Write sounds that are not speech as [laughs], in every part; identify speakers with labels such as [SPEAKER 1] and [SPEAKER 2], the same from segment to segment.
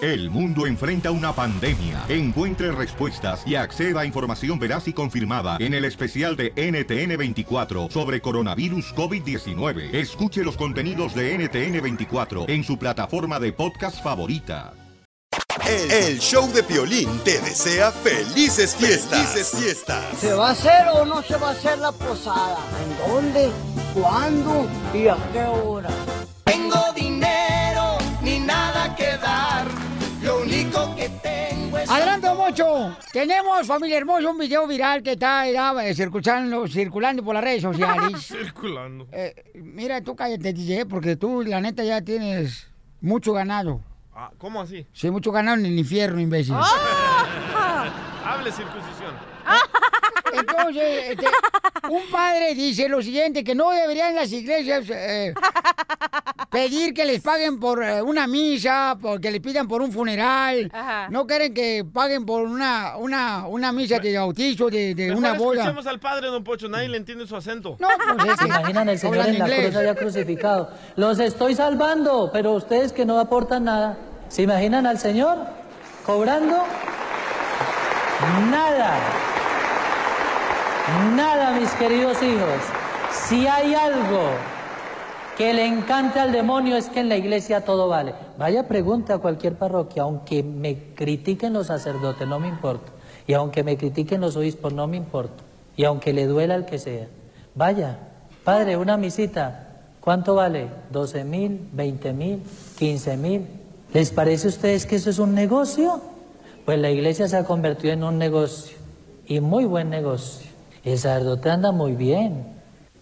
[SPEAKER 1] El mundo enfrenta una pandemia. Encuentre respuestas y acceda a información veraz y confirmada en el especial de NTN24 sobre coronavirus COVID-19. Escuche los contenidos de NTN24 en su plataforma de podcast favorita.
[SPEAKER 2] El, el show de Piolín te desea felices fiestas. Felices fiestas.
[SPEAKER 3] ¿Se va a hacer o no se va a hacer la posada? ¿En dónde? ¿Cuándo? ¿Y a qué hora?
[SPEAKER 4] Tengo dinero ni nada que dar. Lo único que tengo es...
[SPEAKER 5] Adelante, Mocho. Tenemos, familia hermosa, un video viral que está era, eh, circulando, circulando por las redes sociales.
[SPEAKER 6] [laughs] Circulando.
[SPEAKER 5] Eh, mira, tú cállate, DJ, porque tú, la neta, ya tienes mucho ganado.
[SPEAKER 6] Ah, ¿Cómo así?
[SPEAKER 5] Sí, mucho ganado en el infierno, imbécil.
[SPEAKER 6] Ah.
[SPEAKER 5] Ah.
[SPEAKER 6] [laughs] Hable circuncisión.
[SPEAKER 5] Entonces, este, un padre dice lo siguiente, que no deberían las iglesias eh, pedir que les paguen por eh, una misa, porque les pidan por un funeral.
[SPEAKER 7] Ajá.
[SPEAKER 5] No quieren que paguen por una, una, una misa de bautizo, de, de
[SPEAKER 6] Mejor
[SPEAKER 5] una boda.
[SPEAKER 6] Escuchemos al padre, don Pocho. Nadie le entiende su acento.
[SPEAKER 5] No, pues es
[SPEAKER 6] [laughs]
[SPEAKER 8] ¿Se
[SPEAKER 5] que
[SPEAKER 8] imaginan el Señor
[SPEAKER 5] hablan
[SPEAKER 8] en la
[SPEAKER 5] inglés.
[SPEAKER 8] cruz allá crucificado? Los estoy salvando, pero ustedes que no aportan nada, ¿se imaginan al Señor cobrando? Nada. Nada, mis queridos hijos. Si hay algo que le encanta al demonio es que en la iglesia todo vale. Vaya pregunta a cualquier parroquia, aunque me critiquen los sacerdotes, no me importa. Y aunque me critiquen los obispos, no me importa. Y aunque le duela al que sea. Vaya, padre, una misita, ¿cuánto vale? ¿12 mil? ¿20 mil? ¿15 mil? ¿Les parece a ustedes que eso es un negocio? Pues la iglesia se ha convertido en un negocio, y muy buen negocio. El sacerdote anda muy bien,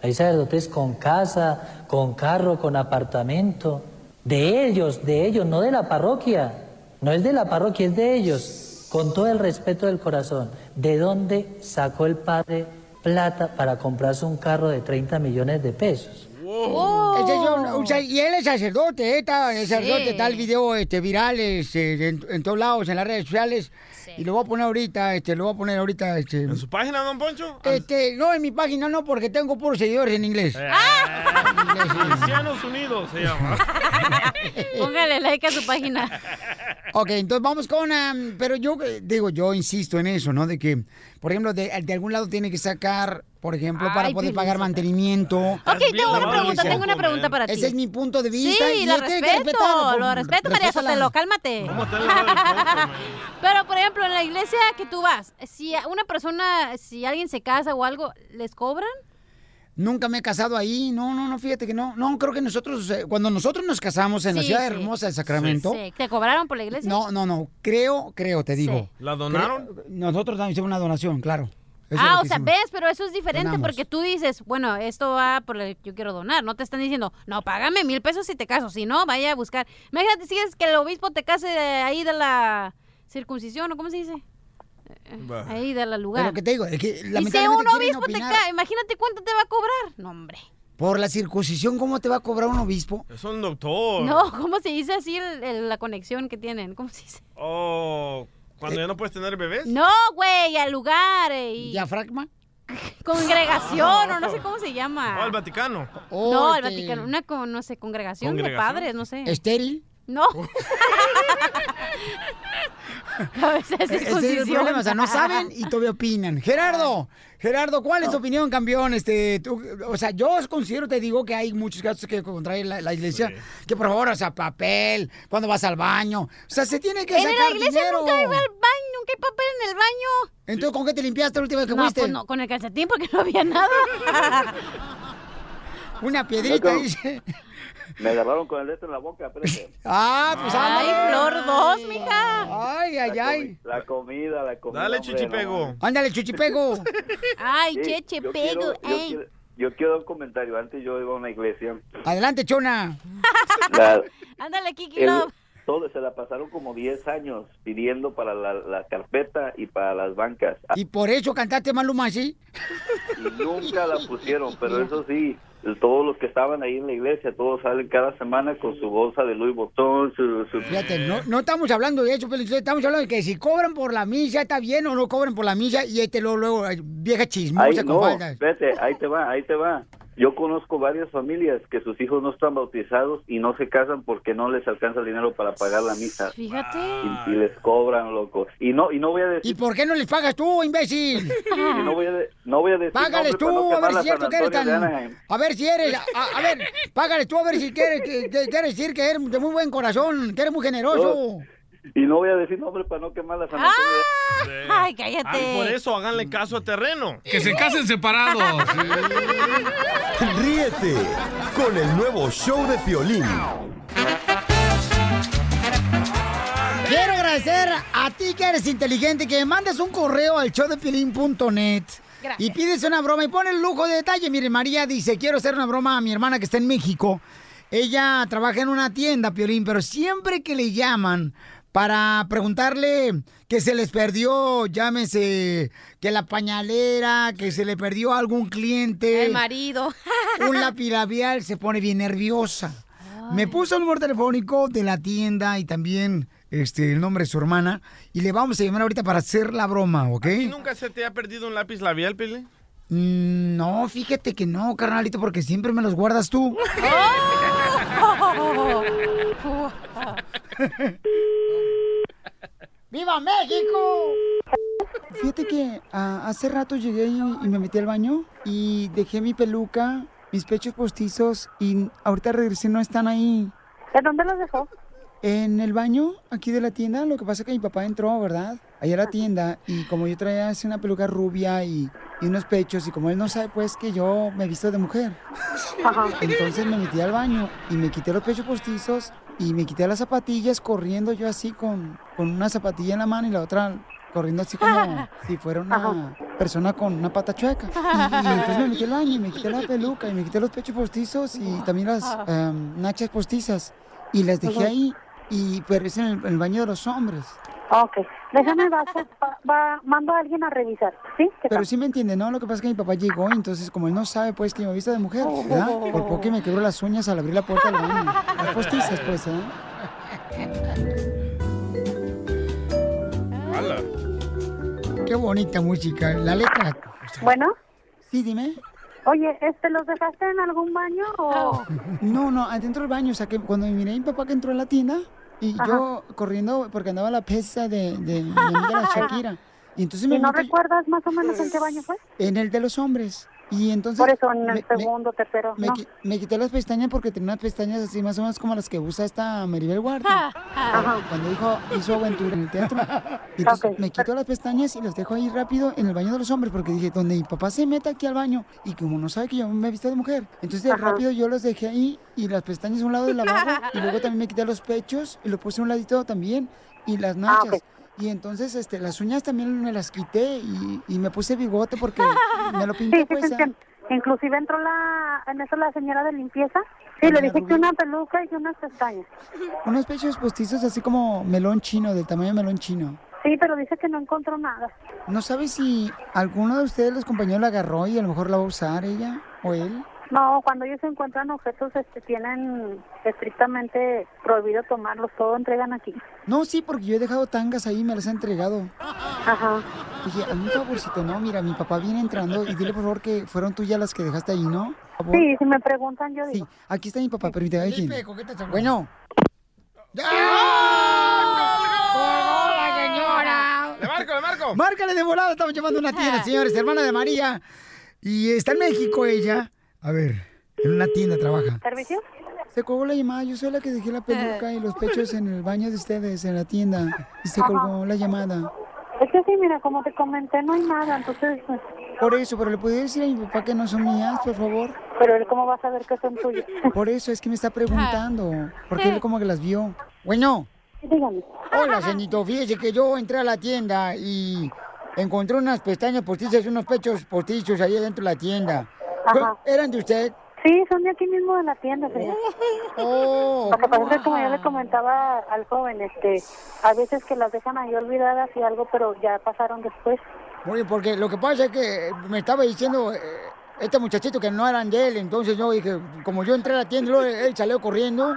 [SPEAKER 8] hay sacerdotes con casa, con carro, con apartamento. De ellos, de ellos, no de la parroquia. No es de la parroquia, es de ellos. Con todo el respeto del corazón. ¿De dónde sacó el padre plata para comprarse un carro de 30 millones de pesos?
[SPEAKER 9] Oh.
[SPEAKER 5] Ese es un- un sa- y él es sacerdote, ¿eh? Está- es sacerdote, está el video este, viral este, en, en todos lados, en las redes sociales. Y lo voy a poner ahorita, este, lo voy a poner ahorita. Este, ¿En
[SPEAKER 6] su página, don Poncho?
[SPEAKER 5] Este, no, en mi página no, porque tengo puros seguidores en inglés.
[SPEAKER 6] Eh.
[SPEAKER 9] Ah.
[SPEAKER 6] Cristianos Unidos se llama.
[SPEAKER 9] [laughs] Póngale like a su página.
[SPEAKER 5] Ok, entonces vamos con... am, pero yo eh, digo, yo insisto en eso, ¿no? De que, por ejemplo, de, de algún lado tiene que sacar, por ejemplo, para
[SPEAKER 9] Ay,
[SPEAKER 5] poder
[SPEAKER 9] Piolín,
[SPEAKER 5] pagar
[SPEAKER 9] saca.
[SPEAKER 5] mantenimiento.
[SPEAKER 9] Ok, tengo una pregunta, tengo una
[SPEAKER 6] ¿eh?
[SPEAKER 9] pregunta para ti.
[SPEAKER 5] Ese es mi punto de vista.
[SPEAKER 9] Sí,
[SPEAKER 5] y
[SPEAKER 9] lo
[SPEAKER 5] él tiene que pues,
[SPEAKER 9] respeto,
[SPEAKER 5] respetarlo, por-
[SPEAKER 9] lo respeto, María
[SPEAKER 5] respétala.
[SPEAKER 9] Sotelo, cálmate. [laughs] Pero, por ejemplo, en la iglesia que tú vas, si a una persona, si alguien se casa o algo, ¿les cobran?
[SPEAKER 5] Nunca me he casado ahí. No, no, no, fíjate que no. No, creo que nosotros, eh, cuando nosotros nos casamos en la
[SPEAKER 9] Sí,
[SPEAKER 5] ciudad
[SPEAKER 9] sí.
[SPEAKER 5] hermosa de Sacramento.
[SPEAKER 9] Sí. ¿Te cobraron por la iglesia?
[SPEAKER 5] No, no, no. Creo, creo, te digo.
[SPEAKER 6] ¿La donaron?
[SPEAKER 5] Creo- nosotros también hicimos una donación, claro. Eso es
[SPEAKER 9] ah,
[SPEAKER 5] lo
[SPEAKER 9] o
[SPEAKER 5] que
[SPEAKER 9] sea,
[SPEAKER 5] hicimos.
[SPEAKER 9] ves, pero eso es diferente
[SPEAKER 5] Donamos.
[SPEAKER 9] porque tú dices, bueno, esto va por el yo quiero donar. No te están diciendo, no, págame mil pesos si te caso, si no, vaya a buscar. Imagínate si es que el obispo te case de ahí de la circuncisión, ¿o cómo se dice? Ahí de la lugar.
[SPEAKER 5] Pero que te digo, es que
[SPEAKER 9] y si
[SPEAKER 5] lamentablemente
[SPEAKER 9] un
[SPEAKER 5] quieren
[SPEAKER 9] obispo te
[SPEAKER 5] opinar.
[SPEAKER 9] cae, imagínate cuánto te va a cobrar. No, hombre.
[SPEAKER 5] Por la circuncisión, ¿cómo te va a cobrar un obispo?
[SPEAKER 6] Es un doctor.
[SPEAKER 9] No, [laughs] ¿cómo se dice así el- el- la conexión que tienen? ¿Cómo se dice?
[SPEAKER 6] Oh, cuando
[SPEAKER 5] Eh.
[SPEAKER 6] ya no puedes tener bebés.
[SPEAKER 9] No, güey, al lugar. eh, y-
[SPEAKER 5] ¿Diafragma?
[SPEAKER 9] Congregación, o
[SPEAKER 6] [laughs]
[SPEAKER 9] no sé cómo se llama.
[SPEAKER 6] O al Oh, Vaticano.
[SPEAKER 5] Oh,
[SPEAKER 9] no, el
[SPEAKER 5] este,
[SPEAKER 9] Vaticano, una, con- no sé, congregación, de
[SPEAKER 6] ¿Congregación?
[SPEAKER 9] padres, no sé.
[SPEAKER 5] ¿Estéril?
[SPEAKER 9] No. [laughs] Cabeza
[SPEAKER 5] Eh, Ese
[SPEAKER 9] de
[SPEAKER 5] es el
[SPEAKER 9] circuncisión.
[SPEAKER 5] problema, o sea, no saben y todavía opinan. Gerardo, Gerardo, ¿cuál es tu opinión, campeón? Este, tú- o sea, yo os considero, te digo que hay muchos gastos que contrae la, la iglesia, que por favor, o sea, papel, cuando vas al baño, o sea, se tiene que
[SPEAKER 9] En
[SPEAKER 5] sacar
[SPEAKER 9] la iglesia
[SPEAKER 5] dinero.
[SPEAKER 9] nunca iba al baño, nunca hay papel [laughs] en el baño.
[SPEAKER 5] Entonces, ¿con qué te limpiaste la última vez que
[SPEAKER 9] no,
[SPEAKER 5] fuiste?
[SPEAKER 9] pues no, con el calcetín porque no
[SPEAKER 5] [laughs]
[SPEAKER 9] había nada.
[SPEAKER 5] Una piedrita,
[SPEAKER 10] Loco.
[SPEAKER 5] dice.
[SPEAKER 10] Me agarraron con el dedo en la boca, espérate.
[SPEAKER 5] Ah, pues
[SPEAKER 9] Ay,
[SPEAKER 5] ándale.
[SPEAKER 9] Flor dos, mija.
[SPEAKER 5] Ay, ay, ay.
[SPEAKER 10] La comida, la comida.
[SPEAKER 6] Dale,
[SPEAKER 10] hombre,
[SPEAKER 6] Chichipego.
[SPEAKER 10] no.
[SPEAKER 5] Ándale, chuchipego.
[SPEAKER 9] Ay,
[SPEAKER 10] Sí,
[SPEAKER 9] cheche,
[SPEAKER 10] yo
[SPEAKER 9] pego,
[SPEAKER 10] quiero- yo
[SPEAKER 9] ey.
[SPEAKER 10] quiero- Yo quiero un comentario. Antes yo iba a una
[SPEAKER 9] [laughs]
[SPEAKER 10] iglesia.
[SPEAKER 5] Adelante, chona.
[SPEAKER 10] La-
[SPEAKER 9] Ándale, Kiki
[SPEAKER 10] el- [laughs]
[SPEAKER 9] Love.
[SPEAKER 10] todo, se la pasaron como 10 años pidiendo para la, la carpeta y para las bancas. Ah,
[SPEAKER 5] Y por eso cantaste Maluma así.
[SPEAKER 10] Y nunca la pusieron,
[SPEAKER 9] [laughs]
[SPEAKER 10] pero eso sí, todos los que estaban ahí en la iglesia, todos salen cada semana con su bolsa de Louis Vuitton, su... su-
[SPEAKER 5] Fíjate, no, no estamos hablando de eso, Pelín, estamos hablando de que si cobran por la misa está bien o no cobran por la misa y este luego, luego eh, vieja chismosa
[SPEAKER 10] Ahí
[SPEAKER 5] con
[SPEAKER 10] no,
[SPEAKER 5] faldas.
[SPEAKER 10] vete, ahí te va, ahí te va. Yo conozco varias familias que sus hijos no están bautizados y no se casan porque no les alcanza el dinero para pagar la misa.
[SPEAKER 9] Fíjate.
[SPEAKER 10] Y, y les cobran, loco. Y no, y no voy a decir...
[SPEAKER 5] ¿Y por qué no les pagas tú,
[SPEAKER 10] [laughs]
[SPEAKER 5] imbécil?
[SPEAKER 10] Y no voy a, de- no voy a decir
[SPEAKER 5] Págales
[SPEAKER 10] nombres
[SPEAKER 5] tú,
[SPEAKER 10] para no
[SPEAKER 5] a ver
[SPEAKER 10] quemar
[SPEAKER 5] si
[SPEAKER 10] la
[SPEAKER 5] es cierto
[SPEAKER 10] San
[SPEAKER 5] que eres
[SPEAKER 10] Antonio de ¿eh?
[SPEAKER 5] tan...
[SPEAKER 10] Anaheim.
[SPEAKER 5] A ver si eres... A, a ver, págales tú a ver si quieres, que, que- quiere decir que eres de muy buen corazón, que eres muy generoso.
[SPEAKER 10] Y no voy a decir nombres para no quemar
[SPEAKER 5] Ah.
[SPEAKER 10] la San Antonio de
[SPEAKER 9] Ay, cállate.
[SPEAKER 6] Ay, Ah, por eso háganle caso a terreno.
[SPEAKER 7] Que se casen separados.
[SPEAKER 2] Ríete con el nuevo show de Piolín.
[SPEAKER 5] Quiero agradecer a ti que eres inteligente, que mandes un correo al showdepilín.net
[SPEAKER 9] Gracias.
[SPEAKER 5] y pides una broma y pon el lujo de detalle. Mire, María dice, quiero hacer una broma a mi hermana que está en México. Ella trabaja en una tienda, Piolín, pero siempre que le llaman para preguntarle que se les perdió, llámese, que la pañalera, que se le perdió a algún cliente.
[SPEAKER 9] El marido. [laughs]
[SPEAKER 5] un lápiz labial se pone bien nerviosa. Me puso el número telefónico de la tienda y también este, el nombre de su hermana. Y le vamos a llamar ahorita para hacer la broma, ¿ok?
[SPEAKER 6] ¿Y nunca se te ha perdido un lápiz labial, Pili?
[SPEAKER 5] Mm, No, fíjate que no, carnalito, porque siempre me los guardas
[SPEAKER 11] [laughs]
[SPEAKER 5] tú.
[SPEAKER 11] Oh.
[SPEAKER 4] [laughs]
[SPEAKER 5] ¡Viva México! Fíjate que ah, hace rato llegué y, y me metí al baño y dejé mi peluca, mis pechos postizos y ahorita regresé no están ahí.
[SPEAKER 11] ¿En dónde los dejó?
[SPEAKER 5] En el baño aquí de la tienda, lo que pasa es que mi papá entró, ¿verdad? Allá a la tienda y como yo traía así una peluca rubia y, y unos pechos y como él no sabe pues que yo me visto de mujer. Entonces me metí al baño y me quité los pechos postizos y me quité las zapatillas corriendo yo así con, con una zapatilla en la mano y la otra corriendo así
[SPEAKER 11] [laughs]
[SPEAKER 5] como si fuera una persona con una pata chueca. Y, y entonces me metí al baño y me quité la peluca y me quité los pechos postizos y también las em, nachas postizas y las dejé
[SPEAKER 11] Ajá.
[SPEAKER 5] ahí. Y pero es en el, en el baño de los hombres.
[SPEAKER 11] Ok, déjame bajo, va, va- mando a alguien a revisar, ¿sí? ¿Qué
[SPEAKER 5] Pero
[SPEAKER 11] tal?
[SPEAKER 5] sí me entiende, ¿no? Lo que pasa es que mi papá llegó y entonces como él no sabe pues que yo me visto de mujer, ¿verdad? Por poco que me quebró las uñas al abrir la puerta del baño. Las postizas pues, ¿eh?
[SPEAKER 6] ¡Hala!
[SPEAKER 5] Qué bonita música, la letra.
[SPEAKER 11] Bueno,
[SPEAKER 5] Sí, dime.
[SPEAKER 11] oye, este, ¿los dejaste en algún baño o...?
[SPEAKER 5] No, no, adentro del baño, o sea que cuando miré a mi papá que entró a la tienda y yo corriendo porque andaba la pesa de, de mi
[SPEAKER 11] [laughs]
[SPEAKER 5] amiga la Shakira. Y entonces me
[SPEAKER 11] ¿Y no
[SPEAKER 5] monto
[SPEAKER 11] recuerdas más o menos en qué baño fue?
[SPEAKER 5] en el de los hombres. Y entonces
[SPEAKER 11] Por eso, en
[SPEAKER 5] me-
[SPEAKER 11] el
[SPEAKER 5] me-
[SPEAKER 11] segundo, tercero,
[SPEAKER 5] Me,
[SPEAKER 11] no.
[SPEAKER 5] qui- me quité las pestañas porque tenía unas pestañas así más o menos como las que usa esta Maribel Guardia.
[SPEAKER 11] Ah,
[SPEAKER 5] Cuando dijo, hizo aventura en el teatro. Y entonces
[SPEAKER 11] Ok.
[SPEAKER 5] me quito las pestañas y las dejo ahí rápido en el baño de los hombres porque dije, donde mi papá se meta aquí al baño y como no sabe que yo me he visto de mujer. Entonces
[SPEAKER 11] Ajá.
[SPEAKER 5] rápido yo los dejé ahí y las pestañas a un lado del lavabo y luego también me quité los pechos y los puse a un ladito también y las nachas.
[SPEAKER 11] Ah, ok.
[SPEAKER 5] Y entonces este, las uñas también me las quité y, y me puse bigote porque me lo pinté
[SPEAKER 11] Sí, sí,
[SPEAKER 5] pues.
[SPEAKER 11] sí,
[SPEAKER 5] ¿eh?
[SPEAKER 11] entiendo. Inclusive entró la, ah, en eso la señora de limpieza. Sí,
[SPEAKER 5] Doña
[SPEAKER 11] le dije
[SPEAKER 5] Rubí.
[SPEAKER 11] que una peluca y unas pestañas.
[SPEAKER 5] Unos pechos postizos así como melón chino, del tamaño de melón chino.
[SPEAKER 11] Sí, pero dice que no encontró nada.
[SPEAKER 5] ¿No sabe si alguno de ustedes, los compañeros, la agarró y a lo mejor la va a usar ella o él?
[SPEAKER 11] No, cuando ellos encuentran objetos, este, tienen estrictamente prohibido tomarlos, todo entregan aquí.
[SPEAKER 5] No, sí, porque yo he dejado tangas ahí y me las ha entregado.
[SPEAKER 11] Ajá.
[SPEAKER 5] Oye, hazme un favorcito, ¿no? Mira, mi papá viene entrando y dile por favor que fueron tuyas las que dejaste ahí, ¿no? Por favor.
[SPEAKER 11] Sí, si me preguntan, yo
[SPEAKER 5] Sí,
[SPEAKER 11] digo.
[SPEAKER 5] aquí está mi papá, permíteme. ahí viene.
[SPEAKER 3] Bueno.
[SPEAKER 5] Bueno. ¡Ah! ¡Colgó la señora!
[SPEAKER 6] ¡Le marco, le marco!
[SPEAKER 5] Márcale de volada, estamos llamando a una tienda, señores, hermana de María. Y está en México ella. A ver, en una tienda trabaja.
[SPEAKER 11] ¿Servicio?
[SPEAKER 5] Se colgó la llamada, yo soy la que dejé la peluca y los pechos en el baño de ustedes, en la tienda. Y se colgó la llamada.
[SPEAKER 11] Es que sí, mira, como te comenté, no hay nada, entonces... pues,
[SPEAKER 5] Por eso, pero le podía decir a mi papá que no son mías, por favor.
[SPEAKER 11] Pero él cómo va a saber que son [laughs] tuyos.
[SPEAKER 5] Por eso es que me está preguntando, porque él como que las vio. Bueno,
[SPEAKER 11] Dígame.
[SPEAKER 5] hola, señorito, fíjese que yo entré a la tienda y encontré unas pestañas postizas, unos pechos postizos ahí dentro de la tienda.
[SPEAKER 11] Ajá.
[SPEAKER 5] ¿Eran de usted?
[SPEAKER 11] Sí, son de aquí mismo de la tienda, señor.
[SPEAKER 5] Oh,
[SPEAKER 11] Lo que pasa es que como yo le comentaba al joven, este, a veces que las dejan ahí olvidadas
[SPEAKER 5] [laughs]
[SPEAKER 11] y algo, pero ya pasaron después.
[SPEAKER 5] Oye, porque lo que pasa es que me estaba diciendo eh, este muchachito que no eran de él, entonces yo dije, como yo entré a la tienda, luego él salió corriendo,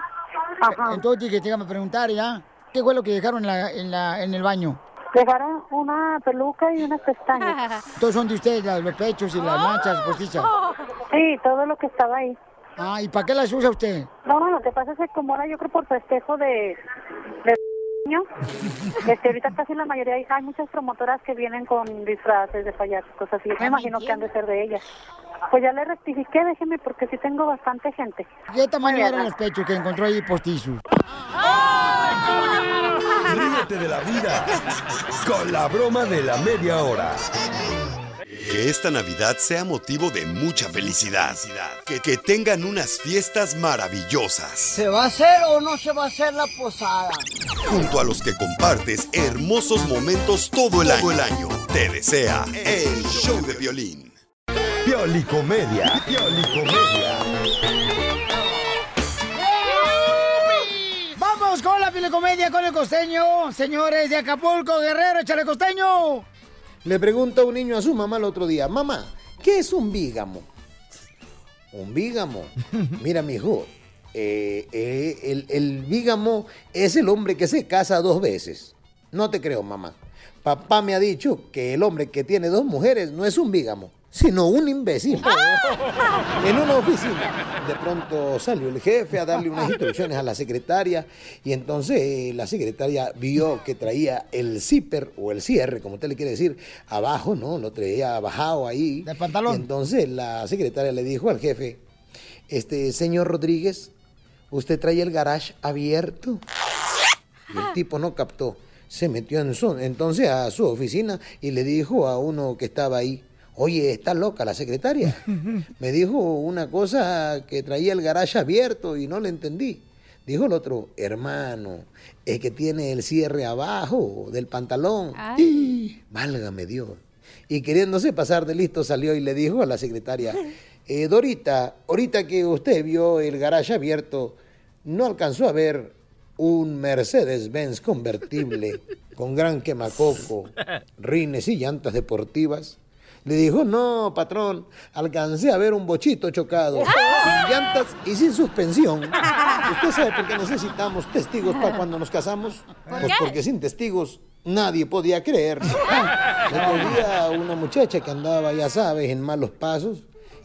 [SPEAKER 11] Ajá.
[SPEAKER 5] entonces dije, déjame preguntar ya, ¿qué fue lo que dejaron en, la- en la- en el baño?
[SPEAKER 11] Dejaron una peluca y unas pestañas. Oh.
[SPEAKER 5] Todos son de ustedes, las- los pechos y las manchas postizas.
[SPEAKER 11] Sí, todo lo que estaba ahí.
[SPEAKER 5] Ah, ¿y para qué las usa usted?
[SPEAKER 11] No, lo que pasa es que como ahora yo creo por festejo de, de
[SPEAKER 5] [laughs]
[SPEAKER 11] niño, este, ahorita casi la mayoría hay, hay muchas promotoras que vienen con disfraces de payasos, cosas así. Yo
[SPEAKER 5] Ah,
[SPEAKER 11] me imagino que han de ser de ellas. Pues ya le rectifiqué, déjeme, porque sí tengo bastante gente.
[SPEAKER 5] ¿Qué tamaño eran los pechos que encontró ahí postizos?
[SPEAKER 2] Ríete de la vida con la broma de la media hora. Que esta Navidad sea motivo de mucha felicidad. Que, que tengan unas fiestas maravillosas.
[SPEAKER 3] ¿Se va a hacer o no se va a hacer la posada?
[SPEAKER 2] Junto a los que compartes hermosos momentos todo el año. Todo el año. Te desea el show de violín. Piolicomedia.
[SPEAKER 5] Vamos con la pilecomedia con el costeño, señores de Acapulco, Guerrero, échale costeño.
[SPEAKER 7] Le pregunta un niño a su mamá el otro día, mamá, ¿qué es un bígamo? Un bígamo. Mira, mijo, eh, eh, el, el bígamo es el hombre que se casa dos veces. No te creo, mamá. Papá me ha dicho que el hombre que tiene dos mujeres no es un bígamo, sino un imbécil. En una oficina, de pronto salió el jefe a darle unas instrucciones a la secretaria y entonces eh, la secretaria vio que traía el zipper o el cierre, como usted le quiere decir, abajo, ¿no? Lo traía bajado ahí. Del pantalón. entonces la secretaria le dijo al jefe, este, señor Rodríguez, usted trae el garage abierto. Y el tipo no captó. Se metió en su- entonces a su oficina y le dijo a uno que estaba ahí, oye, está loca la secretaria. Me dijo una cosa que traía el garaje abierto y no le entendí. Dijo el otro, hermano, es que tiene el cierre abajo del pantalón.
[SPEAKER 4] Ah.
[SPEAKER 7] Y, válgame Dios. Y queriéndose pasar de listo salió y le dijo a la secretaria, "Eh, Dorita, ahorita que usted vio el garaje abierto, no alcanzó a ver un Mercedes-Benz convertible con gran quemacoco, rines y llantas deportivas. Le dijo, no, patrón, alcancé a ver un bochito chocado,
[SPEAKER 12] ¡Ah!
[SPEAKER 7] sin llantas y sin suspensión. ¿Usted sabe por qué necesitamos testigos para cuando nos casamos?
[SPEAKER 12] ¿Por
[SPEAKER 7] Pues
[SPEAKER 12] qué?
[SPEAKER 7] porque sin testigos nadie podía
[SPEAKER 12] [laughs]
[SPEAKER 7] creer. El otro día una muchacha que andaba, ya sabes, en malos pasos,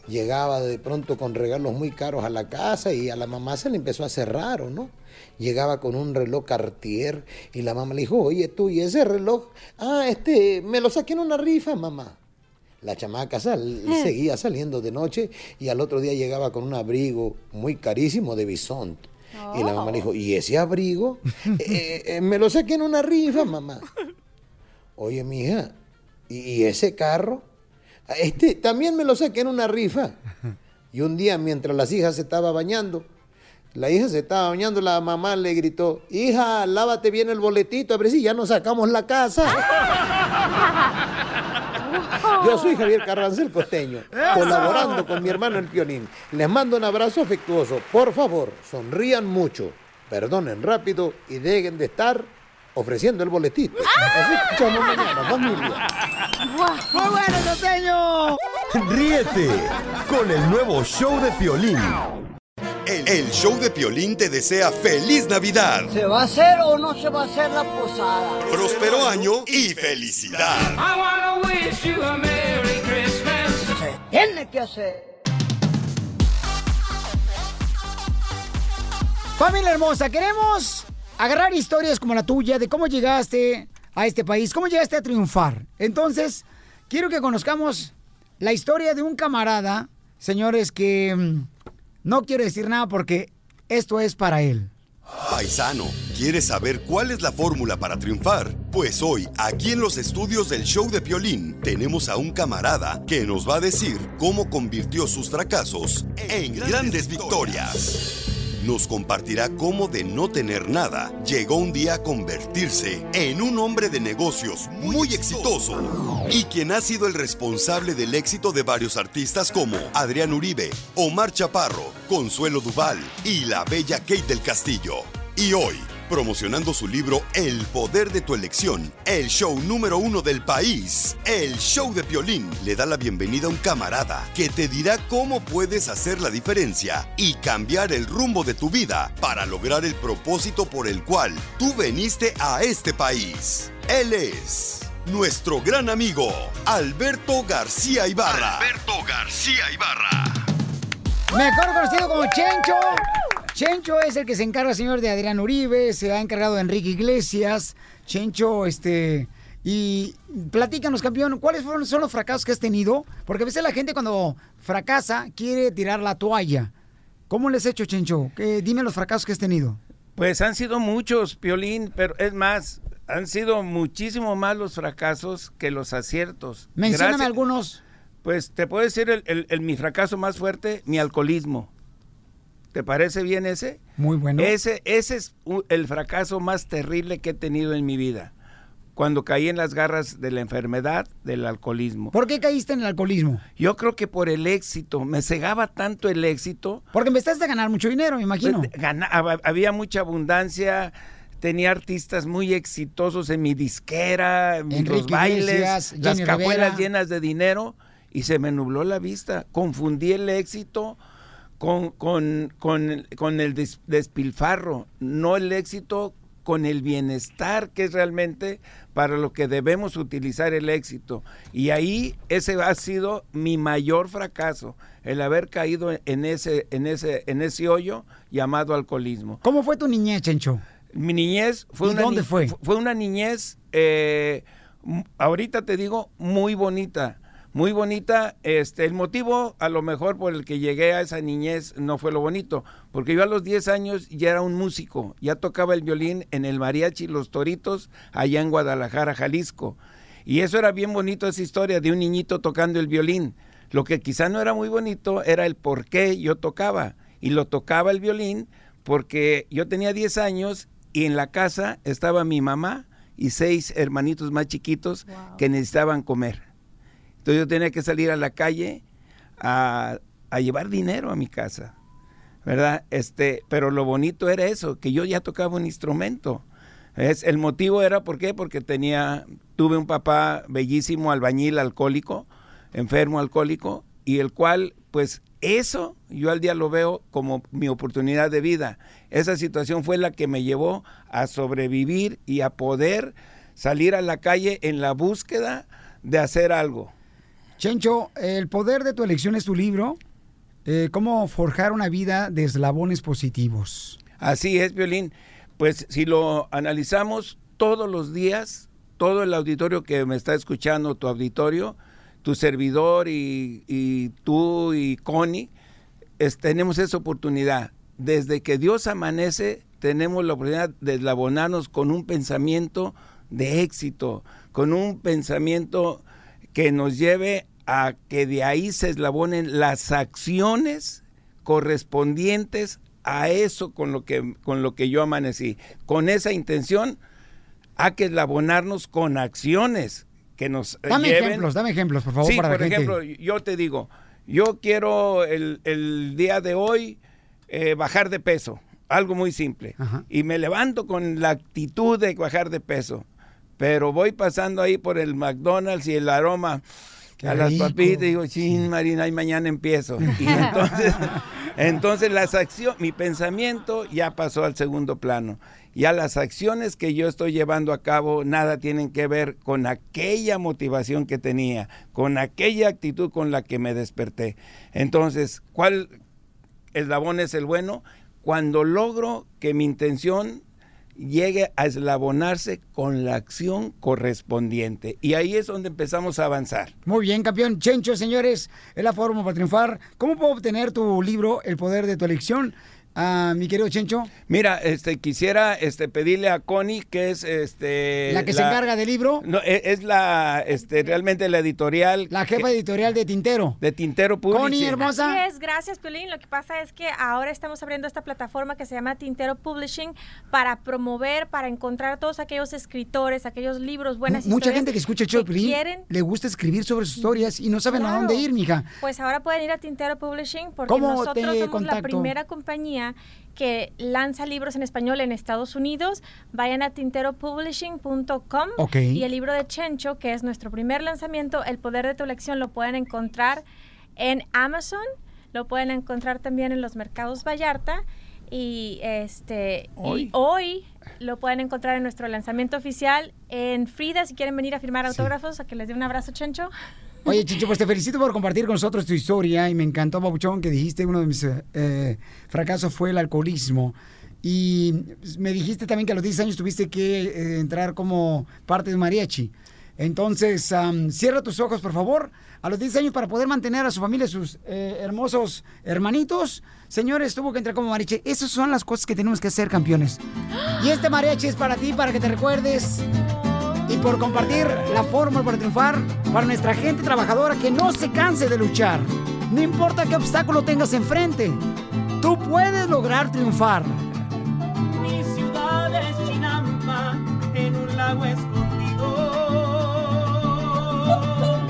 [SPEAKER 7] llegaba de pronto con regalos muy caros a la casa y a la mamá se le empezó a hacer raro, ¿no? Llegaba con un reloj Cartier y la mamá le dijo, oye tú, ¿y ese reloj? Ah, este, me lo saqué en una rifa, mamá. La chamaca sal-
[SPEAKER 12] Eh.
[SPEAKER 7] seguía saliendo de noche y al otro día llegaba con un abrigo muy carísimo de bisonte. Y la mamá le dijo, ¿y ese abrigo? Eh, eh, me lo saqué en una rifa, mamá. Oye, mija, ¿y, y ese carro? "Ah, Este también me lo saqué en una rifa. Y un día, mientras las hijas se estaba bañando, la hija se estaba bañando, la mamá le gritó, hija, lávate bien el boletito, a ver si ya nos sacamos la casa. Yo soy Javier Carranza, el costeño, colaborando con mi hermano el violín. Les mando un abrazo afectuoso. Por favor, sonrían mucho, perdonen rápido y dejen de estar ofreciendo el boletito. Así escuchamos mañana, familia.
[SPEAKER 5] ¡Muy bueno, costeño!
[SPEAKER 2] Ríete con el nuevo show de Piolín. El, el show de Piolín te desea feliz Navidad,
[SPEAKER 3] ¿Se va a hacer o no se va a hacer la posada?
[SPEAKER 2] próspero año y felicidad.
[SPEAKER 3] Se tiene que hacer.
[SPEAKER 5] Familia hermosa, queremos agarrar historias como la tuya de cómo llegaste a este país, cómo llegaste a triunfar. Entonces, quiero que conozcamos la historia de un camarada, señores, que mm, no quiero decir nada porque esto es para él.
[SPEAKER 2] Paisano, ¿quieres saber cuál es la fórmula para triunfar? Pues hoy, aquí en los estudios del show de Piolín, tenemos a un camarada que nos va a decir cómo convirtió sus fracasos en grandes victorias. Nos compartirá cómo de no tener nada llegó un día a convertirse en un hombre de negocios muy exitoso y quien ha sido el responsable del éxito de varios artistas como Adrián Uribe, Omar Chaparro, Consuelo Duval y la bella Kate del Castillo. Y hoy, promocionando su libro El poder de tu elección, el show número uno del país, el show de violín, le da la bienvenida a un camarada que te dirá cómo puedes hacer la diferencia y cambiar el rumbo de tu vida para lograr el propósito por el cual tú veniste a este país. Él es nuestro gran amigo Alberto García Ibarra.
[SPEAKER 12] Alberto
[SPEAKER 2] García Ibarra.
[SPEAKER 5] Mejor conocido como Chencho. Chencho es el que se encarga, señor, de Adrián Uribe, se ha encargado de Enrique Iglesias. Chencho, este. Y platícanos, campeón, ¿cuáles fueron, son los fracasos que has tenido? Porque a veces la gente cuando fracasa quiere tirar la toalla. ¿Cómo les has hecho, Chencho? Que- dime los fracasos que has tenido.
[SPEAKER 12] Pues han sido muchos, Piolín, pero es más, han sido muchísimo más los fracasos que los aciertos.
[SPEAKER 5] Mencióname
[SPEAKER 12] Gracias-
[SPEAKER 5] algunos.
[SPEAKER 12] Pues te puedo decir el, el- el- mi fracaso más fuerte, mi alcoholismo. ¿Te parece bien ese?
[SPEAKER 5] Muy bueno.
[SPEAKER 12] Ese, ese es u- el fracaso más terrible que he tenido en mi vida, cuando caí en las garras de la enfermedad del alcoholismo.
[SPEAKER 5] ¿Por qué caíste en el alcoholismo?
[SPEAKER 12] Yo creo que por el éxito, me cegaba tanto el éxito. Pues,
[SPEAKER 5] Porque empezaste a ganar mucho dinero, me imagino.
[SPEAKER 12] había mucha abundancia, tenía artistas muy exitosos en mi disquera, en los
[SPEAKER 5] Enrique
[SPEAKER 12] bailes,
[SPEAKER 5] Iglesias,
[SPEAKER 12] las
[SPEAKER 5] Jenny
[SPEAKER 12] cajuelas
[SPEAKER 5] Rivera.
[SPEAKER 12] llenas de dinero y se me nubló la vista. Confundí el éxito con, con, con- con el des- despilfarro, no el éxito con el bienestar que es realmente para lo que debemos utilizar el éxito. Y ahí ese ha sido mi mayor fracaso, el haber caído en ese, en ese, en ese hoyo llamado alcoholismo.
[SPEAKER 5] ¿Cómo fue tu niñez, Chencho?
[SPEAKER 12] Mi niñez fue
[SPEAKER 5] ¿Y
[SPEAKER 12] una
[SPEAKER 5] dónde fue?
[SPEAKER 12] fu- Fue una niñez, eh, m- ahorita te digo, muy bonita. Muy bonita. Este, el motivo, a lo mejor, por el que llegué a esa niñez no fue lo bonito. Porque yo a los 10 años ya era un músico. Ya tocaba el violín en el mariachi Los Toritos, allá en Guadalajara, Jalisco. Y eso era bien bonito, esa historia de un niñito tocando el violín. Lo que quizá no era muy bonito era el por qué yo tocaba. Y lo tocaba el violín porque yo tenía 10 años y en la casa estaba mi mamá y seis hermanitos más chiquitos que necesitaban comer. Entonces yo tenía que salir a la calle a, a llevar dinero a mi casa, ¿verdad? Este, pero lo bonito era eso, que yo ya tocaba un instrumento. Es, el motivo era, ¿por qué? Porque tenía, tuve un papá bellísimo, albañil, alcohólico, enfermo, alcohólico, y el cual, pues eso yo al día lo veo como mi oportunidad de vida. Esa situación fue la que me llevó a sobrevivir y a poder salir a la calle en la búsqueda de hacer algo.
[SPEAKER 5] Chencho, El poder de tu elección es tu libro. Eh, ¿Cómo forjar una vida de eslabones positivos?
[SPEAKER 12] Así es, Violín. Pues si lo analizamos todos los días, todo el auditorio que me está escuchando, tu auditorio, tu servidor y, y tú y Connie, es- tenemos esa oportunidad. Desde que Dios amanece, tenemos la oportunidad de eslabonarnos con un pensamiento de éxito, con un pensamiento que nos lleve a que de ahí se eslabonen las acciones correspondientes a eso con lo que, con lo que yo amanecí. Con esa intención, hay que eslabonarnos con acciones que nos eh,
[SPEAKER 5] Dame
[SPEAKER 12] lleven
[SPEAKER 5] ejemplos, dame ejemplos, por favor,
[SPEAKER 12] sí,
[SPEAKER 5] para
[SPEAKER 12] por
[SPEAKER 5] la gente.
[SPEAKER 12] ejemplo, yo te digo, yo quiero el, el día de hoy eh, bajar de peso, algo muy simple. Y me levanto con la actitud de bajar de peso, pero voy pasando ahí por el McDonald's y el aroma
[SPEAKER 13] Qué
[SPEAKER 12] a las
[SPEAKER 13] rico.
[SPEAKER 12] papitas y digo, chin, Marina, y mañana
[SPEAKER 13] [laughs]
[SPEAKER 12] empiezo. Y entonces, entonces las acciones, mi pensamiento ya pasó al segundo plano. Ya las acciones que yo estoy llevando a cabo nada tienen que ver con aquella motivación que tenía, con aquella actitud con la que me desperté. Entonces, ¿cuál eslabón es el bueno? Cuando logro que mi intención llegue a eslabonarse con la acción correspondiente. Y ahí es donde empezamos a avanzar.
[SPEAKER 5] Muy bien, campeón. Chencho, señores, es la forma para triunfar. ¿Cómo puedo obtener tu libro, El poder de tu elección? Ah, mi querido Chencho,
[SPEAKER 12] Mira, este quisiera este pedirle a Connie que es este
[SPEAKER 5] la que se encarga del libro,
[SPEAKER 12] no, e- es, la este realmente la editorial
[SPEAKER 5] la jefa editorial de Tintero.
[SPEAKER 12] de Tintero Publishing.
[SPEAKER 14] Así es, gracias, Piolín. Lo que pasa es que ahora estamos abriendo esta plataforma que se llama Tintero Publishing para promover, para encontrar todos aquellos escritores, aquellos libros, buenas
[SPEAKER 5] Mucha
[SPEAKER 14] historias
[SPEAKER 5] gente que escucha el show de Piolín
[SPEAKER 14] quieren-
[SPEAKER 5] le gusta escribir sobre sus historias y no saben a dónde ir, mija.
[SPEAKER 14] Pues ahora pueden ir a Tintero Publishing porque
[SPEAKER 5] ¿Cómo
[SPEAKER 14] nosotros
[SPEAKER 5] te
[SPEAKER 14] somos la
[SPEAKER 5] contacto?
[SPEAKER 14] primera compañía que lanza libros en español en Estados Unidos. Vayan a tinteropublishing.com
[SPEAKER 5] Ok.
[SPEAKER 14] y el libro de Chencho, que es nuestro primer lanzamiento, El poder de tu elección, lo pueden encontrar en Amazon, lo pueden encontrar también en los mercados Vallarta y este
[SPEAKER 12] Hoy.
[SPEAKER 14] y hoy lo pueden encontrar en nuestro lanzamiento oficial en Frida si quieren venir a firmar autógrafos a que les dé un abrazo Chencho
[SPEAKER 5] Oye, Chicho, pues te felicito por compartir con nosotros tu historia y me encantó, Babuchón, que dijiste uno de mis eh, fracasos fue el alcoholismo. Y me dijiste también que a los 10 años tuviste que eh, entrar como parte de un mariachi. Entonces, am, cierra tus ojos, por favor. A los 10 años, para poder mantener a su familia, sus eh, hermosos hermanitos, señores, tuvo que entrar como mariachi. Esas son las cosas que tenemos que hacer, campeones. Y este mariachi es para ti, para que te recuerdes y por compartir la fórmula para triunfar para nuestra gente trabajadora que no se canse de luchar. No importa qué obstáculo tengas enfrente, tú puedes lograr triunfar.
[SPEAKER 4] Mi ciudad es Chinampa, en un lago escondido.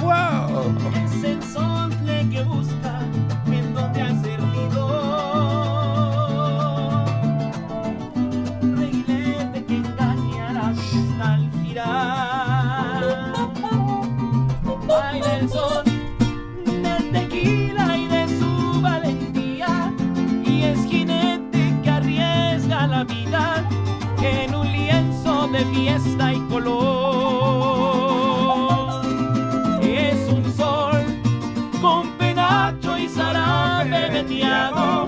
[SPEAKER 12] ¡Wow!
[SPEAKER 4] Es el sonle que busca, en donde ha servido. Reguilete que engaña la vista al girar. Baila el son del tequila y de su valentía. Y es jinete que arriesga la vida en un lienzo de fiesta y color. Es un sol con penacho y zarape veteado.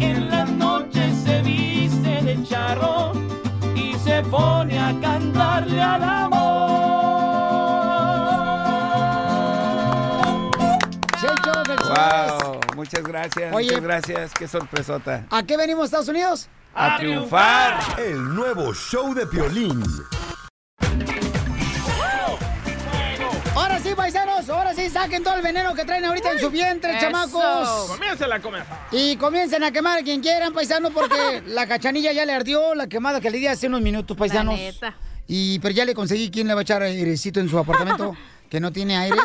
[SPEAKER 4] En las noches se viste de charro y se pone a cantarle al amor.
[SPEAKER 12] ¡Wow! Muchas gracias,
[SPEAKER 5] Oye.
[SPEAKER 12] muchas gracias. Qué sorpresota.
[SPEAKER 5] ¿A qué venimos, Estados Unidos?
[SPEAKER 12] ¡A triunfar!
[SPEAKER 2] El nuevo show de Piolín.
[SPEAKER 5] Ahora sí, paisanos, ahora sí, saquen todo el veneno que traen ahorita en su vientre, chamacos.
[SPEAKER 6] Comienza la comida.
[SPEAKER 5] Y comiencen a quemar a quien quieran, paisanos, porque la cachanilla ya le ardió la quemada que le di hace unos minutos, paisanos.
[SPEAKER 9] neta.
[SPEAKER 5] Y pero ya le conseguí quién le va a echar airecito en su apartamento que no tiene aire.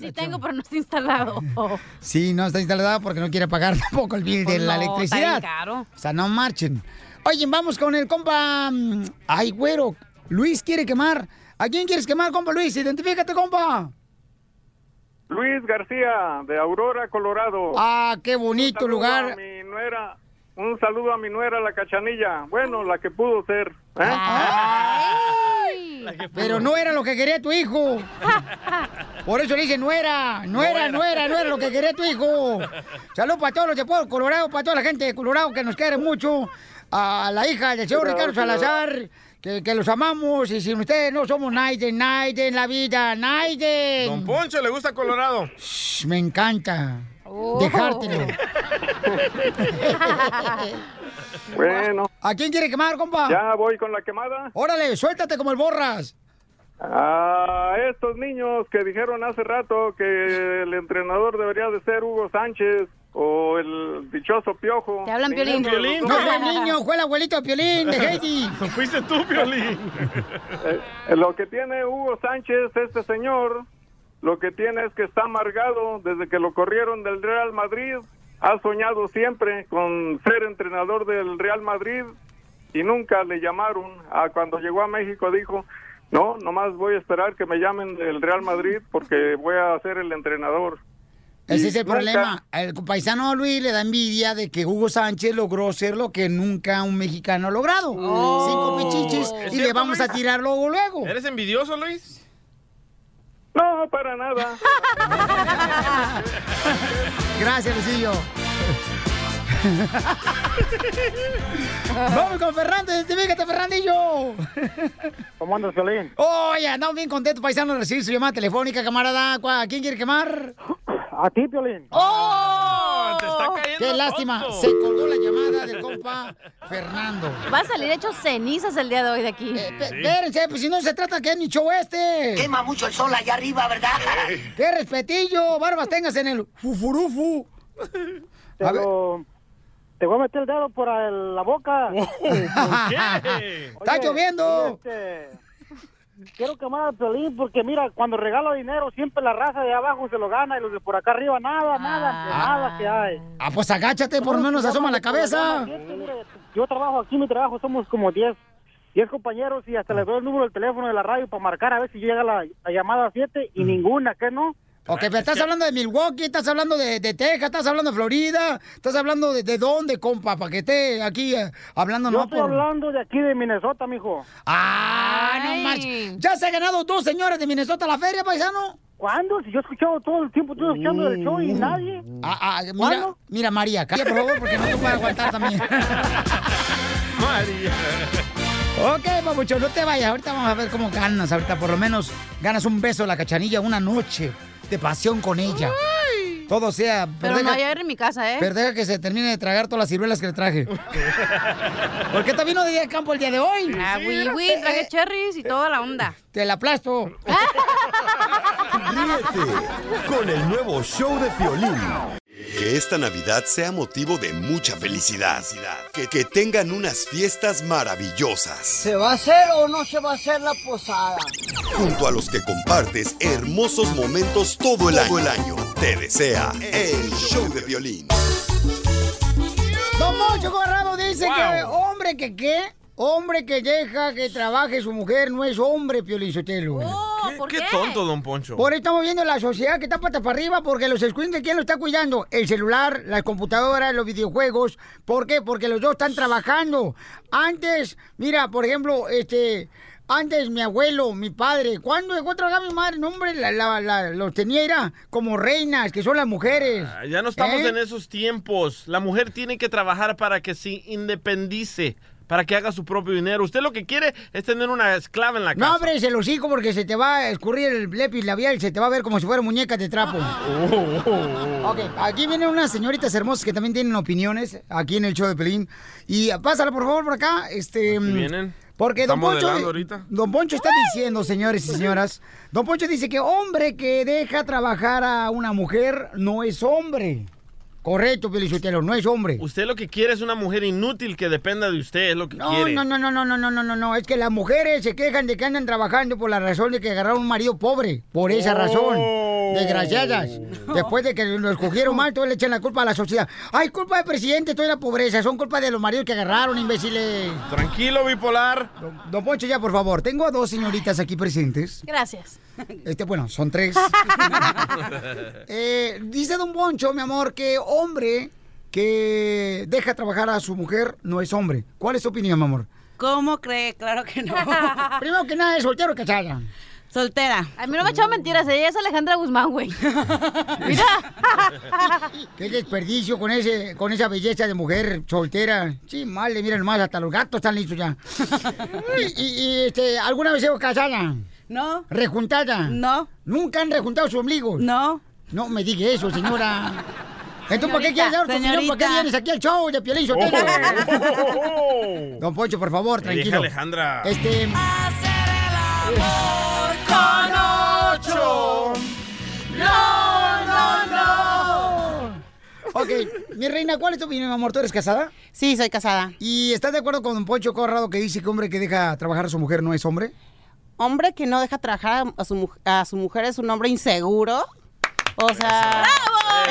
[SPEAKER 9] Sí tengo, pero no está instalado.
[SPEAKER 5] Sí, no está instalada porque no quiere pagar [laughs] tampoco el bill de
[SPEAKER 9] Pues
[SPEAKER 5] la
[SPEAKER 9] no, está bien
[SPEAKER 5] electricidad.
[SPEAKER 9] caro.
[SPEAKER 5] O sea, no marchen. Oye, vamos con el compa. mm, Ay, güero. Luis quiere quemar. ¿A quién quieres quemar, compa Luis? Identifícate, compa.
[SPEAKER 15] Luis García, de Aurora, Colorado.
[SPEAKER 5] Ah, qué bonito
[SPEAKER 15] Un saludo
[SPEAKER 5] lugar.
[SPEAKER 15] a mi nuera, un saludo a mi nuera, la cachanilla. Bueno, la que pudo ser. ¿eh?
[SPEAKER 5] Pero no era lo que quería tu hijo. Por eso le dije, no era, no,
[SPEAKER 4] No
[SPEAKER 5] era,
[SPEAKER 4] era.
[SPEAKER 5] no era, no era lo que quería tu hijo. Saludos para todos los de Pueblo Colorado, para toda la gente de Colorado que nos quiere mucho. A la hija del señor
[SPEAKER 4] Gracias.
[SPEAKER 5] Ricardo Salazar, que, que los amamos. Y sin ustedes no somos nadie, nadie en la vida, nadie.
[SPEAKER 6] Don Poncho, ¿le gusta Colorado?
[SPEAKER 5] Me encanta.
[SPEAKER 6] Oh. [laughs]
[SPEAKER 5] Dejártelo.
[SPEAKER 15] Bueno.
[SPEAKER 5] ¿A quién quiere quemar, compa?
[SPEAKER 15] Ya voy con la quemada.
[SPEAKER 5] Órale, suéltate como el borras.
[SPEAKER 15] A estos niños que dijeron hace rato que el entrenador debería de ser Hugo Sánchez o el dichoso Piojo.
[SPEAKER 5] Te hablan
[SPEAKER 15] Ninguno
[SPEAKER 5] Piolín.
[SPEAKER 15] de los dos.
[SPEAKER 5] No fue el niño, fue el abuelito de Piolín,
[SPEAKER 15] [laughs]
[SPEAKER 5] de Heidi.
[SPEAKER 15] Fuiste tú, Piolín. Eh, lo que tiene Hugo Sánchez, este señor, lo que tiene es que está amargado desde que lo corrieron del Real Madrid. Ha soñado siempre con ser entrenador del Real Madrid y nunca le llamaron. A cuando llegó a México dijo, no, nomás voy a esperar que me llamen del Real Madrid porque voy a ser el [laughs] entrenador.
[SPEAKER 5] Ese es el
[SPEAKER 15] Nunca.
[SPEAKER 5] problema. Al paisano Luis le da envidia de que Hugo Sánchez logró ser lo que nunca un mexicano ha logrado. Cinco pichichis
[SPEAKER 6] Oh. ¿Es
[SPEAKER 5] y le
[SPEAKER 6] cierto,
[SPEAKER 5] vamos a
[SPEAKER 6] Luis? [laughs]
[SPEAKER 5] tirar luego, luego.
[SPEAKER 6] ¿Eres envidioso, Luis?
[SPEAKER 15] No, para nada.
[SPEAKER 5] [laughs] Gracias, Luisillo. Vamos con Fernando, identifícate, Fernandillo.
[SPEAKER 16] ¿Cómo andas, Solín?
[SPEAKER 5] Oye, andamos bien contentos, paisano, de recibir su llamada telefónica, camarada. ¿Cu- ¿A quién quiere quemar?
[SPEAKER 16] A ti, Violín.
[SPEAKER 5] ¡Oh! Qué lástima, se colgó la llamada del compa Fernando.
[SPEAKER 9] Va a salir hecho cenizas el día de hoy de aquí.
[SPEAKER 5] Espérense, Eh, pues si no se trata que es mi show este. Quema mucho el sol allá arriba, ¿verdad? ¡Qué respetillo! Barbas tengas en el fufurufu.
[SPEAKER 16] Te, lo- te voy a meter el dedo
[SPEAKER 5] [laughs]
[SPEAKER 16] por el- la boca.
[SPEAKER 4] qué?
[SPEAKER 16] Oye,
[SPEAKER 4] Está lloviendo.
[SPEAKER 16] oye, este, quiero quemar al Piolín porque, mira, cuando regalo dinero, siempre la raza de abajo se lo gana y los de por acá arriba, nada, nada, nada que hay.
[SPEAKER 5] Ah, pues agáchate, por lo menos asoma la cabeza.
[SPEAKER 16] Yo trabajo aquí, mi trabajo, somos como 10 10 compañeros y hasta les doy el número del teléfono de la radio para marcar a ver si llega la, la llamada 7 y ninguna, ¿qué no?
[SPEAKER 5] Ok, pero estás hablando de Milwaukee, estás hablando de, de Texas, estás hablando de Florida, estás hablando de, de dónde, compa, para que esté aquí eh, hablando
[SPEAKER 16] Yo
[SPEAKER 5] no
[SPEAKER 16] estoy
[SPEAKER 5] por...
[SPEAKER 16] hablando de aquí de Minnesota, mijo.
[SPEAKER 5] Ah, no manches. ¿Ya se ha ganado dos señores de Minnesota la feria, paisano? Mm.
[SPEAKER 17] ¿Cuándo? Si yo he escuchado todo el tiempo, estoy escuchando el show y nadie.
[SPEAKER 5] Ah, ah, mira,
[SPEAKER 17] ¿Cuándo?
[SPEAKER 5] mira, María, cállate, por favor, porque no te puedo aguantar también.
[SPEAKER 6] [laughs] María.
[SPEAKER 5] Ok, papucho, no te vayas. Ahorita vamos a ver cómo ganas. Ahorita por lo menos ganas un beso a la cachanilla, una noche de pasión con ella. Todo sea.
[SPEAKER 9] Pero no
[SPEAKER 5] deja-
[SPEAKER 9] ayer en mi casa, ¿eh?
[SPEAKER 5] pero deja que se termine de tragar todas las ciruelas que le
[SPEAKER 9] [laughs]
[SPEAKER 5] traje. Porque está vino de día de campo el día de hoy.
[SPEAKER 9] Ah, oui, oui, traje cherries y toda la onda.
[SPEAKER 5] eh, Te la aplasto.
[SPEAKER 2] Ríete con el nuevo show de Piolín. Que esta Navidad sea motivo de mucha felicidad. Que, que tengan unas fiestas maravillosas.
[SPEAKER 3] ¿Se va a hacer o no se va a hacer la posada?
[SPEAKER 2] Junto a los que compartes hermosos momentos todo el año. Todo el año. Te desea el show de violín.
[SPEAKER 5] Don Poncho Corrado dice
[SPEAKER 2] Wow.
[SPEAKER 5] que hombre que qué, hombre que deja que trabaje su mujer no es hombre, Piolín Sotelo.
[SPEAKER 6] ¿Qué, qué tonto, don Poncho.
[SPEAKER 5] Por ahí estamos viendo la sociedad que está pata para arriba porque los escuincles, ¿quién lo está cuidando? El celular, las computadoras, los videojuegos. ¿Por qué? Porque los dos están trabajando. Antes, mira, por ejemplo, este... Antes mi abuelo, mi padre, ¿cuándo dejó de trabajar mi madre? No, hombre, la, la- la- los tenía era como reinas, que son las mujeres.
[SPEAKER 6] Ah, Ya no estamos
[SPEAKER 5] ¿Eh?
[SPEAKER 6] en esos tiempos. La mujer tiene que trabajar para que se independice, para que haga su propio dinero. Usted lo que quiere es tener una esclava en la casa.
[SPEAKER 5] No, hombre, se los hocico porque se te va a escurrir el lápiz labial, se te va a ver como si fuera muñeca de trapo. Ok, aquí vienen unas señoritas hermosas que también tienen opiniones aquí en el show de Pelín. Y pásala, por favor, por acá. Este,
[SPEAKER 6] vienen.
[SPEAKER 5] Porque Don
[SPEAKER 6] ¿Está
[SPEAKER 5] Poncho,
[SPEAKER 6] modelando ahorita?
[SPEAKER 5] Don Poncho está diciendo, señores y señoras, Don Poncho dice que hombre que deja trabajar a una mujer no es hombre. Correcto, Pelichotelo, no es hombre.
[SPEAKER 6] Usted lo que quiere es una mujer inútil que dependa de usted, es lo que
[SPEAKER 5] No,
[SPEAKER 6] quiere.
[SPEAKER 5] no, no, no, no, no, no, no, no, no. Es que las mujeres se quejan de que andan trabajando por la razón de que agarraron un marido pobre. Por esa
[SPEAKER 6] Oh.
[SPEAKER 5] razón. Desgraciadas. Después de que lo escogieron mal, todos le echan la culpa a la sociedad. Ay, culpa del presidente, toda la pobreza. Son culpa de los maridos que agarraron, imbéciles.
[SPEAKER 6] Tranquilo, bipolar.
[SPEAKER 5] Don, don Poncho, ya, por favor. Tengo a dos señoritas aquí presentes.
[SPEAKER 9] Gracias.
[SPEAKER 5] Este, bueno, son tres. Eh, dice Don Poncho, mi amor, que hombre que deja trabajar a su mujer no es hombre. ¿Cuál es tu opinión, mi amor?
[SPEAKER 18] ¿Cómo cree? Claro
[SPEAKER 5] [laughs]
[SPEAKER 18] que no.
[SPEAKER 5] Primero que nada, ¿es soltero o cachada?
[SPEAKER 18] Soltera.
[SPEAKER 9] A mí no me ha echado mentiras, ¿eh? ella es Alejandra Guzmán, güey.
[SPEAKER 5] Qué desperdicio con ese, con esa belleza de mujer soltera. Sí, mal, le miren más, hasta los gatos están listos
[SPEAKER 18] [laughs]
[SPEAKER 5] ya. y, y- y, este, ¿alguna vez se casada?
[SPEAKER 18] No.
[SPEAKER 5] ¿Rejuntada? No. ¿Nunca han rejuntado sus ombligos?
[SPEAKER 18] No.
[SPEAKER 5] No me diga eso, señora. Entonces, ¿para qué
[SPEAKER 18] Señorita,
[SPEAKER 5] quieres dar tu opinión? ¿Para qué
[SPEAKER 18] señorita. Oh,
[SPEAKER 5] vienes aquí al show de Piolín Sotelo? Don Poncho, por favor,
[SPEAKER 6] Me deja
[SPEAKER 5] tranquilo.
[SPEAKER 6] Alejandra.
[SPEAKER 5] Este...
[SPEAKER 4] ocho.
[SPEAKER 5] No, no, no. Ok, mi reina, ¿cuál es tu opinión, mi amor? ¿Tú eres casada?
[SPEAKER 18] Sí, soy casada.
[SPEAKER 5] ¿Y estás de acuerdo con don Poncho Corrado que dice que hombre que deja trabajar a su mujer no es hombre?
[SPEAKER 18] Hombre que no deja trabajar a su, mu- a su mujer es un hombre inseguro. O sea,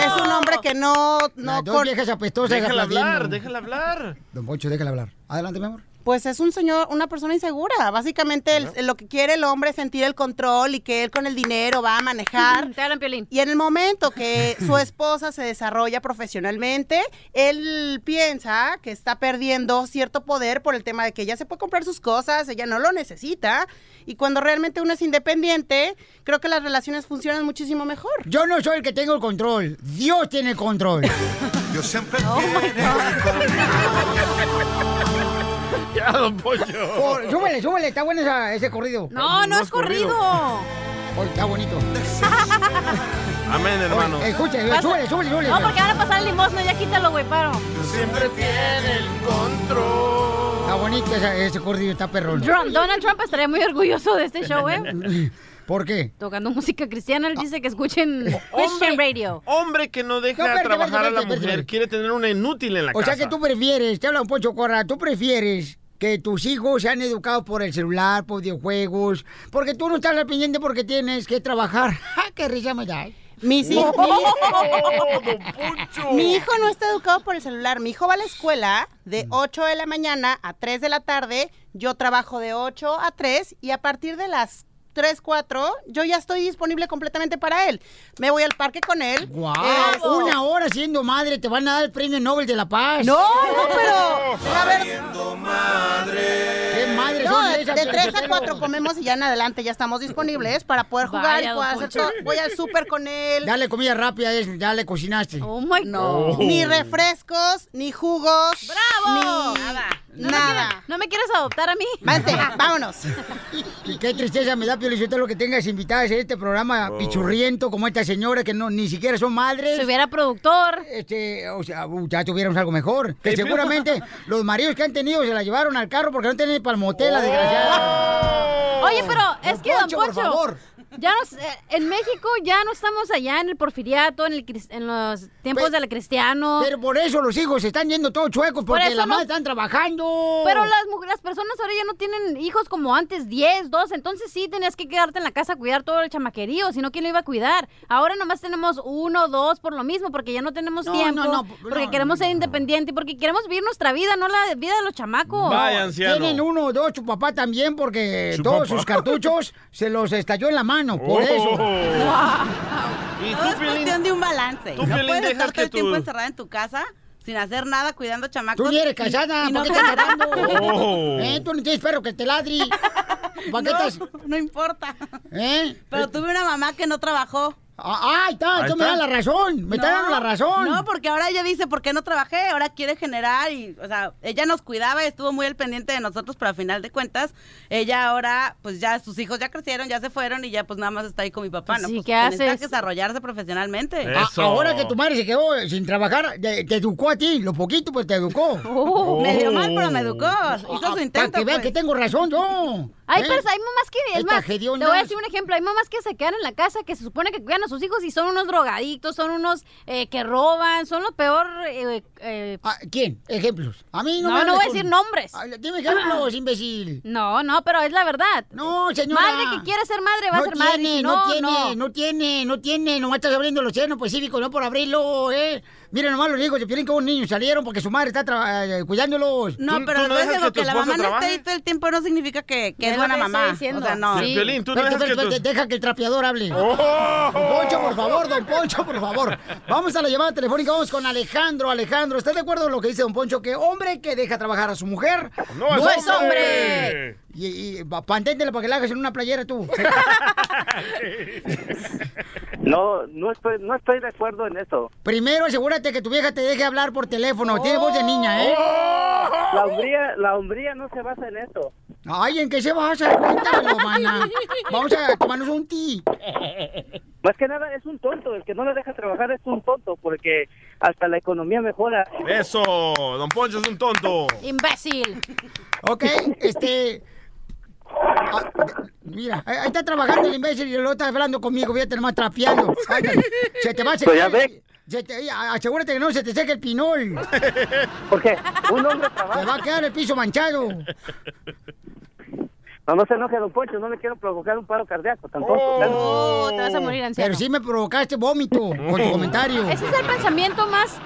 [SPEAKER 18] es un hombre que no... no
[SPEAKER 5] Las dos viejas apestosas
[SPEAKER 18] Déjala
[SPEAKER 5] aplaudiendo.
[SPEAKER 18] hablar,
[SPEAKER 6] déjala hablar.
[SPEAKER 5] Don Poncho, déjala hablar. Adelante, mi amor.
[SPEAKER 18] Pues es un señor, una persona insegura. Básicamente el- lo que quiere el hombre es sentir el control y que él con el dinero va a manejar. Y en el momento que su esposa se desarrolla profesionalmente, él piensa que está perdiendo cierto poder por el tema de que ella se puede comprar sus cosas, ella no lo necesita. Y cuando realmente uno es independiente, creo que las relaciones funcionan muchísimo mejor.
[SPEAKER 5] Yo no soy el que tengo el control. Dios tiene el control.
[SPEAKER 18] [laughs]
[SPEAKER 2] Yo siempre
[SPEAKER 5] [laughs]
[SPEAKER 6] Ya, don Pollo.
[SPEAKER 5] Por- Oh, súbele, súbele, está bueno esa- ese corrido.
[SPEAKER 9] No, no es corrido.
[SPEAKER 5] Hoy está bonito.
[SPEAKER 6] Amén, hermano.
[SPEAKER 5] Oye, escucha,
[SPEAKER 9] Pasa-
[SPEAKER 5] súbele, súbele, súbele.
[SPEAKER 9] No, porque van a pasar el limosno, ya quítalo, güey, paro.
[SPEAKER 6] Siempre tiene el control.
[SPEAKER 5] Está bonito esa- ese corrido, está perrón.
[SPEAKER 9] Trump, Donald Trump estaría muy orgulloso de este show,
[SPEAKER 5] [laughs]
[SPEAKER 9] [laughs] ¿eh?
[SPEAKER 5] ¿Por qué?
[SPEAKER 9] Tocando música cristiana, él dice que escuchen
[SPEAKER 5] Oh,
[SPEAKER 9] Christian Radio.
[SPEAKER 6] Hombre que no deja
[SPEAKER 5] espérate,
[SPEAKER 6] trabajar a la
[SPEAKER 5] espérate, espérate,
[SPEAKER 6] mujer,
[SPEAKER 5] espérate.
[SPEAKER 6] quiere tener una inútil en la
[SPEAKER 5] O
[SPEAKER 6] casa.
[SPEAKER 5] sea que tú prefieres, te habla un Poncho Corra, tú prefieres que tus hijos sean educados por el celular, por videojuegos, porque tú no estás al pendiente porque tienes que trabajar. [laughs] ¡Ja, qué risa me da!
[SPEAKER 18] Mis
[SPEAKER 5] hijos.
[SPEAKER 18] hijos. Mi hijo no está educado por el celular. Mi hijo va a la escuela
[SPEAKER 5] Mm.
[SPEAKER 18] de 8 de la mañana a 3 de la tarde. Yo trabajo de 8 a 3 y a partir de las 3, 4, yo ya estoy disponible completamente para él. Me voy al parque con él. Este, Es-
[SPEAKER 5] Una hora siendo madre, te van a dar el premio Nobel de la Paz.
[SPEAKER 18] No, no, pero,
[SPEAKER 5] A ver. ¡Qué madre,
[SPEAKER 17] No,
[SPEAKER 5] son
[SPEAKER 17] de,
[SPEAKER 5] esas,
[SPEAKER 17] de tres a
[SPEAKER 5] Piolín.
[SPEAKER 17] cuatro comemos y ya en adelante ya estamos disponibles para poder jugar
[SPEAKER 5] Vaya,
[SPEAKER 17] y poder
[SPEAKER 5] don
[SPEAKER 17] hacer todo.
[SPEAKER 5] Poncho.
[SPEAKER 17] Voy al súper con él.
[SPEAKER 5] Dale comida rápida, es- ya le cocinaste.
[SPEAKER 9] Oh my
[SPEAKER 5] No.
[SPEAKER 17] Ni refrescos, ni jugos.
[SPEAKER 9] ¡Bravo!
[SPEAKER 17] Ni...
[SPEAKER 9] Nada. No me
[SPEAKER 17] Nada.
[SPEAKER 9] ¿No me quieres adoptar a mí? [laughs]
[SPEAKER 17] Vente, vámonos.
[SPEAKER 5] Y qué tristeza me da, Piolichotelo, lo que tengas invitadas en este programa
[SPEAKER 9] Oh.
[SPEAKER 5] pichurriento como esta señora que no ni siquiera son madres.
[SPEAKER 9] Si hubiera productor.
[SPEAKER 5] Este, o sea, uh, ya tuviéramos algo mejor. Que
[SPEAKER 9] Sí, pero- [laughs]
[SPEAKER 5] seguramente los maridos que han tenido se la llevaron al carro porque no tenían para el motel,
[SPEAKER 9] Oh.
[SPEAKER 5] la desgraciada.
[SPEAKER 9] Oye, pero es
[SPEAKER 5] Don
[SPEAKER 9] que, don
[SPEAKER 5] Poncho, por
[SPEAKER 9] Poncho,
[SPEAKER 5] favor.
[SPEAKER 9] ya nos, eh, en México ya no estamos allá en el porfiriato, en, el, cris- en los tiempos del cristiano.
[SPEAKER 5] Pues, Pero por eso los hijos se están yendo todos chuecos
[SPEAKER 9] Por
[SPEAKER 5] porque
[SPEAKER 9] eso
[SPEAKER 5] las
[SPEAKER 9] no-
[SPEAKER 5] madres están trabajando.
[SPEAKER 9] Pero las, mu- las personas ahora ya no tienen hijos como antes, 10, 12. Entonces sí tenías que quedarte en la casa a cuidar todo el chamaquerío, si no, ¿quién lo iba a cuidar? Ahora nomás tenemos uno, dos por lo mismo, porque ya no tenemos
[SPEAKER 5] No,
[SPEAKER 9] tiempo.
[SPEAKER 5] no, no,
[SPEAKER 9] porque queremos ser independientes, porque queremos vivir nuestra vida, no la vida de los chamacos.
[SPEAKER 5] No, Tienen uno o dos chupapá también porque
[SPEAKER 9] Chupapá.
[SPEAKER 5] todos sus
[SPEAKER 9] [laughs]
[SPEAKER 5] cartuchos se los estalló en la mano, por
[SPEAKER 9] Oh.
[SPEAKER 5] eso.
[SPEAKER 9] [laughs]
[SPEAKER 17] Todo es cuestión de un balance.
[SPEAKER 5] Tú,
[SPEAKER 17] No
[SPEAKER 5] Piolín,
[SPEAKER 17] puedes
[SPEAKER 5] dejas que
[SPEAKER 17] estar todo el tiempo
[SPEAKER 5] tu-
[SPEAKER 17] encerrada en tu casa sin hacer nada, cuidando chamacos.
[SPEAKER 5] Tú ni eres casada, ¿por
[SPEAKER 17] y no
[SPEAKER 5] qué estás
[SPEAKER 17] te- [laughs]
[SPEAKER 5] llorando?
[SPEAKER 17] Oh.
[SPEAKER 5] ¿Eh? Tú no tienes perro que te ladri. ¿Para qué
[SPEAKER 17] No,
[SPEAKER 5] estás?
[SPEAKER 17] no importa.
[SPEAKER 5] ¿Eh?
[SPEAKER 17] Pero tuve una mamá que no trabajó.
[SPEAKER 5] Ah, ahí está,
[SPEAKER 17] Ahí
[SPEAKER 5] eso me da
[SPEAKER 17] está.
[SPEAKER 5] la razón, me está dando la razón.
[SPEAKER 17] No, porque ahora ella dice, ¿por qué no trabajé? Ahora quiere generar y, o sea, ella nos cuidaba y estuvo muy al pendiente de nosotros, pero al final de cuentas, ella ahora, pues ya sus hijos ya crecieron, ya se fueron y ya pues nada más está ahí con mi papá,
[SPEAKER 9] Pues
[SPEAKER 17] ¿no?
[SPEAKER 9] sí,
[SPEAKER 17] Pues,
[SPEAKER 9] ¿qué
[SPEAKER 17] también
[SPEAKER 9] haces?
[SPEAKER 17] Necesita que desarrollarse profesionalmente.
[SPEAKER 5] A- Ah, ahora que tu madre se quedó eh, sin trabajar, te, te educó a ti, lo poquito, pues te
[SPEAKER 17] [laughs]
[SPEAKER 5] educó.
[SPEAKER 17] Uh,
[SPEAKER 5] Oh,
[SPEAKER 17] Me dio mal, pero me educó. Hizo su
[SPEAKER 5] Para que
[SPEAKER 17] intento.
[SPEAKER 5] vean
[SPEAKER 17] pues.
[SPEAKER 5] que tengo razón yo.
[SPEAKER 9] Hay,
[SPEAKER 5] ¿Eh?
[SPEAKER 9] pers- hay mamás que, es
[SPEAKER 5] Estas
[SPEAKER 9] más, te voy
[SPEAKER 5] hediondas.
[SPEAKER 9] a decir un ejemplo, hay mamás que se quedan en la casa que se supone que cuidan a sus hijos y son unos drogadictos, son unos eh, que roban, son lo peor... eh, eh,
[SPEAKER 5] ¿Quién? Ejemplos. A mí no me
[SPEAKER 9] no,
[SPEAKER 5] hables
[SPEAKER 9] no voy a
[SPEAKER 5] con-
[SPEAKER 9] decir nombres.
[SPEAKER 5] Ah, Dime ejemplos, imbécil.
[SPEAKER 9] No, no, pero es la verdad.
[SPEAKER 5] No, señora.
[SPEAKER 9] Madre que quiere ser madre va
[SPEAKER 5] no
[SPEAKER 9] a ser
[SPEAKER 5] tiene,
[SPEAKER 9] madre. si
[SPEAKER 5] no,
[SPEAKER 9] No,
[SPEAKER 5] tiene, no.
[SPEAKER 9] no.
[SPEAKER 5] tiene, no tiene. Nomás estás abriendo el Océano Pacífico, no por abrirlo, ¿eh? Miren nomás los hijos de Piolín que un niño salieron porque su madre está tra- eh, cuidándolos.
[SPEAKER 17] No, pero les voy a decir algo, que, la mamá no esté ahí todo el tiempo no significa que, que es
[SPEAKER 5] Es lo
[SPEAKER 17] buena
[SPEAKER 5] que estoy
[SPEAKER 17] mamá.
[SPEAKER 5] diciendo.
[SPEAKER 17] O sea, no.
[SPEAKER 5] Sí. Piolín, tú no Pero, dejas pero, que pero, tus- ¡Oh! deja que el trapeador hable. Don Poncho, por favor, don Poncho, por favor. Vamos a la llamada telefónica, vamos con Alejandro. Alejandro, ¿estás de acuerdo con lo que dice don Poncho? Que hombre que deja trabajar a su mujer
[SPEAKER 4] No es hombre.
[SPEAKER 5] Y, y pa- panténtela para que la hagas en una playera tú.
[SPEAKER 19] [laughs] No, no estoy, no estoy de acuerdo en eso.
[SPEAKER 5] Primero asegúrate que tu vieja te deje hablar por teléfono. Tiene voz de niña, ¿eh?
[SPEAKER 19] Oh. La hombría, la hombría no se basa en eso.
[SPEAKER 5] Ay, ¿en qué se basa? Cuéntamelo,
[SPEAKER 19] [laughs]
[SPEAKER 5] mana. Vamos a tomarnos un ti.
[SPEAKER 19] Más que nada es un tonto, el que no lo deja trabajar es un tonto, porque hasta la economía mejora.
[SPEAKER 6] Eso, don Poncho es un tonto.
[SPEAKER 9] Imbécil.
[SPEAKER 5] Ok, este. ah, Mira, ahí ahí está trabajando el imbécil y lo está hablando conmigo, fíjate nomás trapeando.
[SPEAKER 19] [laughs]
[SPEAKER 5] Ándale, Se te va a
[SPEAKER 19] Pues ya ve.
[SPEAKER 5] se te- a- asegúrate que no se te seque el pinol.
[SPEAKER 19] [laughs] ¿Por qué? Un hombre trabaja.
[SPEAKER 5] Te va a quedar el piso manchado.
[SPEAKER 19] No, no se enoje, don Poncho, no le quiero provocar un paro cardíaco tampoco.
[SPEAKER 6] Oh.
[SPEAKER 9] te vas a morir, anciano.
[SPEAKER 5] Pero sí me provocaste vómito con
[SPEAKER 9] [laughs]
[SPEAKER 5] tu comentario.
[SPEAKER 9] Ese es el pensamiento más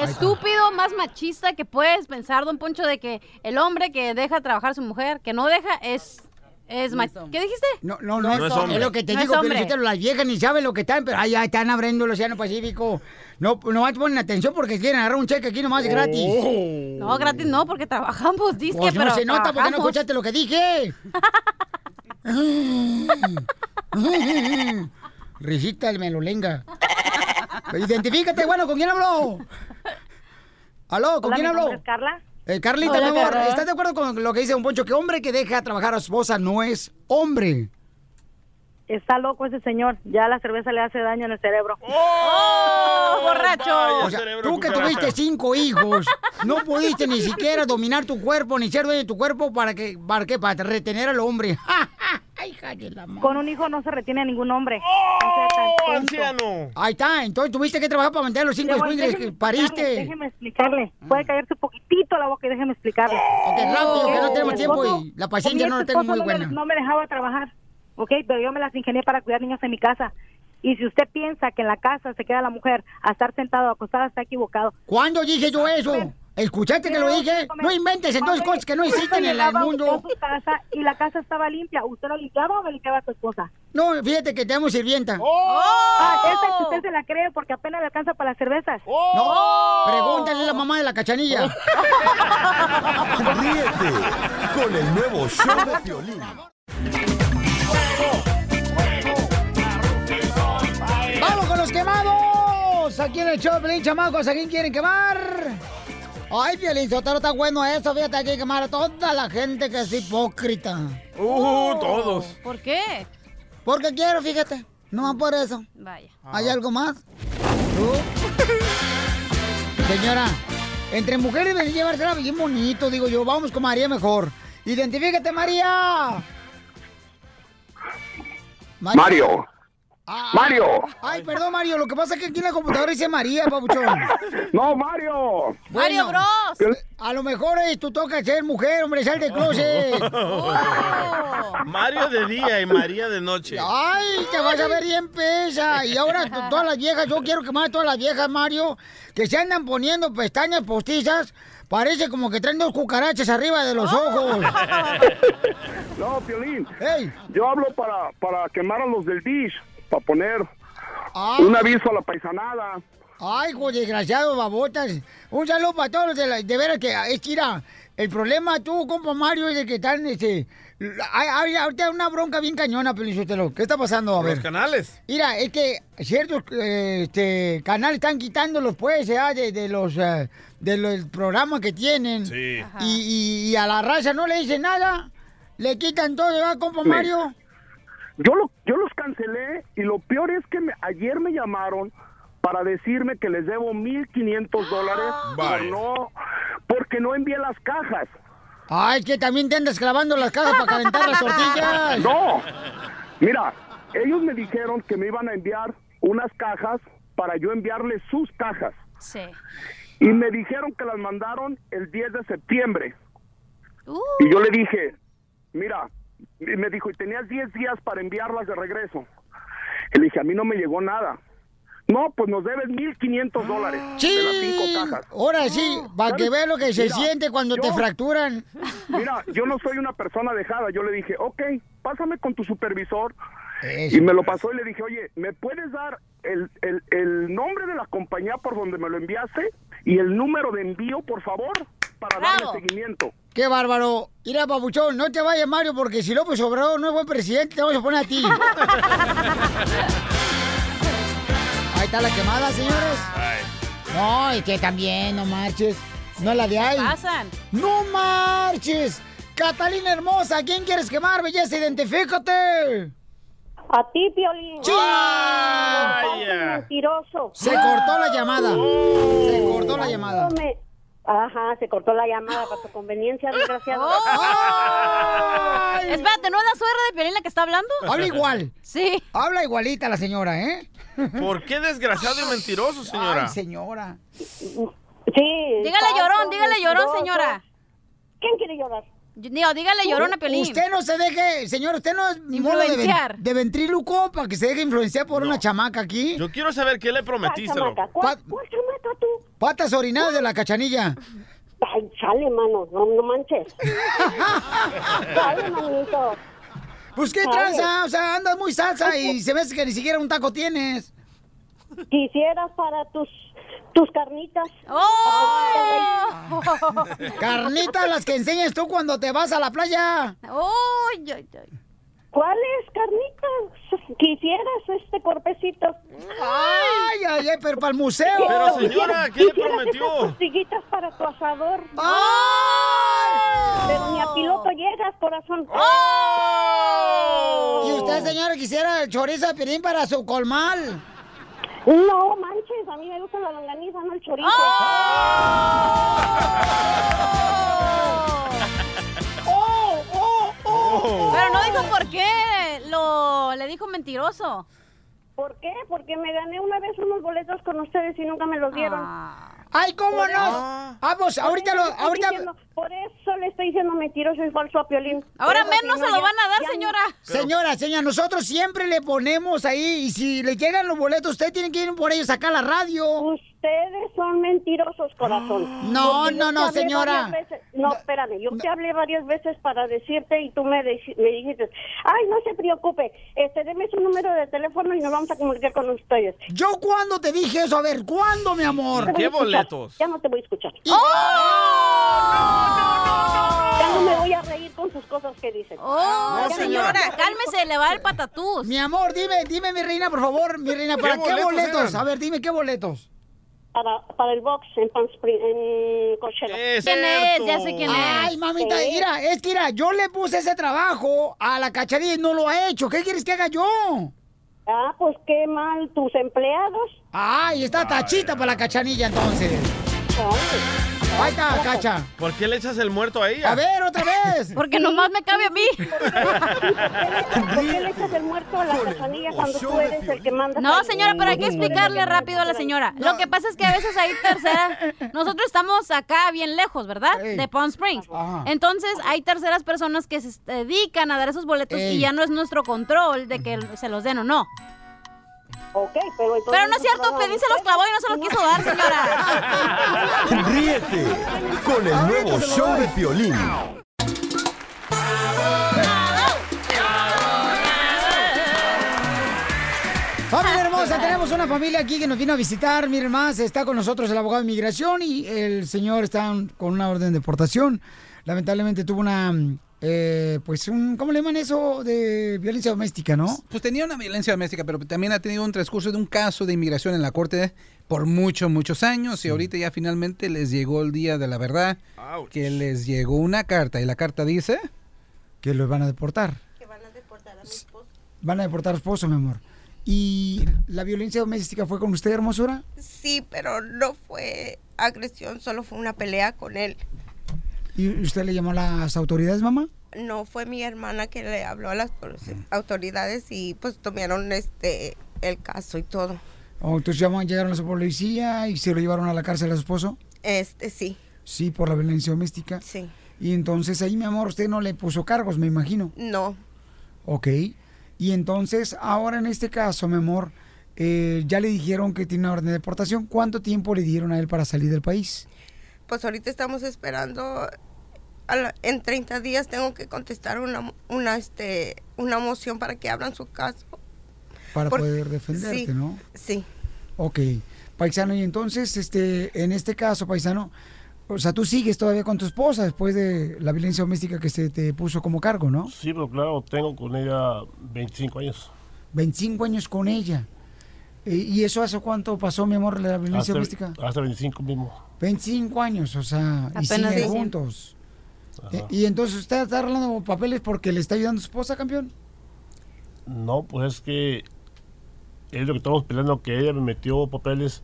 [SPEAKER 9] estúpido, más machista que puedes pensar, don Poncho, de que el hombre que deja trabajar a su mujer, que no deja, es... es
[SPEAKER 5] No
[SPEAKER 9] ma-
[SPEAKER 5] es
[SPEAKER 9] ¿Qué dijiste?
[SPEAKER 5] No, no, no,
[SPEAKER 9] No
[SPEAKER 5] es,
[SPEAKER 9] es hombre.
[SPEAKER 5] lo que te
[SPEAKER 9] No es
[SPEAKER 5] digo,
[SPEAKER 9] hombre.
[SPEAKER 5] Piolichotelo, las viejas ni saben lo que están, pero allá están abriendo el Océano Pacífico. No, no más ponen atención porque quieren agarrar un cheque aquí nomás gratis.
[SPEAKER 9] No, gratis no, porque trabajamos, dice,
[SPEAKER 5] Pues no
[SPEAKER 9] pero
[SPEAKER 5] se nota porque no
[SPEAKER 9] trabajamos.
[SPEAKER 5] escuchaste lo que dije. [laughs] Risita el melolenga. Identifícate, bueno, ¿con quién hablo? Aló, Oh, ¿con
[SPEAKER 11] Hola,
[SPEAKER 5] quién
[SPEAKER 11] mi
[SPEAKER 5] hablo?
[SPEAKER 11] nombre es Carla.
[SPEAKER 5] Eh, Carlita,
[SPEAKER 11] Hola,
[SPEAKER 5] mi amor,
[SPEAKER 11] Carla.
[SPEAKER 5] ¿estás de acuerdo con lo que dice un poncho? Que hombre que deja trabajar a su esposa no es hombre.
[SPEAKER 11] Está loco ese señor. Ya la cerveza le hace daño en el cerebro.
[SPEAKER 5] ¡Oh,
[SPEAKER 11] borracho!
[SPEAKER 5] O sea, tú que tuviste cinco hijos, no pudiste ni siquiera dominar tu cuerpo, ni ser dueño de tu cuerpo para que, para qué, para retener al hombre. [laughs] ¡Ja!
[SPEAKER 11] Con un hijo no se retiene a ningún hombre.
[SPEAKER 5] ¡Oh, anciano! Ahí está, entonces tuviste que trabajar para mantener los cinco escuincles que pariste. Ah.
[SPEAKER 11] Déjeme explicarle. Puede callarse un poquitito la boca y déjeme explicarle.
[SPEAKER 5] Ok, rápido, que no
[SPEAKER 11] Mi
[SPEAKER 5] tenemos tiempo
[SPEAKER 11] esposo-
[SPEAKER 5] y la paciencia
[SPEAKER 11] mi
[SPEAKER 5] no la tengo
[SPEAKER 11] esposo
[SPEAKER 5] muy
[SPEAKER 11] no me-
[SPEAKER 5] buena.
[SPEAKER 11] No me dejaba trabajar, ¿ok? Pero yo me las ingenié para cuidar niños en mi casa. Y si usted piensa que en la casa se queda la mujer a estar sentado, acostada, está equivocado. Ah,
[SPEAKER 5] ¿Cuándo dije yo eso? ¿Escuchaste que lo dije? No inventes entonces cosas que no existen en el mundo.
[SPEAKER 11] Casa y la casa estaba limpia. ¿Usted la limpiaba o la limpiaba tu esposa?
[SPEAKER 5] No, fíjate que tenemos sirvienta.
[SPEAKER 11] Ah, esa que usted se la cree porque apenas le alcanza para las cervezas.
[SPEAKER 5] ¡Oh! No, pregúntale a la mamá de la cachanilla.
[SPEAKER 4] Ríete con el nuevo show de Piolín.
[SPEAKER 5] ¡Vamos con los quemados! Aquí en el show, Pelín, chamacos, ¿a quién quieren quemar? Ay, Piolín Sotero, está bueno eso, fíjate, hay que quemar a toda la gente que es hipócrita.
[SPEAKER 6] Uh, todos.
[SPEAKER 9] ¿Por qué?
[SPEAKER 5] Porque quiero, fíjate, no más por eso.
[SPEAKER 9] Vaya.
[SPEAKER 5] ¿Hay algo más? ¿Tú? Señora, entre mujeres deben llevársela bien bonito, digo yo, vamos con María mejor. ¡Identifícate, María! María.
[SPEAKER 20] Mario.
[SPEAKER 5] Ah,
[SPEAKER 20] Mario.
[SPEAKER 5] Ay, perdón, Mario, lo que pasa es que aquí en la computadora dice María, papuchón.
[SPEAKER 20] [laughs] No, Mario.
[SPEAKER 5] Mario
[SPEAKER 20] Piol-
[SPEAKER 5] Bros. A lo mejor eh, tú tocas ser mujer, hombre, sal del closet.
[SPEAKER 6] Mario de día y María de noche.
[SPEAKER 5] Ay, te vas a ver bien pesa. Y ahora t- todas las viejas, yo quiero que más todas las viejas, Mario, que se andan poniendo pestañas postizas. Parece como que traen dos cucarachas arriba de los ojos.
[SPEAKER 20] No, Piolín. Yo hablo para, para quemar a los del beach, para poner
[SPEAKER 5] Ah.
[SPEAKER 20] un aviso a la paisanada.
[SPEAKER 5] Ay, hijo desgraciado, babotas. Un saludo para todos los de la... De veras que ah, es que, mira, el problema tú, compa Mario, es de que están, este... hay- hay- ahorita hay una bronca bien cañona, Pelizotelo. ¿Qué está pasando? A ver.
[SPEAKER 6] Los canales.
[SPEAKER 5] Mira, es que ciertos eh, este, canales están quitándolos, pues, ya, de, de los eh, de los programas que tienen.
[SPEAKER 6] Sí.
[SPEAKER 5] Y, y- y a la raza no le dicen nada. Le quitan todo, ¿verdad, compa
[SPEAKER 20] Me-
[SPEAKER 5] Mario?
[SPEAKER 20] Yo, lo, yo los cancelé y lo peor es que me- ayer me llamaron para decirme que les debo 1.500 dólares por
[SPEAKER 21] Vaya.
[SPEAKER 20] no, porque no envié las cajas.
[SPEAKER 5] Ay, que también te andas clavando las cajas para calentar las tortillas.
[SPEAKER 20] No. Mira, ellos me dijeron que me iban a enviar unas cajas para yo enviarles sus cajas.
[SPEAKER 9] Sí.
[SPEAKER 20] Y me dijeron que las mandaron el 10 de septiembre. Y yo le dije, mira, y me dijo, y tenías 10 días para enviarlas de regreso. Y le dije, a mí no me llegó nada. No, pues nos debes 1.500 dólares de las cinco cajas.
[SPEAKER 5] Ahora sí, para que
[SPEAKER 20] ¿Sabes?
[SPEAKER 5] veas lo que se
[SPEAKER 20] Mira,
[SPEAKER 5] siente cuando te
[SPEAKER 20] yo-
[SPEAKER 5] fracturan.
[SPEAKER 20] Mira, yo no soy una persona dejada. Yo le dije, ok, pásame con tu supervisor. y me lo pasó y le dije, oye, ¿me puedes dar el, el- el nombre de la compañía por donde me lo enviaste y el número de envío, por favor, para darle seguimiento?
[SPEAKER 5] Qué bárbaro. Mira, papuchón, no te vayas, Mario, porque si López Obrador no es buen presidente, te vamos a poner a
[SPEAKER 9] [laughs]
[SPEAKER 5] ti. Ahí está la quemada, señores. No, es que también, no marches. No la de ahí.
[SPEAKER 9] pasan?
[SPEAKER 5] ¡No marches! Catalina hermosa, ¿quién quieres quemar, belleza? ¡Identifícate!
[SPEAKER 11] A ti, Piolín. Mentiroso.
[SPEAKER 5] Se cortó la llamada. Se cortó la llamada.
[SPEAKER 11] Me- Ajá, se cortó la llamada para tu
[SPEAKER 9] [gasps]
[SPEAKER 11] conveniencia, desgraciado.
[SPEAKER 9] Espérate, ¿no es la suegra de Piolín la que está hablando?
[SPEAKER 5] Habla igual.
[SPEAKER 9] Sí.
[SPEAKER 5] Habla igualita la señora, ¿eh?
[SPEAKER 6] ¿Por qué desgraciado y mentiroso, señora?
[SPEAKER 5] Ay, señora.
[SPEAKER 11] Sí.
[SPEAKER 9] Dígale llorón, dígale llorón,
[SPEAKER 5] mentiroso.
[SPEAKER 9] señora.
[SPEAKER 11] ¿Quién quiere llorar?
[SPEAKER 9] Digo, dígale llorón a Piolín.
[SPEAKER 5] Usted no se deje,
[SPEAKER 9] [laughs]
[SPEAKER 5] señor, usted no es mono de,
[SPEAKER 9] Influenciar.
[SPEAKER 5] ven- de ventríloco para que se deje influenciar por una chamaca aquí.
[SPEAKER 6] Yo quiero saber qué le prometiste, loco.
[SPEAKER 5] Pat- Patas orinadas de la cachanilla.
[SPEAKER 11] Ay, chale, mano, no,
[SPEAKER 5] [laughs]
[SPEAKER 11] no manches. Chale, manito.
[SPEAKER 5] Pues qué
[SPEAKER 11] Ay.
[SPEAKER 5] tranza, o sea, andas muy salsa y se ve que ni siquiera un taco tienes.
[SPEAKER 11] Quisieras para tus tus carnitas.
[SPEAKER 9] ¡Oh!
[SPEAKER 5] Carnitas las que enseñas tú cuando te vas a la playa.
[SPEAKER 11] ¿Cuáles carnitas? Quisieras este cuerpecito.
[SPEAKER 5] Ay, ay, ay, pero para el museo.
[SPEAKER 6] Pero, señora, ¿qué le
[SPEAKER 11] Quisieras
[SPEAKER 6] prometió?
[SPEAKER 11] esas costillitas para tu asador.
[SPEAKER 5] ¡Ay!
[SPEAKER 11] Pero ni a piloto llegas, corazón.
[SPEAKER 5] ¿Y usted, señora, quisiera el chorizo de pirín para su colmal?
[SPEAKER 11] No manches, a mí me gusta la longaniza, no el chorizo.
[SPEAKER 5] ¡Ah!
[SPEAKER 9] ¡Oh, oh, oh! Pero no dijo por qué. Lo, le dijo mentiroso.
[SPEAKER 11] ¿Por qué? Porque me gané una vez unos boletos con ustedes y nunca me los dieron.
[SPEAKER 9] Ah.
[SPEAKER 5] Ay, ¿cómo
[SPEAKER 11] Por
[SPEAKER 5] no?
[SPEAKER 6] Ah.
[SPEAKER 11] eso-
[SPEAKER 5] Vamos,
[SPEAKER 11] por
[SPEAKER 5] Pues, ahorita
[SPEAKER 11] eso
[SPEAKER 5] lo-
[SPEAKER 11] le estoy
[SPEAKER 5] ahorita-
[SPEAKER 11] diciendo- por eso le estoy diciendo mentiroso y pues falso a Piolín.
[SPEAKER 9] Ahora
[SPEAKER 11] Por eso,
[SPEAKER 9] menos
[SPEAKER 11] si no,
[SPEAKER 9] se lo
[SPEAKER 11] ya-
[SPEAKER 9] van a dar,
[SPEAKER 11] ya-
[SPEAKER 9] señora.
[SPEAKER 5] Señora, señora, nosotros siempre le ponemos ahí y si le llegan los boletos, usted tiene que ir por ellos acá a la radio.
[SPEAKER 22] Ustedes son mentirosos, corazón.
[SPEAKER 5] No,
[SPEAKER 22] Porque yo
[SPEAKER 5] no,
[SPEAKER 22] te
[SPEAKER 5] no,
[SPEAKER 22] hablé
[SPEAKER 5] señora.
[SPEAKER 22] varias veces- No, espérame, yo te hablé varias veces para decirte y tú me, deci- me dijiste, ay, no se preocupe, este, deme su número de teléfono y nos vamos a comunicar con ustedes.
[SPEAKER 5] ¿Yo cuándo te dije eso? A ver, ¿cuándo, mi amor? ¡Oh!
[SPEAKER 22] ¿Qué boletos? Ya no te voy a escuchar. Ya no me voy a reír con sus cosas que dicen.
[SPEAKER 9] Oh,
[SPEAKER 22] Ya no me
[SPEAKER 9] señora,
[SPEAKER 22] voy a reír
[SPEAKER 9] cálmese, le va a dar patatús.
[SPEAKER 5] Mi amor, dime, dime, mi reina, por favor, mi reina,
[SPEAKER 9] ¿Qué
[SPEAKER 5] ¿para qué boletos?
[SPEAKER 9] boletos eran?
[SPEAKER 5] A ver, dime, ¿qué boletos?
[SPEAKER 22] Para, para el box en, Palm Spring- en Coachella.
[SPEAKER 5] ¿Quién es? Ya sé quién es. Ay, mamita,
[SPEAKER 22] Sí.
[SPEAKER 5] mira, es que mira, yo le puse ese trabajo a la cacharilla y no lo ha hecho. ¿Qué quieres que haga yo?
[SPEAKER 22] Ah, pues qué mal, tus empleados.
[SPEAKER 5] Ay, está tachita para la cachanilla entonces. Ahí está, cacha.
[SPEAKER 6] ¿Por qué le echas el muerto a ella?
[SPEAKER 5] A ver, otra vez.
[SPEAKER 9] Porque nomás me cabe a mí.
[SPEAKER 22] ¿Por qué le echas el muerto a la cachanilla cuando tú eres el que manda?
[SPEAKER 9] No, señora, pero hay que explicarle rápido a la señora. Lo que pasa es que a veces ahí
[SPEAKER 5] [laughs]
[SPEAKER 9] tercera... Nosotros estamos acá bien lejos, ¿verdad?
[SPEAKER 5] Ey.
[SPEAKER 9] De Palm Springs.
[SPEAKER 5] Ajá.
[SPEAKER 9] Entonces hay terceras personas que se dedican a dar esos boletos
[SPEAKER 5] Ey.
[SPEAKER 9] y ya no es nuestro control de que se los den o no.
[SPEAKER 22] Ok, pero entonces...
[SPEAKER 9] Pero no es cierto, Pelín se los clavó y no se los quiso dar, [laughs] señora.
[SPEAKER 2] Ríete con el nuevo show de Piolín.
[SPEAKER 5] Familia hermosa, tenemos una familia aquí que nos vino a visitar. Miren más, está con nosotros el abogado de inmigración y el señor está con una orden de deportación. Lamentablemente tuvo una, eh, pues un, ¿cómo le llaman eso? De violencia doméstica, ¿no?
[SPEAKER 23] Pues tenía una violencia doméstica, pero también ha tenido un transcurso de un caso de inmigración en la corte por muchos, muchos años. Y ahorita ya finalmente les llegó el día de la verdad, que les llegó una carta. Y la carta dice...
[SPEAKER 5] Que los van a deportar. Van a deportar a esposo, mi amor. ¿Y la violencia doméstica fue con usted, hermosura?
[SPEAKER 24] Sí, pero no fue agresión, solo fue una pelea con él.
[SPEAKER 5] ¿Y usted le llamó a las autoridades, mamá?
[SPEAKER 24] No fue mi hermana que le habló a las por- autoridades y pues tomaron este el caso y todo.
[SPEAKER 5] ¿O Oh, entonces llamó, llegaron los policía y se lo llevaron a la cárcel a su esposo?
[SPEAKER 24] Este sí.
[SPEAKER 5] Sí, por la violencia doméstica.
[SPEAKER 24] Sí.
[SPEAKER 5] Y entonces ahí, mi amor, usted no le puso cargos, me imagino.
[SPEAKER 24] No.
[SPEAKER 5] Ok. Y entonces, ahora en este caso, mi amor, eh, ya le dijeron que tiene una orden de deportación. ¿Cuánto tiempo le dieron a él para salir del país?
[SPEAKER 24] Pues ahorita estamos esperando a la- en 30 días tengo que contestar una una este una moción para que abran su caso.
[SPEAKER 5] Para
[SPEAKER 24] Por-
[SPEAKER 5] poder defenderte,
[SPEAKER 24] sí,
[SPEAKER 5] ¿no?
[SPEAKER 24] Sí.
[SPEAKER 5] Ok. Paisano, y entonces, este, en este caso, paisano, o sea, tú sigues todavía con tu esposa después de la violencia doméstica que se te puso como cargo, ¿no?
[SPEAKER 25] Sí, pero claro, tengo con ella 25 años.
[SPEAKER 5] 25 años con ella. Eh, ¿Y eso hace cuánto pasó, mi amor, la violencia
[SPEAKER 25] Hasta,
[SPEAKER 5] doméstica?
[SPEAKER 25] hasta 25 mismo.
[SPEAKER 5] 25 años, o sea, y
[SPEAKER 25] Apenas
[SPEAKER 5] siguen
[SPEAKER 25] sí.
[SPEAKER 5] juntos. Eh,
[SPEAKER 25] Ajá.
[SPEAKER 5] Y, y entonces usted está arreglando papeles porque le está ayudando su esposa, campeón.
[SPEAKER 25] No, pues es que es lo que estamos peleando, que ella me metió papeles,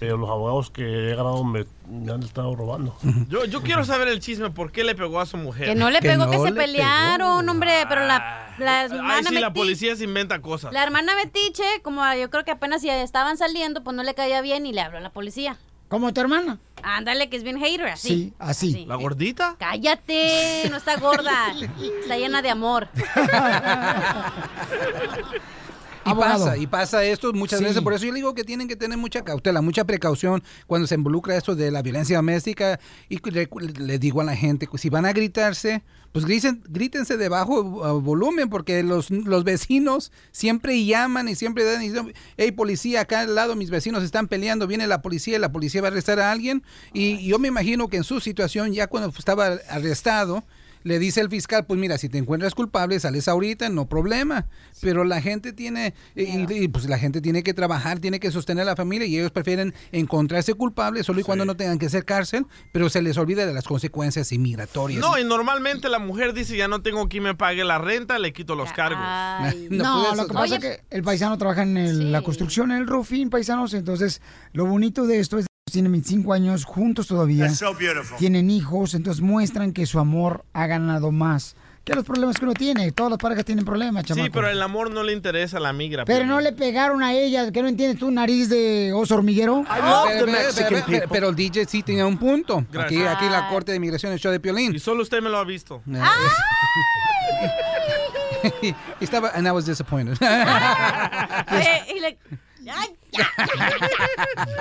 [SPEAKER 25] pero los abogados que he ganado me, me han estado robando.
[SPEAKER 6] [laughs] Yo, yo quiero saber el chisme, ¿por qué le pegó a su mujer?
[SPEAKER 9] Que no le pegó, que se pelearon, hombre, pero la, la
[SPEAKER 6] Ay,
[SPEAKER 9] hermana
[SPEAKER 6] sí, la
[SPEAKER 9] meti-
[SPEAKER 6] policía se inventa cosas.
[SPEAKER 9] la hermana Metiche, como yo creo que apenas ya estaban saliendo, pues no le caía bien y le habló a la policía.
[SPEAKER 5] ¿Como tu hermana?
[SPEAKER 9] Ándale, que es bien hater, así.
[SPEAKER 5] así.
[SPEAKER 6] ¿La gordita?
[SPEAKER 9] Cállate, no está gorda, está llena
[SPEAKER 5] [laughs]
[SPEAKER 9] de amor.
[SPEAKER 23] Y
[SPEAKER 9] Abogado.
[SPEAKER 23] pasa, y pasa esto muchas veces. Por eso yo le digo que tienen que tener mucha cautela, mucha precaución cuando se involucra esto de la violencia doméstica. Y cu- le, le digo a la gente, si van a gritarse, pues grisen- grítense de bajo uh, volumen, porque los, los vecinos siempre llaman y siempre dan, y dicen, hey policía, acá al lado mis vecinos están peleando, viene la policía, y la policía va a arrestar a alguien. Y yo me imagino que en su situación, ya cuando estaba arrestado, le dice el fiscal, pues mira, si te encuentras culpable, sales ahorita, no problema. Pero la gente tiene, y- y, y, pues la gente tiene que trabajar, tiene que sostener a la familia y ellos prefieren encontrarse culpable solo y cuando no tengan que hacer cárcel, pero se les olvida de las consecuencias inmigratorias.
[SPEAKER 6] No, y normalmente la mujer dice, ya no tengo quien me pague la renta, le quito los cargos.
[SPEAKER 5] Ah, [laughs] No, pues, lo que pasa es que el paisano trabaja en el- la construcción, en el roofing, paisanos. Entonces, lo bonito de esto es que tienen 25 años juntos todavía.
[SPEAKER 16] That's so beautiful.
[SPEAKER 5] Tienen hijos, entonces muestran que su amor ha ganado más que los problemas que uno tiene. Todas las parejas tienen problemas, chamaco.
[SPEAKER 6] Sí, pero el amor no le interesa a la migra.
[SPEAKER 5] Pero no le pegaron a ella, que no entiendes tu nariz de oso hormiguero.
[SPEAKER 23] Pero- pero- pero- pero- Pero el DJ sí tenía un punto. Aquí,
[SPEAKER 6] Gracias.
[SPEAKER 23] aquí la Corte de Inmigración, el show de Piolín.
[SPEAKER 6] Y solo usted me lo ha visto.
[SPEAKER 23] Eh, [laughs]
[SPEAKER 6] [laughs]
[SPEAKER 23] Estaba, and I was disappointed.
[SPEAKER 9] Oye, y le- Ay,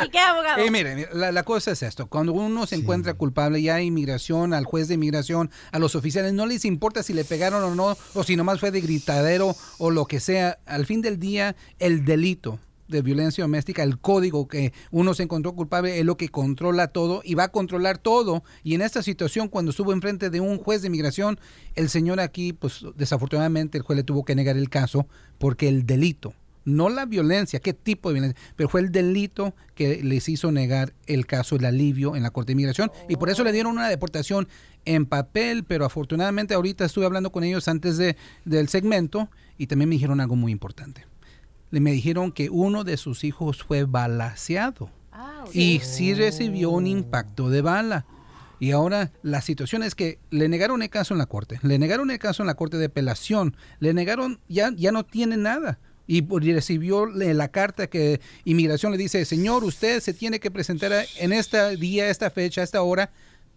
[SPEAKER 9] ¿Y qué abogado?
[SPEAKER 23] Eh, mire, mire, la, la cosa es esto. Cuando uno se encuentra culpable ya a inmigración, al juez de inmigración, a los oficiales, no les importa si le pegaron o no, o si nomás fue de gritadero o lo que sea. Al fin del día, el delito de violencia doméstica, el código que uno se encontró culpable es lo que controla todo y va a controlar todo. Y en esta situación, cuando estuvo enfrente de un juez de inmigración, el señor aquí, pues desafortunadamente el juez le tuvo que negar el caso porque el delito no la violencia, qué tipo de violencia, pero fue el delito que les hizo negar el caso, el alivio en la Corte de Inmigración. Y por eso le dieron una deportación en papel, pero afortunadamente ahorita estuve hablando con ellos antes de, del segmento y también me dijeron algo muy importante. Le, me dijeron que uno de sus hijos fue balaseado y sí recibió un impacto de bala. Y ahora la situación es que le negaron el caso en la corte, le negaron el caso en la corte de apelación, le negaron, ya, ya no tiene nada. Y por- y recibió le- la carta que inmigración le dice, señor, usted se tiene que presentar a- en este día, esta fecha, esta hora,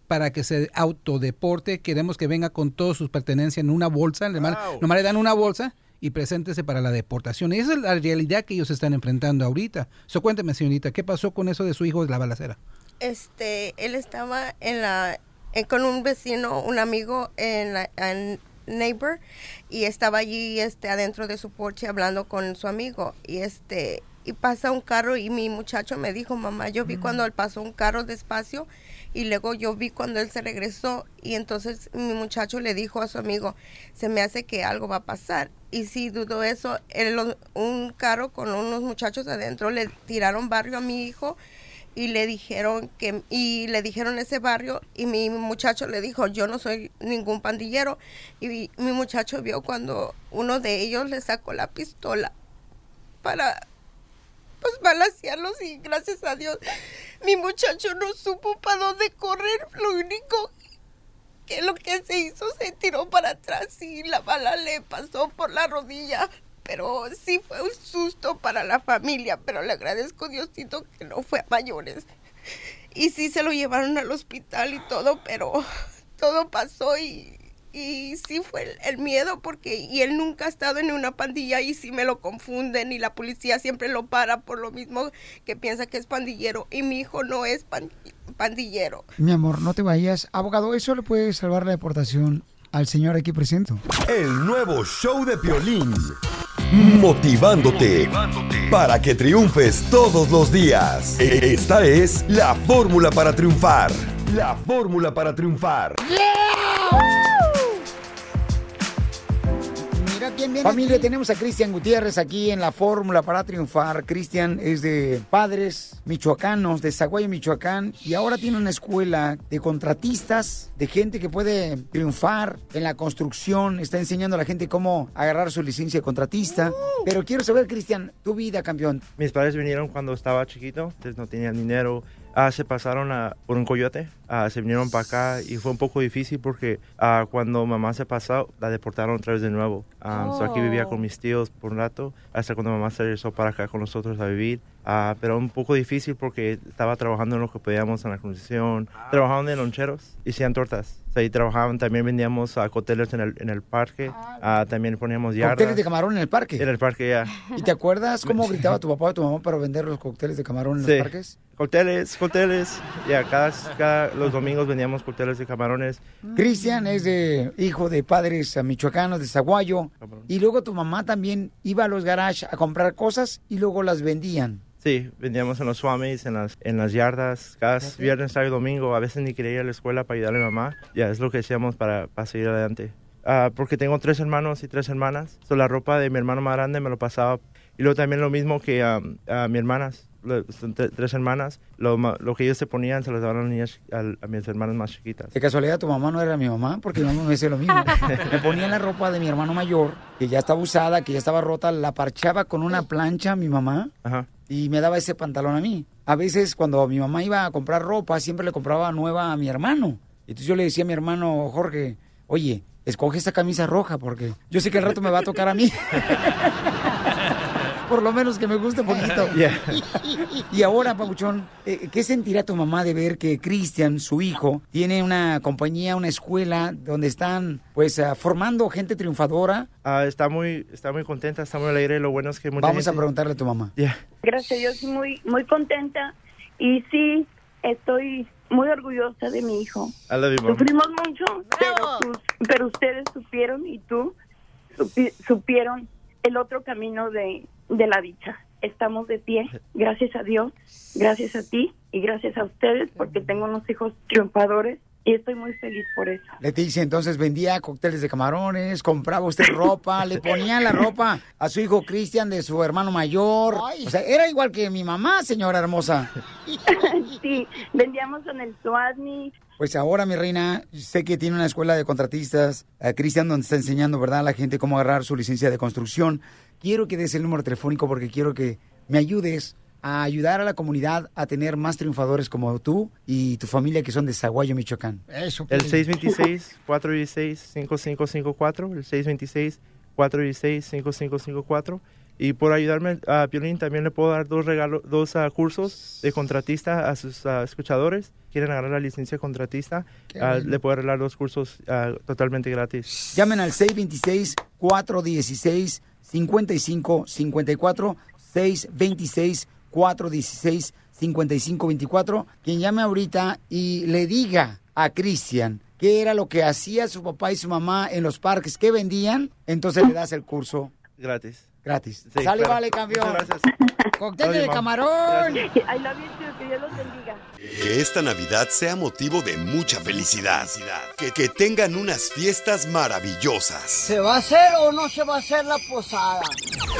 [SPEAKER 23] para que se autodeporte. Queremos que venga con todas sus pertenencias en una bolsa. Le man-
[SPEAKER 12] Wow.
[SPEAKER 23] Nomás le dan una bolsa y preséntese para la deportación. Esa es la realidad que ellos están enfrentando ahorita. So, cuénteme, señorita, ¿qué pasó con eso de su hijo de la balacera?
[SPEAKER 24] Este, él estaba en la eh, con un vecino, un amigo en la en neighbor y estaba allí este adentro de su porche hablando con su amigo y este y pasa un carro y mi muchacho me dijo, "Mamá, yo vi cuando él pasó un carro despacio y luego yo vi cuando él se regresó y entonces mi muchacho le dijo a su amigo, "Se me hace que algo va a pasar." Y sí, dudó eso, él lo- un carro con unos muchachos adentro le tiraron barrio a mi hijo y le dijeron que y le dijeron ese barrio y mi muchacho le dijo yo no soy ningún pandillero y mi, mi muchacho vio cuando uno de ellos le sacó la pistola para pues balasearlos y gracias a Dios mi muchacho no supo para dónde correr lo único que lo que se hizo se tiró para atrás y la bala le pasó por la rodilla pero sí fue un susto para la familia, pero le agradezco a Diosito que no fue a mayores. Y sí se lo llevaron al hospital y todo, pero todo pasó y, y sí fue el, el miedo porque y él nunca ha estado en una pandilla y sí me lo confunden y la policía siempre lo para por lo mismo que piensa que es pandillero y mi hijo no es pan- pandillero.
[SPEAKER 5] Mi amor, no te vayas. Abogado, eso le puede salvar la deportación al señor aquí presente.
[SPEAKER 2] El nuevo show de Piolín. Motivándote, para que triunfes todos los días. E- Esta es la fórmula para triunfar. La fórmula para triunfar.
[SPEAKER 5] Mira quién viene. Familia, tenemos a Cristian Gutiérrez aquí en la fórmula para triunfar. Cristian es de padres michoacanos, de Zaguayo, Michoacán, y ahora tiene una escuela de contratistas, de gente que puede triunfar en la construcción. Está enseñando a la gente cómo agarrar su licencia de contratista. Pero quiero saber, Cristian, tu vida, campeón.
[SPEAKER 1] Mis padres vinieron cuando estaba chiquito, entonces no tenían dinero. Ah, se pasaron a- por un coyote, ah, se vinieron para acá y fue un poco difícil porque ah, cuando mamá se pasó, la deportaron otra vez de nuevo. Ah, so aquí vivía
[SPEAKER 16] Oh.
[SPEAKER 1] con mis tíos por un rato, hasta cuando mamá se regresó para acá con nosotros a vivir. Ah, pero un poco difícil porque estaba trabajando en lo que podíamos en la construcción.
[SPEAKER 5] Ah.
[SPEAKER 1] Trabajaban de loncheros, hacían tortas. O sea, ahí trabajaban, también vendíamos a cócteles en el, en el parque, ah, también poníamos yardas.
[SPEAKER 5] Cócteles de camarón en el parque.
[SPEAKER 1] En el parque, ya.
[SPEAKER 5] ¿Y te acuerdas cómo gritaba tu papá o tu mamá para vender los cócteles de camarón en
[SPEAKER 1] Sí.
[SPEAKER 5] los parques?
[SPEAKER 1] Cócteles, cócteles. Ya, cada, cada- los domingos vendíamos cócteles de camarones.
[SPEAKER 5] Cristian es de hijo de padres ah, michoacanos de Zaguayo. Y luego tu mamá también iba a los garages a comprar cosas y luego las vendían.
[SPEAKER 1] Sí, vendíamos en los swamis, en las, en las yardas, cada viernes, sábado y domingo. A veces ni quería ir a la escuela para ayudarle a mi mamá. Ya, es lo que hacíamos para, para seguir adelante. Ah, porque tengo tres hermanos y tres hermanas. So, la ropa de mi hermano más grande me lo pasaba. Y luego también lo mismo que am, a mi hermanas, lo- son tre- tres hermanas. Lo, ma- lo que ellos se ponían se lo daban a, las niñas- al- a mis hermanas más chiquitas.
[SPEAKER 5] De casualidad tu mamá no era mi mamá porque mi mamá me decía lo mismo. Me ponía la ropa de mi hermano mayor, que ya estaba usada, que ya estaba rota, la parchaba con una plancha mi mamá y me daba ese pantalón a mí. A veces cuando mi mamá iba a comprar ropa, siempre le compraba nueva a mi hermano. Entonces yo le decía a mi hermano Jorge, oye, escoge esa camisa roja porque yo sé que el rato me va a tocar a mí. Por lo menos que me guste poquito.
[SPEAKER 1] Yeah.
[SPEAKER 5] [laughs] Y ahora, Pabuchón, eh, ¿qué sentirá tu mamá de ver que Cristian, su hijo, tiene una compañía, una escuela donde están pues ah, formando gente triunfadora?
[SPEAKER 1] Ah, está, muy, está muy contenta, está muy alegre. Lo bueno es que mucha
[SPEAKER 5] Vamos a
[SPEAKER 1] gente-
[SPEAKER 5] preguntarle a tu mamá.
[SPEAKER 1] Yeah.
[SPEAKER 8] Gracias a Dios, muy, muy contenta. Y sí, estoy muy orgullosa de mi hijo.
[SPEAKER 1] I love you, Mom.
[SPEAKER 8] Sufrimos mucho, pero, sus- pero ustedes supieron y tú supi- supieron el otro camino de, de la dicha. Estamos de pie, gracias a Dios, gracias a ti y gracias a ustedes porque tengo unos hijos triunfadores y estoy muy feliz
[SPEAKER 5] [laughs]
[SPEAKER 8] por eso.
[SPEAKER 5] Leticia entonces vendía cócteles de camarones, compraba usted ropa, le ponía la ropa a su hijo Cristian de su hermano mayor. O sea, era igual que mi mamá, señora hermosa.
[SPEAKER 8] sí, vendíamos en el Suadni,
[SPEAKER 5] Pues ahora, mi reina, sé que tiene una escuela de contratistas, eh, Cristian, donde está enseñando, ¿verdad?, a la gente cómo agarrar su licencia de construcción. Quiero que des el número telefónico porque quiero que me ayudes a ayudar a la comunidad a tener más triunfadores como tú y tu familia que son de Zaguayo, Michoacán. Eso,
[SPEAKER 1] El 626-416-5554, el 626-416-5554. Y por ayudarme a Piolín, también le puedo dar dos regalos, dos ah, cursos de contratista a sus ah, escuchadores. Quieren agarrar la licencia de contratista,
[SPEAKER 5] Qué
[SPEAKER 1] ah,
[SPEAKER 5] bueno.
[SPEAKER 1] le puedo arreglar dos cursos ah, totalmente gratis.
[SPEAKER 5] Llamen al 626-416-5554. 626-416-5524. Quien llame ahorita y le diga a Cristian qué era lo que hacía su papá y su mamá en los parques que vendían, entonces le das el curso
[SPEAKER 1] Gratis.
[SPEAKER 5] gratis.
[SPEAKER 1] Sí,
[SPEAKER 5] Sale,
[SPEAKER 1] claro.
[SPEAKER 5] vale, campeón.
[SPEAKER 1] Muchas gracias.
[SPEAKER 5] Cóctel
[SPEAKER 1] Oye,
[SPEAKER 5] de
[SPEAKER 1] mam.
[SPEAKER 5] camarón.
[SPEAKER 8] I love you too, que Dios los bendiga.
[SPEAKER 2] Que esta Navidad sea motivo de mucha felicidad. Que, que tengan unas fiestas maravillosas.
[SPEAKER 3] ¿Se va a hacer o no se va a hacer la posada?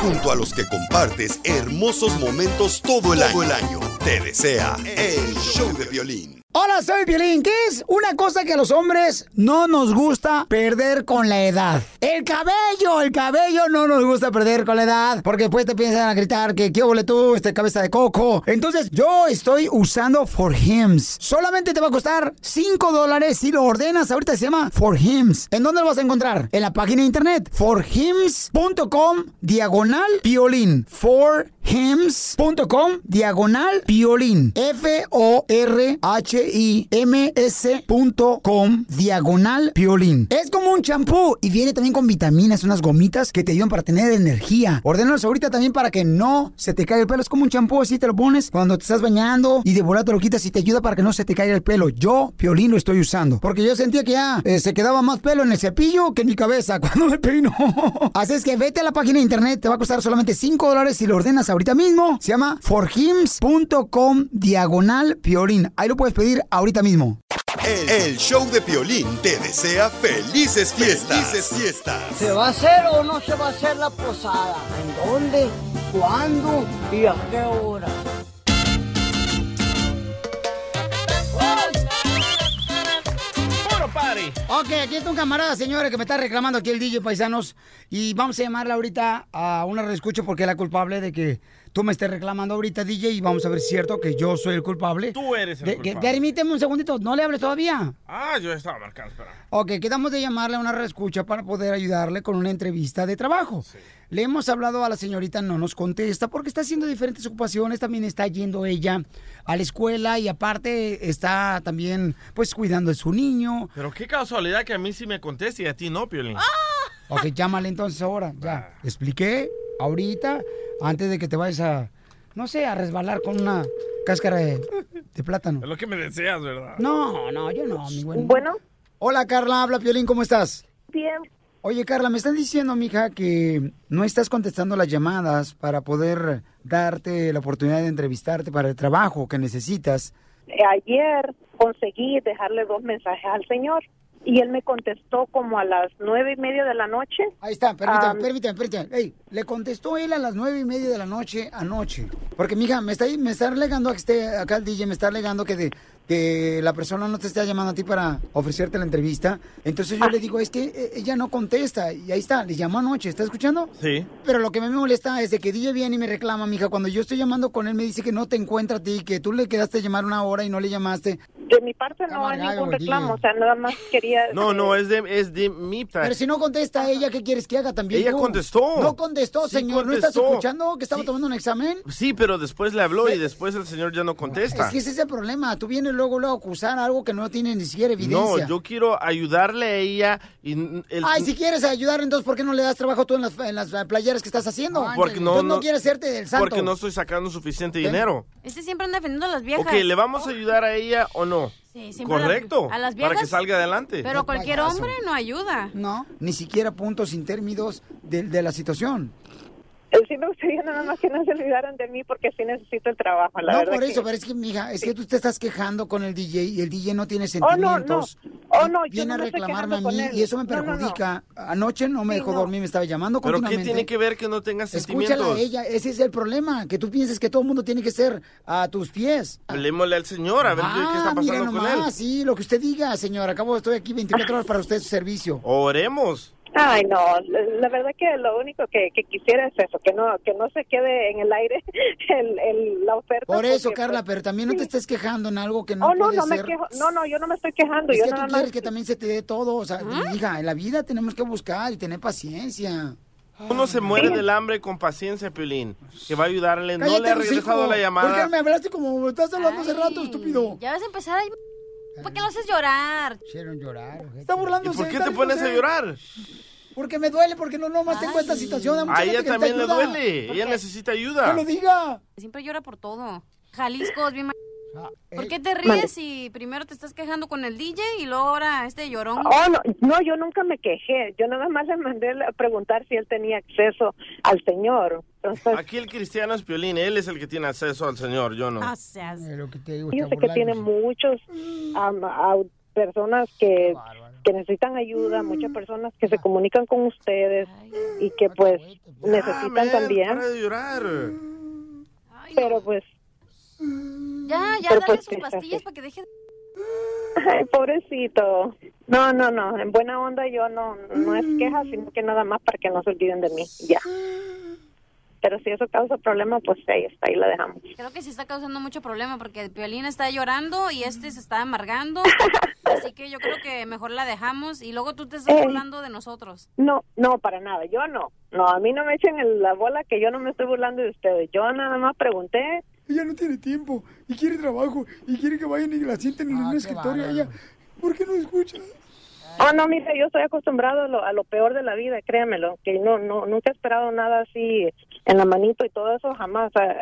[SPEAKER 2] Junto a los que compartes hermosos momentos todo el año. El año. Te desea el show de violín.
[SPEAKER 5] Hola, soy Piolín. ¿Qué es una cosa que a los hombres no nos gusta perder con la edad? El cabello, el cabello no nos gusta perder con la edad, porque después te piensan a gritar que qué ole tú, este cabeza de coco. Entonces, yo estoy usando For Hims. Solamente te va a costar 5 dólares si lo ordenas. Ahorita se llama For Hims. ¿En dónde lo vas a encontrar? En la página de internet, forhims.com diagonal piolín. Forhims.com diagonal piolín. F-O-R-H-I-M-S.com diagonal piolín. Es como un champú y viene también con vitaminas, unas gomitas que te ayudan para tener energía. Ordenalos ahorita también para que no se te caiga el pelo. Es como un champú, así te lo pones cuando te estás bañando y de volada te lo quitas y te ayuda para que no se te caiga el pelo. Yo, piolín, lo estoy usando. Porque yo sentía que ya eh, se quedaba más pelo en el cepillo que en mi cabeza [laughs] cuando me peino. Así es que vete a la página de internet, te va a costar solamente 5 dólares si lo ordenas ahorita mismo. Se llama forhims.com diagonal piolín. Ahí lo puedes pedir ahorita mismo.
[SPEAKER 2] El, el show de violín te desea felices fiestas. Felices fiestas.
[SPEAKER 3] ¿Se va a hacer o no se va a hacer la posada? ¿En dónde? ¿Cuándo? ¿Y a qué hora?
[SPEAKER 6] ¡Puro party!
[SPEAKER 5] Ok, aquí está un camarada, señores, que me está reclamando aquí el DJ Paisanos. Y vamos a llamarla ahorita a una reescucha porque es la culpable de que tú me estés reclamando ahorita, DJ. Y vamos a ver si es cierto que yo soy el culpable.
[SPEAKER 6] Tú eres el
[SPEAKER 5] De- que-
[SPEAKER 6] culpable.
[SPEAKER 5] Permíteme un segundito, no le hables todavía.
[SPEAKER 6] Ah, yo estaba marcando, espera.
[SPEAKER 5] Ok, quedamos de llamarle a una reescucha para poder ayudarle con una entrevista de trabajo. Le hemos hablado a la señorita, no nos contesta porque está haciendo diferentes ocupaciones, también está yendo ella a la escuela y aparte está también pues cuidando de su niño.
[SPEAKER 6] Pero qué casualidad que a mí sí me conteste y a ti no, Piolín.
[SPEAKER 5] Ah. Ok, llámale entonces ahora, ya. Expliqué ahorita, antes de que te vayas a, no sé, a resbalar con una cáscara de, de plátano.
[SPEAKER 6] Es lo que me deseas, ¿verdad?
[SPEAKER 5] No, no, yo no, mi bueno. Hola, Carla, habla Piolín, ¿cómo estás?
[SPEAKER 8] Bien.
[SPEAKER 5] Oye, Carla, me están diciendo, mija, que no estás contestando las llamadas para poder darte la oportunidad de entrevistarte para el trabajo que necesitas.
[SPEAKER 8] Eh, Ayer conseguí dejarle dos mensajes al señor y él me contestó como a las nueve y media de la noche.
[SPEAKER 5] Ahí está, Permítame,
[SPEAKER 22] Ah,
[SPEAKER 8] Am,
[SPEAKER 5] permítame, permítame. Ey, le contestó él a las nueve y media de la noche anoche. Porque, mija, me está, me está alegando a que esté acá el DJ, me está alegando que, de- que la persona no te está llamando a ti para ofrecerte la entrevista. Entonces yo le digo, es que eh, ella no contesta. Y ahí está, le llamó anoche, ¿está escuchando?
[SPEAKER 6] Sí.
[SPEAKER 5] Pero lo que me molesta es de que DJ viene y me reclama, mija, cuando yo estoy llamando con él me dice que no te encuentra a ti, que tú le quedaste a llamar una hora y no le llamaste.
[SPEAKER 22] de mi parte no hay
[SPEAKER 5] amargado
[SPEAKER 22] ningún
[SPEAKER 5] el DJ.
[SPEAKER 22] reclamo, o sea, nada más quería... [laughs]
[SPEAKER 6] No, no, es de, es de mi
[SPEAKER 5] Pero si no contesta ella, ¿qué quieres que haga también?
[SPEAKER 6] Ella
[SPEAKER 5] tú?
[SPEAKER 6] contestó.
[SPEAKER 5] No contestó,
[SPEAKER 6] Sí
[SPEAKER 5] señor. ¿No estás
[SPEAKER 6] contestó.
[SPEAKER 5] escuchando que estaba tomando un examen?
[SPEAKER 6] Sí, pero después le habló y después el señor ya no contesta.
[SPEAKER 5] Es que ese es el problema. Tú vienes luego, luego a acusar algo que no tiene ni siquiera evidencia.
[SPEAKER 6] No, yo quiero ayudarle a ella y n- el-
[SPEAKER 5] Ay, si quieres ayudar, entonces, ¿por qué no le das trabajo tú en las, en las playeras que estás haciendo?
[SPEAKER 6] porque no,
[SPEAKER 5] Entonces, no, quieres hacerte del santo.
[SPEAKER 6] Porque no estoy sacando suficiente dinero.
[SPEAKER 9] Este siempre anda defendiendo a las viejas. Oh.
[SPEAKER 6] Ok, ¿le vamos a ayudar a ella o no?
[SPEAKER 9] Sí, siempre a la-
[SPEAKER 6] Correcto.
[SPEAKER 9] a las
[SPEAKER 6] Para que
[SPEAKER 9] viejas,
[SPEAKER 6] salga adelante.
[SPEAKER 9] Pero cualquier
[SPEAKER 5] payaso.
[SPEAKER 9] hombre no ayuda.
[SPEAKER 5] No, ni siquiera puntos intermedios de, de la situación.
[SPEAKER 22] Eh, Sí me gustaría nada más que no se olvidaran de mí porque sí necesito el trabajo, Ah, la
[SPEAKER 5] no
[SPEAKER 22] verdad
[SPEAKER 5] por eso,
[SPEAKER 22] que-
[SPEAKER 5] pero es que, mija, es que tú te estás quejando con el DJ y el DJ no tiene
[SPEAKER 22] Oh, no,
[SPEAKER 5] sentimientos.
[SPEAKER 22] no. Oh, no, yo
[SPEAKER 5] Viene
[SPEAKER 22] no
[SPEAKER 5] a
[SPEAKER 22] me estoy
[SPEAKER 5] reclamarme a
[SPEAKER 22] quejando
[SPEAKER 5] mí
[SPEAKER 22] con él.
[SPEAKER 5] y eso me
[SPEAKER 22] No, no, no.
[SPEAKER 5] perjudica. Anoche no me
[SPEAKER 22] Sí,
[SPEAKER 5] dejó
[SPEAKER 22] no.
[SPEAKER 5] dormir, me estaba llamando
[SPEAKER 6] ¿Pero qué
[SPEAKER 5] continuamente.
[SPEAKER 6] tiene que ver que no tenga
[SPEAKER 5] Escúchala a
[SPEAKER 6] sentimientos?
[SPEAKER 5] ella, ese es el problema, que tú pienses que todo el mundo tiene que ser a tus pies.
[SPEAKER 6] Hablemosle al señor a ver qué- qué está
[SPEAKER 5] Ah, mira
[SPEAKER 6] pasando con
[SPEAKER 5] nomás,
[SPEAKER 6] él.
[SPEAKER 5] sí, lo que usted diga, señor. Acabo, estoy aquí 24 horas para usted su
[SPEAKER 22] [laughs]
[SPEAKER 5] servicio.
[SPEAKER 6] Oremos.
[SPEAKER 22] Ay, no, la la verdad que lo único que, que quisiera es eso, que no que no se quede en el aire [laughs] el, el- la oferta.
[SPEAKER 5] Por eso,
[SPEAKER 22] porque,
[SPEAKER 5] Carla,
[SPEAKER 22] pues,
[SPEAKER 5] pero también no te estés quejando en algo que no
[SPEAKER 22] Oh, no,
[SPEAKER 5] puede
[SPEAKER 22] no me
[SPEAKER 5] ser.
[SPEAKER 22] quejo. No, no, yo no me estoy quejando,
[SPEAKER 5] Es
[SPEAKER 22] yo
[SPEAKER 5] que tú
[SPEAKER 22] nada
[SPEAKER 5] quieres
[SPEAKER 22] más- ¿Ah?
[SPEAKER 5] que también se te dé todo, o sea, hija, en la vida tenemos que buscar y tener paciencia.
[SPEAKER 6] Uno se muere del hambre con paciencia, Piolín. Que va a ayudarle. No
[SPEAKER 5] Cállate,
[SPEAKER 6] le ha regresado la
[SPEAKER 5] hocico. ¿Por qué
[SPEAKER 6] llamada.
[SPEAKER 5] me hablaste como me estás hablando hace rato, estúpido?
[SPEAKER 9] Ya vas a empezar a... ¿Por qué lo haces llorar?
[SPEAKER 5] Hicieron llorar. Está burlándose.
[SPEAKER 6] ¿Y por qué
[SPEAKER 5] está
[SPEAKER 6] te pones a
[SPEAKER 5] riéndose.
[SPEAKER 6] llorar?
[SPEAKER 5] Porque me duele, porque no nomás tengo esta situación. hay mucha
[SPEAKER 6] A
[SPEAKER 5] gente
[SPEAKER 6] ella
[SPEAKER 5] que necesita
[SPEAKER 6] también le
[SPEAKER 5] ayuda.
[SPEAKER 6] duele. Ella necesita ayuda.
[SPEAKER 5] Que lo diga.
[SPEAKER 9] Siempre llora por todo. Jalisco es bien... ma-
[SPEAKER 5] eh,
[SPEAKER 9] ¿Por qué te
[SPEAKER 22] Mande.
[SPEAKER 9] ríes si primero te estás quejando con el DJ y luego ahora este llorón?
[SPEAKER 22] Oh, no, no, yo nunca me quejé, yo nada más le mandé a preguntar si él tenía acceso al señor. Entonces,
[SPEAKER 6] Aquí el cristiano es Piolín. Él es el que tiene acceso al señor, yo no.
[SPEAKER 5] Lo que te digo,
[SPEAKER 22] yo
[SPEAKER 5] está
[SPEAKER 22] sé que tiene
[SPEAKER 5] burlándose.
[SPEAKER 22] muchos am, au- personas que, que necesitan ayuda, muchas personas que se comunican con ustedes y que pues necesitan también. Pero pues
[SPEAKER 9] Ya, ya,
[SPEAKER 22] Pero
[SPEAKER 9] dale
[SPEAKER 22] pues,
[SPEAKER 9] sus
[SPEAKER 22] sí,
[SPEAKER 9] pastillas
[SPEAKER 22] sí.
[SPEAKER 9] para que deje... de-
[SPEAKER 22] Ay, pobrecito. No, no, no. En buena onda yo no, no es queja, sino que nada más para que no se olviden de mí. Ya. Pero si eso causa problema, pues ahí está, ahí la dejamos.
[SPEAKER 9] Creo que sí está causando mucho problema porque el Piolín está llorando y este se está amargando. así que yo creo que mejor la dejamos y luego tú te estás
[SPEAKER 22] Ey.
[SPEAKER 9] burlando de nosotros.
[SPEAKER 22] No, no, para nada. Yo no. No, a mí no me echen en la bola que yo no me estoy burlando de ustedes. Yo nada más pregunté.
[SPEAKER 11] Ella no tiene tiempo y quiere trabajo y quiere que vayan y la sienten en un escritorio. a Ella, ¿por qué no escucha?
[SPEAKER 22] Oh, no, mira, yo estoy acostumbrado a lo, a lo peor de la vida, créamelo. Que no, no, nunca he esperado nada así en la manito y todo eso jamás. Ah,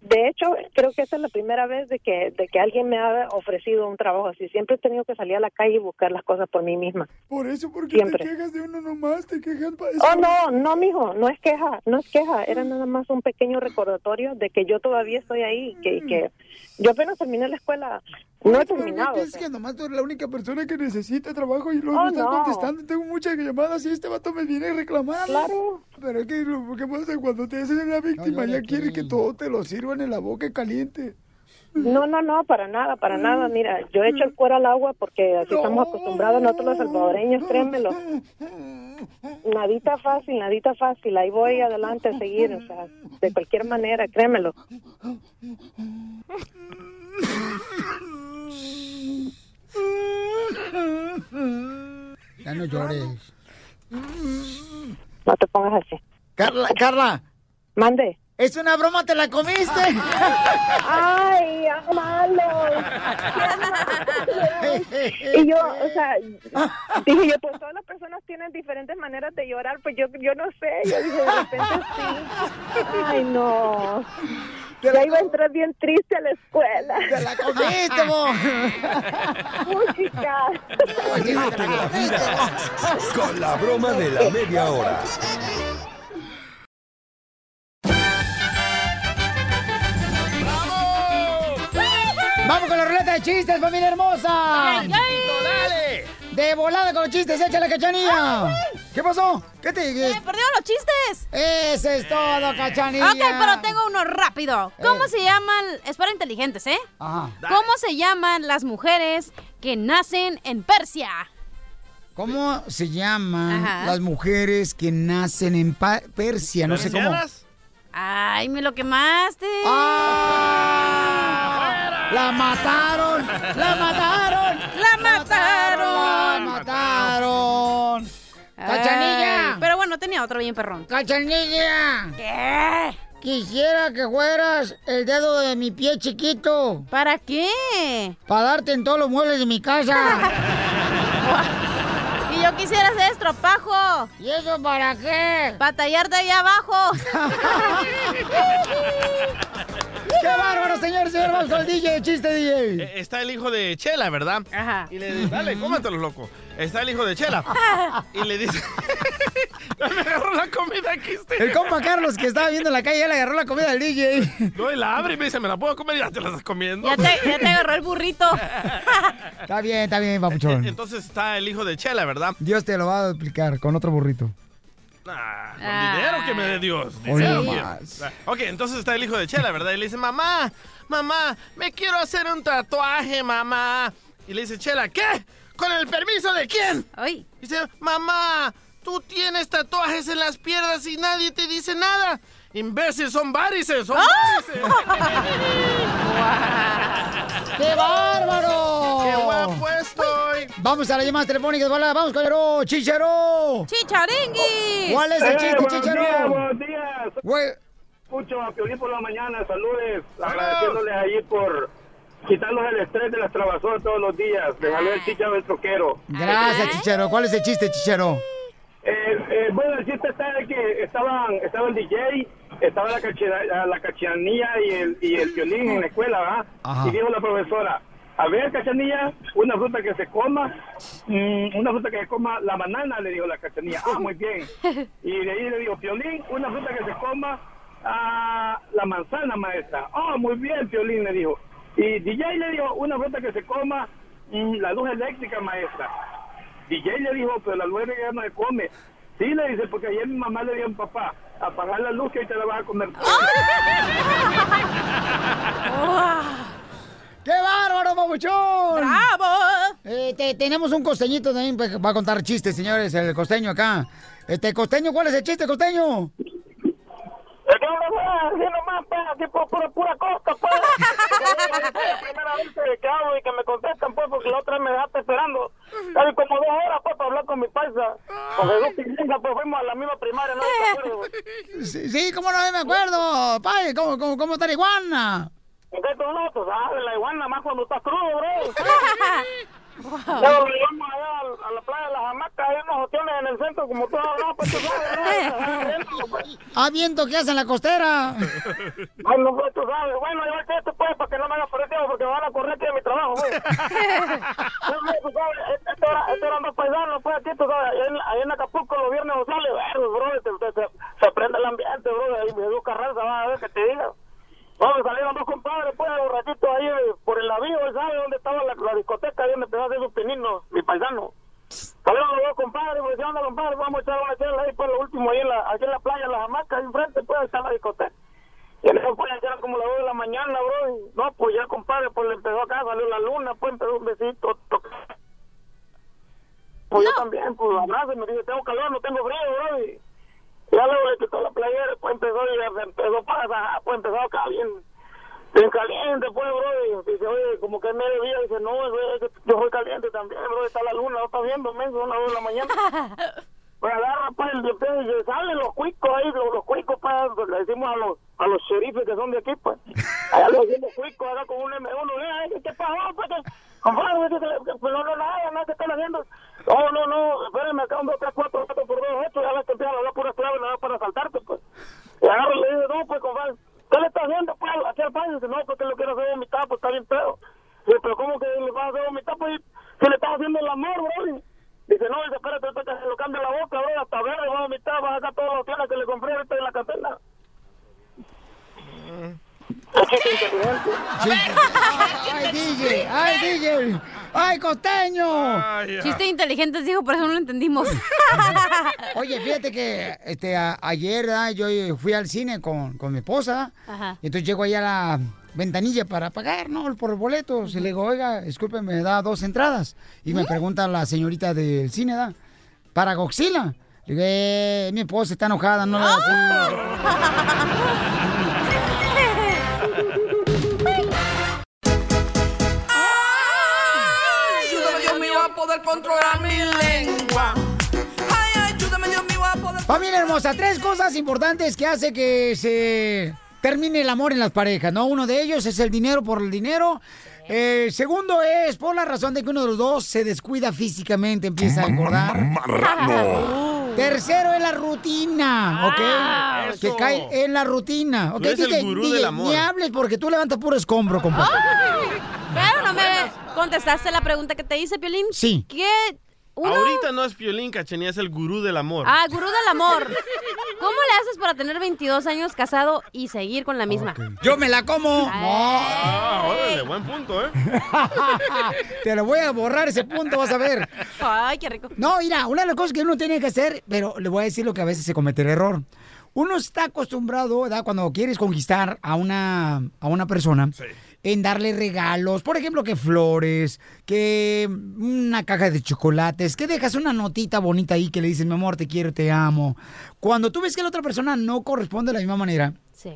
[SPEAKER 22] De hecho, creo que esa es la primera vez de que, de que alguien me ha ofrecido un trabajo así. Siempre he tenido que salir a la calle y buscar las cosas por mí misma.
[SPEAKER 11] Por eso, porque
[SPEAKER 22] Siempre.
[SPEAKER 11] te quejas de uno nomás, te quejas para eso.
[SPEAKER 22] Oh, no, no, mijo, no es queja, no es queja. Era nada más un pequeño recordatorio de que yo todavía estoy ahí, que,
[SPEAKER 5] Mm.
[SPEAKER 22] que yo apenas terminé la escuela. No he terminado.
[SPEAKER 11] Es que nomás tú eres la única persona que necesita trabajo y luego
[SPEAKER 22] Oh,
[SPEAKER 11] no estás
[SPEAKER 22] no.
[SPEAKER 11] contestando. Tengo muchas llamadas y este vato me viene reclamando.
[SPEAKER 22] Claro.
[SPEAKER 11] Pero es que lo que pasa cuando te haces la víctima, ya quieres que todo te lo sirvan en la boca caliente.
[SPEAKER 22] No, no, no, para nada,
[SPEAKER 5] Mm.
[SPEAKER 22] para nada. Mira, yo he hecho el cuero al agua porque así estamos acostumbrados nosotros los salvadoreños, créemelo. Nadita fácil, nadita fácil. Ahí voy adelante a seguir, o sea, de cualquier manera, créemelo.
[SPEAKER 6] [laughs]
[SPEAKER 5] Ya no llores.
[SPEAKER 22] No te pongas así.
[SPEAKER 5] Carla, Carla.
[SPEAKER 22] Mande.
[SPEAKER 5] Es una broma, te la comiste.
[SPEAKER 22] [laughs] Ay, malo. Y yo, o sea, dije yo, pues todas las personas tienen diferentes maneras de llorar, pues yo, yo no sé. Yo dije, de repente sí. Ay, no. Ya iba a entrar bien triste a la escuela. ¡Te
[SPEAKER 5] la comiste, vos!
[SPEAKER 22] [laughs] ¡Música!
[SPEAKER 2] Ríete la vida con la broma de la media hora.
[SPEAKER 5] Vamos con la ruleta de chistes, familia hermosa.
[SPEAKER 4] Dale, chiquito, dale.
[SPEAKER 5] De volada con los chistes, échale cachanilla. ¿Qué pasó? ¿Qué te
[SPEAKER 9] ¡Me Eh, perdieron los chistes!
[SPEAKER 5] Eso es todo, cachanilla. Eh.
[SPEAKER 9] Ok, pero tengo uno rápido. ¿Cómo se llaman? Es para inteligentes, ¿eh?
[SPEAKER 5] Ajá.
[SPEAKER 9] ¿Cómo se llaman las mujeres que nacen en Persia?
[SPEAKER 5] ¿Cómo se llaman
[SPEAKER 9] Ajá.
[SPEAKER 5] las mujeres que nacen en Pa- Persia? No sé cómo.
[SPEAKER 9] Ay, me lo quemaste.
[SPEAKER 5] ¡Ah! ¡La mataron! ¡La mataron!
[SPEAKER 9] ¡La
[SPEAKER 5] mataron!
[SPEAKER 9] mataron!
[SPEAKER 5] ¡La mataron! ¡Cachanilla!
[SPEAKER 9] Ay, Pero bueno, tenía otro bien perrón.
[SPEAKER 5] ¡Cachanilla! ¿Qué? Quisiera que fueras el dedo de mi pie chiquito.
[SPEAKER 9] ¿Para qué?
[SPEAKER 5] Para darte en todos los muebles de mi
[SPEAKER 9] [laughs]
[SPEAKER 5] casa.
[SPEAKER 9] Y yo quisiera hacer estropajo.
[SPEAKER 5] ¿Y eso para qué?
[SPEAKER 9] Para tallarte
[SPEAKER 5] [laughs]
[SPEAKER 9] ahí abajo.
[SPEAKER 5] ¡Qué bárbaro, señor! ¡Señor, vamos con el DJ! ¡Chiste, DJ!
[SPEAKER 6] Eh, Está el hijo de Chela, ¿verdad? Ajá. Y le dice, dale, cómatelos, loco. Está el hijo de
[SPEAKER 9] [laughs]
[SPEAKER 6] Chela. Y le dice, [laughs] me agarró la comida aquí. este.
[SPEAKER 5] El compa Carlos que estaba viendo en la calle, ya le agarró la comida al DJ.
[SPEAKER 6] No, y la abre y me dice, ¿me la puedo comer? Ya te la estás comiendo.
[SPEAKER 9] Ya te, ya te agarró el burrito.
[SPEAKER 5] [laughs] Está bien, está bien, papuchón.
[SPEAKER 6] Entonces está el hijo de Chela, ¿verdad?
[SPEAKER 5] Dios te lo va a explicar con otro burrito.
[SPEAKER 6] Ah, con dinero que me dé Dios.
[SPEAKER 5] Hoy
[SPEAKER 6] Dinero
[SPEAKER 5] no
[SPEAKER 6] quiero.
[SPEAKER 5] más.
[SPEAKER 6] Ah, Ok, entonces está el hijo de Chela, ¿verdad? Y le dice, mamá, mamá, me quiero hacer un tatuaje, mamá. Y le dice, Chela, ¿qué? ¿Con el permiso de quién?
[SPEAKER 9] Ay.
[SPEAKER 6] Dice, mamá, tú tienes tatuajes en las piernas y nadie te dice nada. Imbécil, son varices,
[SPEAKER 9] ¡Ah!
[SPEAKER 6] son varices.
[SPEAKER 9] [laughs]
[SPEAKER 5] ¡Qué bárbaro!
[SPEAKER 6] ¡Qué guapo estoy!
[SPEAKER 5] Vamos a las llamadas telefónicas, ¿vale? Vamos, Chichero, Chichero.
[SPEAKER 9] ¡Chicharinguis!
[SPEAKER 5] ¿Cuál es el
[SPEAKER 26] Eh,
[SPEAKER 5] chiste,
[SPEAKER 26] buenos
[SPEAKER 5] Chichero?
[SPEAKER 26] días, buenos días. Escucho a Piolín por la mañana, saludes. Agradeciéndoles ahí por quitarnos el estrés de las trabazones todos los días. Le salió
[SPEAKER 5] Ah.
[SPEAKER 26] el chicharo del troquero.
[SPEAKER 5] Gracias, Chichero. ¿Cuál es el chiste, Chichero?
[SPEAKER 26] Eh, eh, bueno, el chiste está de que estaban, estaba el DJ, estaba la, cachera- la cachanilla y el, y el violín en la escuela, ¿verdad?
[SPEAKER 16] Ajá.
[SPEAKER 26] Y dijo la profesora, a ver, cachanilla, una fruta que se coma, mm, una fruta que se coma la banana, le dijo la cachanilla. Ah, muy bien. Y de ahí le dijo, violín, una fruta que se coma ah, la manzana, maestra. Ah, muy bien, violín, le dijo. Y DJ le dijo, una fruta que se coma mm, la luz eléctrica, maestra. DJ le dijo, pero la luz eléctrica no se come. Sí, le dice, porque ayer mi mamá le dijo a mi papá, apagar la luz que ahí te la vas a comer.
[SPEAKER 5] ¡Qué bárbaro, papuchón!
[SPEAKER 9] ¡Bravo!
[SPEAKER 5] tenemos un costeñito también, pues, va a contar chistes, señores, el costeño acá. Este, costeño, ¿cuál es el chiste, costeño?
[SPEAKER 16] Haciendo más para tipo pura, pura costa, pues. la primera vez que hablo y que me contestan, pues, porque la otra me dejaste esperando. Casi como dos horas, pues, para hablar con mi paisa. Con Jesús Pilinga, pues, fuimos a la misma primaria, ¿no? ¿Te acuerdas?
[SPEAKER 5] Sí, sí, cómo no me acuerdo. Pai, ¿cómo, cómo, cómo está la iguana?
[SPEAKER 16] Porque tú no, tú sabes, la iguana más cuando estás crudo, bro. Luego nos íbamos allá a, a la playa de las hamacas, hay unos hoteles en el centro, como tú hablas, pues tú sabes, ¿no?
[SPEAKER 5] Ah, viento que hace en la
[SPEAKER 16] [laughs]
[SPEAKER 5] costera.
[SPEAKER 16] Bueno, pues tú sabes, bueno, yo el esto pues para que no me hagan parecido porque me van a correr de mi trabajo, güey. Bueno, pues, tú sabes, esto esto era- esto eran dos paisanos, pues aquí, tú sabes, ahí en, ahí en Acapulco los viernes no sale, verlo, bro, se, se, se prende el ambiente, bro, ahí me dio carranza, va a ver que te diga. Vamos, salieron dos compadres, pues, borrachitos ahí eh, por el navío, él sabe dónde estaba la, la discoteca, ahí donde empezó a hacer sus pininos, mi paisano. Salieron los dos compadres, me decían, compadre, vamos a echar una chela ahí, pues, lo último, ahí en la, aquí en la playa, en las hamacas, ahí enfrente, pues, ahí está la discoteca. Y en eso, pues, ya eran como las 2 de la mañana, bro. y no, pues ya, compadre, pues le empezó acá, salió la luna, pues empezó un besito. to- Pues yo también, pues abrazo y me dice, tengo calor, no tengo frío, bro. Y ya luego le quitó la playera, pues empezó, y ya se empezó pasa, pues empezó acá bien, bien caliente, pues, bro. Y dice, oye, como que me debía, dice, no, güey, es que yo soy caliente también, bro, está la luna, no está viendo, menso, una dos de la mañana. Pues agarra, pues, el dioptero y salen los cuicos ahí, los, los cuicos, pues, le decimos a los, a los sheriffes que son de aquí, pues. Allá le decimos cuicos, acá con un M1, vea, ay, ¿qué pasó? Pues, que- compadre, que- que- que- pues, no, no, nada, nada, ¿qué están haciendo? No, no, no, espérenme, acá un, dos, tres, cuatro, cuatro, por dos, ocho, ya ves que empiezan a hablar puras claves, nada más para saltarte, pues. Y agarra y le dice, no, pues, compadre, ¿qué le estás haciendo, pues, aquí al país? Dice, no, pues, que lo quiero hacer vomitar, pues, está bien pedo. Dice, pero ¿cómo que le vas a hacer vomitar, pues, si le estás haciendo el amor, bro? Dice, no, dice, espérate, ahorita que se lo cambia la boca, bro, hasta verde, va a vomitar, va a sacar todas las tiendas que le compré ahorita en la catena.
[SPEAKER 5] ¡Ay, DJ! ¡Ay, DJ! ¡Ay, costeño!
[SPEAKER 9] Chiste inteligente, dijo, por eso no lo entendimos.
[SPEAKER 5] [laughs] Oye, fíjate que este, a- ayer ¿verdad? yo eh, fui al cine con, con mi esposa.
[SPEAKER 9] Ajá.
[SPEAKER 5] Y entonces llego ahí a la ventanilla para pagar, ¿no? Por boletos. Y le digo, oiga, disculpe, me da dos entradas. Y me pregunta la señorita del cine, ¿da? Para Goxila. Le digo, "Eh, mi esposa está enojada, no le da así". hermosa, tres cosas importantes que hace que se termine el amor en las parejas, ¿no? Uno de ellos es el dinero por el dinero. Eh, segundo es por la razón de que uno de los dos se descuida físicamente, empieza a engordar.
[SPEAKER 4] Marrano.
[SPEAKER 5] Tercero es la rutina, ¿ok?
[SPEAKER 4] Ah,
[SPEAKER 5] que
[SPEAKER 4] eso.
[SPEAKER 5] cae en la rutina.
[SPEAKER 4] Tú
[SPEAKER 5] ¿ok?
[SPEAKER 4] eres el
[SPEAKER 5] DJ,
[SPEAKER 4] gurú
[SPEAKER 5] DJ,
[SPEAKER 4] del amor.
[SPEAKER 5] Ni hables porque tú levantas puro escombro, compa.
[SPEAKER 9] ¡Ay! Claro, no me contestaste la pregunta que te hice, Piolín.
[SPEAKER 5] Sí.
[SPEAKER 9] ¿Qué? Uno...
[SPEAKER 6] Ahorita no es Piolín, Cachanía, es el gurú del amor.
[SPEAKER 9] Ah, gurú del amor. ¿Cómo le haces para tener 22 años casado y seguir con la misma?
[SPEAKER 5] ¡Yo me la como!
[SPEAKER 6] Ah, órale, buen punto, ¿eh?
[SPEAKER 5] Te lo voy a borrar ese punto, vas a ver.
[SPEAKER 9] Ay, qué rico.
[SPEAKER 5] No, mira, una de las cosas que uno tiene que hacer, pero le voy a decir lo que a veces se comete el error. Uno está acostumbrado, ¿verdad? Cuando quieres conquistar a una, a una persona, en darle regalos, por ejemplo, que flores, que una caja de chocolates, que dejas una notita bonita ahí que le dices, mi amor, te quiero, te amo. Cuando tú ves que la otra persona no corresponde de la misma manera,
[SPEAKER 9] Sí.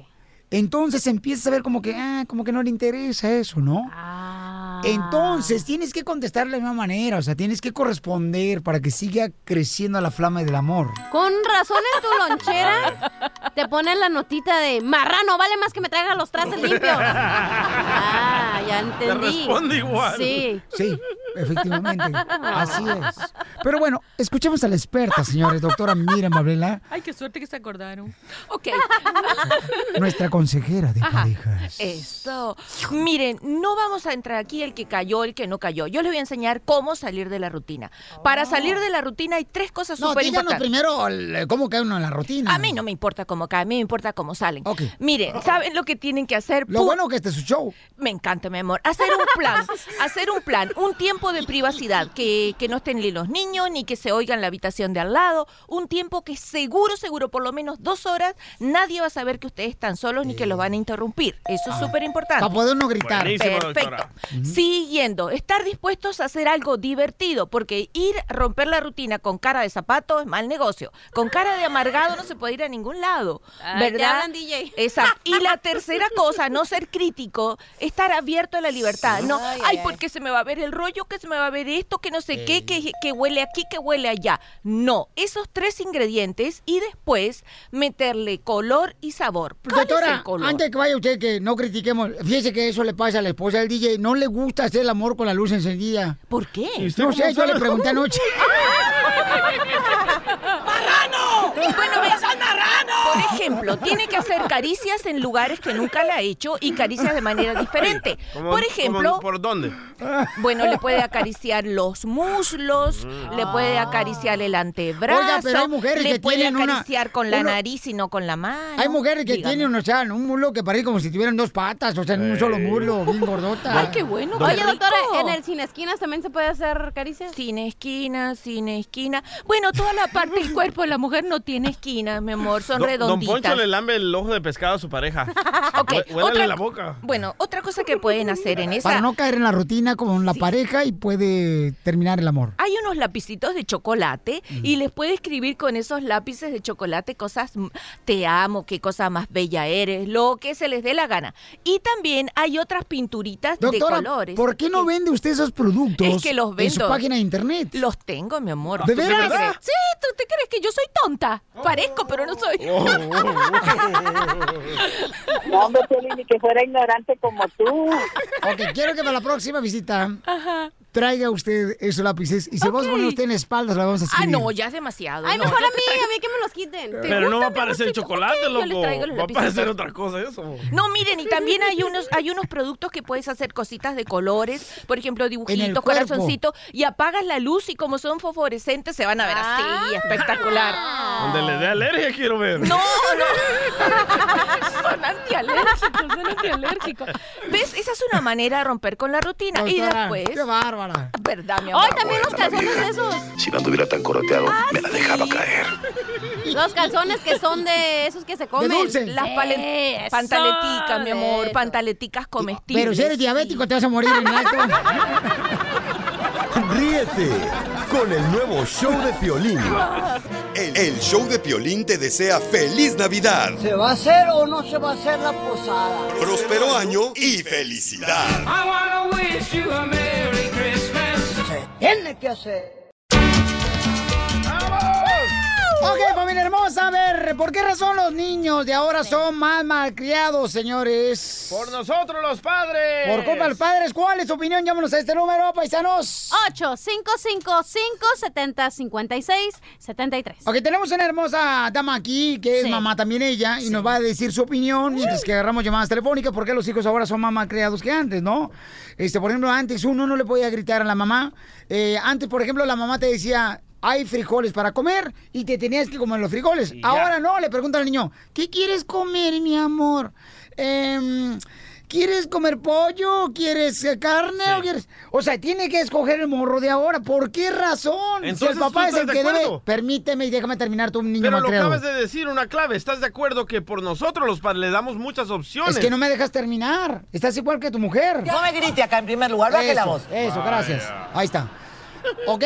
[SPEAKER 5] entonces empiezas a ver como que, ah, como que no le interesa eso, ¿no? Entonces tienes que contestar de la misma manera, o sea, tienes que corresponder para que siga creciendo la flama del amor.
[SPEAKER 9] Con razón en tu lonchera te ponen la notita de marrano, vale más que me traigas los trastes limpios. Ah, ya entendí.
[SPEAKER 5] responde igual.
[SPEAKER 9] Sí.
[SPEAKER 5] Sí, efectivamente. Así es. Pero bueno, escuchemos a la experta, señores, doctora Miriam Babrela,
[SPEAKER 13] Ay, qué suerte que se acordaron. [laughs] Ok.
[SPEAKER 5] nuestra consejera de
[SPEAKER 13] Ajá.
[SPEAKER 5] parejas.
[SPEAKER 13] Esto. Miren, no vamos a entrar aquí el que cayó, el que no cayó. Yo les voy a enseñar cómo salir de la rutina. Para salir de la rutina hay tres cosas
[SPEAKER 5] Oh. No,
[SPEAKER 13] súper
[SPEAKER 5] díganos
[SPEAKER 13] importantes.
[SPEAKER 5] primero el- cómo cae uno en la rutina.
[SPEAKER 13] A mí no me importa cómo caen, a mí me importa cómo salen. Miren, ¿saben lo que tienen que hacer?
[SPEAKER 5] Lo
[SPEAKER 13] Pu-
[SPEAKER 5] bueno que este es su show.
[SPEAKER 13] Me encanta, mi amor. Hacer un plan, hacer un plan, un tiempo de privacidad, que, que no estén ni los niños, ni que se oigan la habitación de al lado, un tiempo que seguro, seguro, por lo menos dos horas, nadie va a saber que ustedes están solos ni que los van a interrumpir. Eso es súper importante.
[SPEAKER 5] Para poder no Ah. gritar. Buenísimo,
[SPEAKER 13] Perfecto.
[SPEAKER 5] doctora.
[SPEAKER 13] Siguiendo, estar dispuestos a hacer algo divertido, porque ir a romper la rutina con cara de zapato es mal negocio. Con cara de amargado no se puede ir a ningún lado.
[SPEAKER 9] Ay, te
[SPEAKER 13] ¿Verdad?
[SPEAKER 9] hablan, DJ.
[SPEAKER 13] Exacto. Y la tercera cosa, no ser crítico, estar abierto a la libertad. No,
[SPEAKER 9] Ay,
[SPEAKER 13] ay,
[SPEAKER 9] ay,
[SPEAKER 13] porque se me va a ver el rollo, que se me va a ver esto, que no sé qué, que, que huele aquí, que huele allá. No, esos tres ingredientes y después meterle color y sabor. ¿Cuál es
[SPEAKER 5] Doctora,
[SPEAKER 13] el color?
[SPEAKER 5] antes que vaya usted, que no critiquemos, fíjese que eso le pasa a la esposa del DJ, no le gusta hacer el amor con la luz encendida.
[SPEAKER 13] ¿Por qué? Ah,
[SPEAKER 4] ¿Y usted
[SPEAKER 5] No
[SPEAKER 4] cómo
[SPEAKER 5] sé, yo
[SPEAKER 4] sabe?
[SPEAKER 5] le
[SPEAKER 13] [laughs]
[SPEAKER 5] pregunté anoche.
[SPEAKER 13] ¡Marrano! Bueno, ves al marrano. Por ejemplo, tiene que hacer caricias en lugares que nunca la ha hecho y caricias de manera
[SPEAKER 6] [laughs]
[SPEAKER 13] diferente.
[SPEAKER 6] Como-
[SPEAKER 13] por ejemplo,
[SPEAKER 6] como- ¿Por dónde?
[SPEAKER 13] bueno, le puede acariciar los muslos, le
[SPEAKER 6] Mm.
[SPEAKER 13] puede acariciar el antebrazo,
[SPEAKER 5] Oiga, pero hay mujeres
[SPEAKER 13] le
[SPEAKER 5] que
[SPEAKER 13] puede
[SPEAKER 5] tienen una-
[SPEAKER 13] acariciar con la
[SPEAKER 5] uno-
[SPEAKER 13] nariz y no con la mano.
[SPEAKER 5] Hay mujeres que
[SPEAKER 13] Dígame.
[SPEAKER 5] tienen, o sea, un muslo que parece como si tuvieran dos patas, o sea, en un solo muslo, bien gordota.
[SPEAKER 13] Ay, qué bueno.
[SPEAKER 9] Oye, doctora, ¿en el sin esquinas también se puede hacer caricias?
[SPEAKER 13] Sin esquinas, sin esquina. Bueno, toda la parte del cuerpo de la mujer no tiene esquinas, mi amor, son
[SPEAKER 6] Don- Don
[SPEAKER 13] redonditas.
[SPEAKER 6] Poncho le lambe el ojo de pescado a su pareja.
[SPEAKER 13] Ok,
[SPEAKER 6] Hue- huélale
[SPEAKER 13] otra-
[SPEAKER 6] la boca.
[SPEAKER 13] Bueno, otra cosa que pueden hacer en esa
[SPEAKER 5] Para no caer en la rutina con la pareja y puede terminar el amor.
[SPEAKER 13] hay unos lapicitos de chocolate y les puede escribir con esos lápices de chocolate cosas, mm, te amo, qué cosa más bella eres, lo que se les dé la gana. Y también hay otras pinturitas
[SPEAKER 5] Doctora,
[SPEAKER 13] de colores.
[SPEAKER 5] ¿por qué no vende usted esos productos
[SPEAKER 13] Es que los
[SPEAKER 5] en su
[SPEAKER 13] vendo.
[SPEAKER 5] página de internet?
[SPEAKER 13] Los tengo, mi amor.
[SPEAKER 5] ¿De
[SPEAKER 13] ¿Tú qué
[SPEAKER 5] veras?
[SPEAKER 13] te crees? Sí, ¿tú te crees que yo soy tonta? Parezco, pero no soy.
[SPEAKER 22] [laughs]
[SPEAKER 6] Oh,
[SPEAKER 22] No, hombre, Piolín, ni que fuera ignorante como tú.
[SPEAKER 5] Ok, quiero que para la próxima visita traiga usted esos lápices y se los vamos a poner usted en la espalda, se los vamos a
[SPEAKER 13] ah,
[SPEAKER 5] escribir.
[SPEAKER 13] no, ya es demasiado.
[SPEAKER 9] Ay,
[SPEAKER 13] no.
[SPEAKER 9] mejor a mí, a mí que me los quiten.
[SPEAKER 6] Pero no va a parecer
[SPEAKER 13] gustito?
[SPEAKER 6] chocolate,
[SPEAKER 13] Ok, yo le
[SPEAKER 6] loco.
[SPEAKER 13] traigo los
[SPEAKER 6] Va a parecer
[SPEAKER 13] lapicitos.
[SPEAKER 6] otra cosa eso.
[SPEAKER 13] No, miren, y también hay unos, hay unos productos que puedes hacer cositas de colores, por ejemplo, dibujitos,
[SPEAKER 6] cuerpo.
[SPEAKER 13] corazoncitos, y apagas la luz y como son fosforescentes se van a ver
[SPEAKER 5] Ah.
[SPEAKER 13] así, espectacular.
[SPEAKER 6] Donde le dé alergia quiero ver.
[SPEAKER 13] No, no. Son antialérgicos, son antialérgicos. ¿Ves? Esa es una manera de romper con la rutina. y
[SPEAKER 5] Doctora,
[SPEAKER 13] después.
[SPEAKER 5] qué bárbara!
[SPEAKER 13] ¿Verdad, mi amor?
[SPEAKER 9] Ay, también los calzones esos.
[SPEAKER 14] Si no anduviera tan correteado, me la dejaba caer.
[SPEAKER 9] Los calzones que son de esos que se comen.
[SPEAKER 13] Las pale-
[SPEAKER 9] Sí,
[SPEAKER 13] pantaleticas,
[SPEAKER 9] eso,
[SPEAKER 13] mi amor,
[SPEAKER 9] de-
[SPEAKER 13] pantaleticas comestibles.
[SPEAKER 5] Pero si eres diabético te vas a morir en alto.
[SPEAKER 13] [laughs]
[SPEAKER 2] Ríete con el nuevo show de Piolín. El, el show de Piolín te desea feliz Navidad,
[SPEAKER 3] ¿Se va a hacer o no se va a hacer la posada?
[SPEAKER 2] próspero año y felicidad.
[SPEAKER 3] Se tiene que hacer.
[SPEAKER 5] Ok, familia hermosa, a ver, ¿por qué razón los niños de ahora son más malcriados, señores?
[SPEAKER 6] Por nosotros los padres.
[SPEAKER 5] Por culpa de los padres, ¿cuál es tu opinión? Llámanos a este número, paisanos.
[SPEAKER 9] 855-570-5673.
[SPEAKER 5] Ok, tenemos una hermosa dama aquí, que es
[SPEAKER 9] Sí.
[SPEAKER 5] mamá también ella, y nos va a decir su opinión mientras que agarramos llamadas telefónicas, porque los hijos ahora son más malcriados que antes, ¿no? Este, por ejemplo, antes uno no le podía gritar a la mamá. Eh, antes, por ejemplo, la mamá te decía, hay frijoles para comer, y te tenías que comer los frijoles. Ahora no, le pregunta al niño, ¿qué quieres comer, mi amor? Em, ¿Quieres comer pollo? ¿Quieres eh, carne? ¿O, quieres... o sea, tiene que escoger el morro de ahora. ¿Por qué razón? si el
[SPEAKER 6] Entonces,
[SPEAKER 5] papá
[SPEAKER 6] ¿tú
[SPEAKER 5] es el
[SPEAKER 6] estás
[SPEAKER 5] que
[SPEAKER 6] de
[SPEAKER 5] debe...
[SPEAKER 6] acuerdo?
[SPEAKER 5] Permíteme y déjame terminar tu niño
[SPEAKER 6] Pero lo
[SPEAKER 5] malcriado.
[SPEAKER 6] acabas de decir una clave. ¿Estás de acuerdo que por nosotros los padres le damos muchas opciones?
[SPEAKER 5] Es que no me dejas terminar. Estás igual que tu mujer.
[SPEAKER 6] No me grite
[SPEAKER 5] acá en primer
[SPEAKER 6] lugar, baje la voz.
[SPEAKER 5] Eso, gracias.
[SPEAKER 6] Vaya.
[SPEAKER 5] Ahí está. Ok.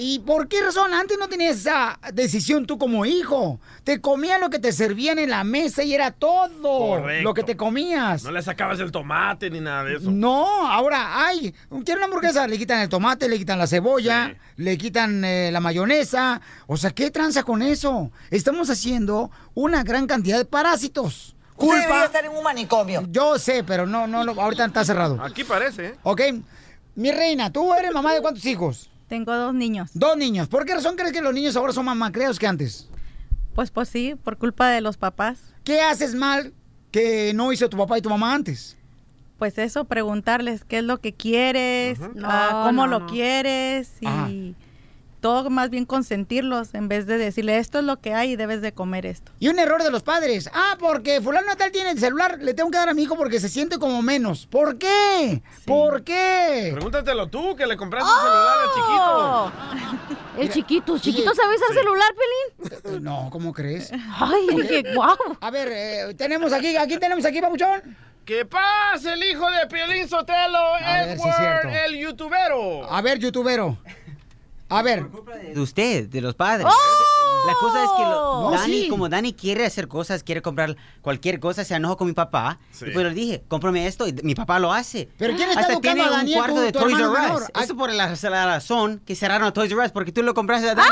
[SPEAKER 5] ¿Y por qué razón? Antes no tenías esa decisión tú como hijo. Te comías lo que te servían en la mesa y era todo
[SPEAKER 6] Correcto.
[SPEAKER 5] lo que te comías.
[SPEAKER 6] No le sacabas el tomate ni nada de eso.
[SPEAKER 5] No, ahora, ay, quiero una hamburguesa, le quitan el tomate, le quitan la cebolla, le quitan eh, la mayonesa. O sea, ¿qué tranza con eso? Estamos haciendo una gran cantidad de parásitos. Culpa.
[SPEAKER 18] debería
[SPEAKER 5] estar en un manicomio. Yo sé, pero no, no, lo- ahorita está cerrado.
[SPEAKER 6] Aquí parece, ¿eh?
[SPEAKER 5] Ok, mi reina, ¿tú eres mamá de cuántos hijos? Tengo dos niños. Dos niños. ¿Por qué razón crees que los niños ahora son más macreos que antes? Pues, pues sí, por culpa de los papás. ¿Qué haces mal que no hizo tu papá y tu mamá antes?
[SPEAKER 18] Pues eso, preguntarles qué es lo que quieres, ah,
[SPEAKER 9] No,
[SPEAKER 18] cómo
[SPEAKER 9] no,
[SPEAKER 18] lo
[SPEAKER 9] no.
[SPEAKER 18] quieres y
[SPEAKER 24] Ah.
[SPEAKER 5] Ajá.
[SPEAKER 18] todo más bien consentirlos en vez de decirle esto es lo que hay y debes de comer esto.
[SPEAKER 5] Y un error de los padres. Ah, porque fulano tal tiene el celular, le tengo que dar a mi hijo porque se siente como menos. ¿Por qué? ¿Por qué?
[SPEAKER 6] Pregúntatelo tú, que le compraste
[SPEAKER 5] ¡Oh!
[SPEAKER 6] un celular al chiquito.
[SPEAKER 9] El chiquito, chiquito,
[SPEAKER 5] Oye,
[SPEAKER 9] ¿sabes usar
[SPEAKER 5] sí.
[SPEAKER 9] celular, Pelín?
[SPEAKER 5] No, ¿cómo crees?
[SPEAKER 9] Ay, dije, guau.
[SPEAKER 5] A ver, eh, tenemos aquí, aquí tenemos aquí, papuchón.
[SPEAKER 6] ¡Que pase el hijo de Piolín Sotelo,
[SPEAKER 5] ver si es
[SPEAKER 6] Edward,
[SPEAKER 5] cierto.
[SPEAKER 6] el youtubero!
[SPEAKER 5] A ver, youtubero. A ver. ¡Oh!
[SPEAKER 27] de usted, de los padres. La cosa es que lo-
[SPEAKER 5] No,
[SPEAKER 27] Dani,
[SPEAKER 5] sí.
[SPEAKER 27] como Dani quiere hacer cosas, quiere comprar cualquier cosa, se enojó con mi papá. Y pues le dije, cómprame esto y mi papá lo hace.
[SPEAKER 5] Pero ¿quién está
[SPEAKER 27] Hasta
[SPEAKER 5] educando
[SPEAKER 27] tiene
[SPEAKER 5] a
[SPEAKER 27] un
[SPEAKER 5] Daniel,
[SPEAKER 27] cuarto
[SPEAKER 5] tu-
[SPEAKER 27] de
[SPEAKER 5] tu
[SPEAKER 27] Toys
[SPEAKER 5] hermano
[SPEAKER 27] R Us.
[SPEAKER 5] menor?
[SPEAKER 27] Eso por la, la razón que cerraron a Toys R Us, porque tú lo
[SPEAKER 5] ¡Ah!
[SPEAKER 27] compraste a Dani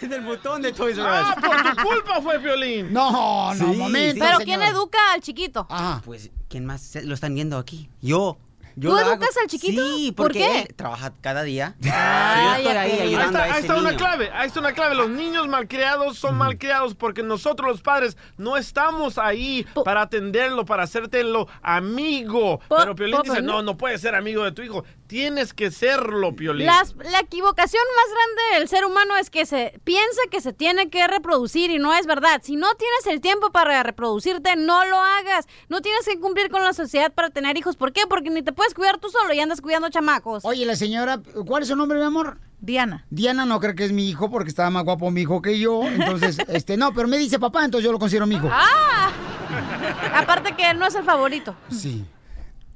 [SPEAKER 27] del botón de Toys R Us.
[SPEAKER 6] ¡Ah,
[SPEAKER 27] [laughs]
[SPEAKER 6] por
[SPEAKER 5] [laughs]
[SPEAKER 6] tu culpa fue Piolín!
[SPEAKER 5] Oh, No,
[SPEAKER 27] no, Sí, momento, sí,
[SPEAKER 9] Pero
[SPEAKER 27] señor.
[SPEAKER 9] ¿quién educa al chiquito?
[SPEAKER 27] Pues, ¿quién más se- lo están viendo aquí? Yo. Yo
[SPEAKER 9] ¿Tú
[SPEAKER 27] lo
[SPEAKER 9] educas
[SPEAKER 27] hago.
[SPEAKER 9] al chiquito?
[SPEAKER 27] Sí,
[SPEAKER 9] ¿Por
[SPEAKER 27] porque
[SPEAKER 9] qué?
[SPEAKER 27] él trabaja cada
[SPEAKER 5] [laughs]
[SPEAKER 27] día.
[SPEAKER 6] Ah,
[SPEAKER 27] yo estoy ahí
[SPEAKER 6] ahí
[SPEAKER 27] ayudando
[SPEAKER 6] está,
[SPEAKER 27] a
[SPEAKER 6] ahí
[SPEAKER 27] ese
[SPEAKER 6] está una
[SPEAKER 27] niño.
[SPEAKER 6] clave, ahí está una clave. Los niños malcriados son malcriados porque nosotros los padres no estamos ahí para atenderlo, para hacértelo amigo. Pero Piolín
[SPEAKER 9] po-
[SPEAKER 6] dice, no, no puedes ser amigo de tu hijo. Tienes que serlo, Piolín.
[SPEAKER 9] Las- la equivocación más grande del ser humano es que se piensa que se tiene que reproducir y no es verdad. Si no tienes el tiempo para reproducirte, no lo hagas. No tienes que cumplir con la sociedad para tener hijos. ¿Por qué? Porque ni te puedes cuidar tú solo y andas cuidando chamacos.
[SPEAKER 5] Oye, la señora, ¿cuál es su nombre, mi amor?
[SPEAKER 18] Diana.
[SPEAKER 5] Diana no cree que es mi hijo porque estaba más guapo mi hijo que yo.
[SPEAKER 9] [laughs]
[SPEAKER 5] Entonces, este, no, pero me dice papá, entonces yo lo considero mi hijo.
[SPEAKER 9] ¡Ah! [laughs] Aparte que él no es el favorito.
[SPEAKER 5] Sí.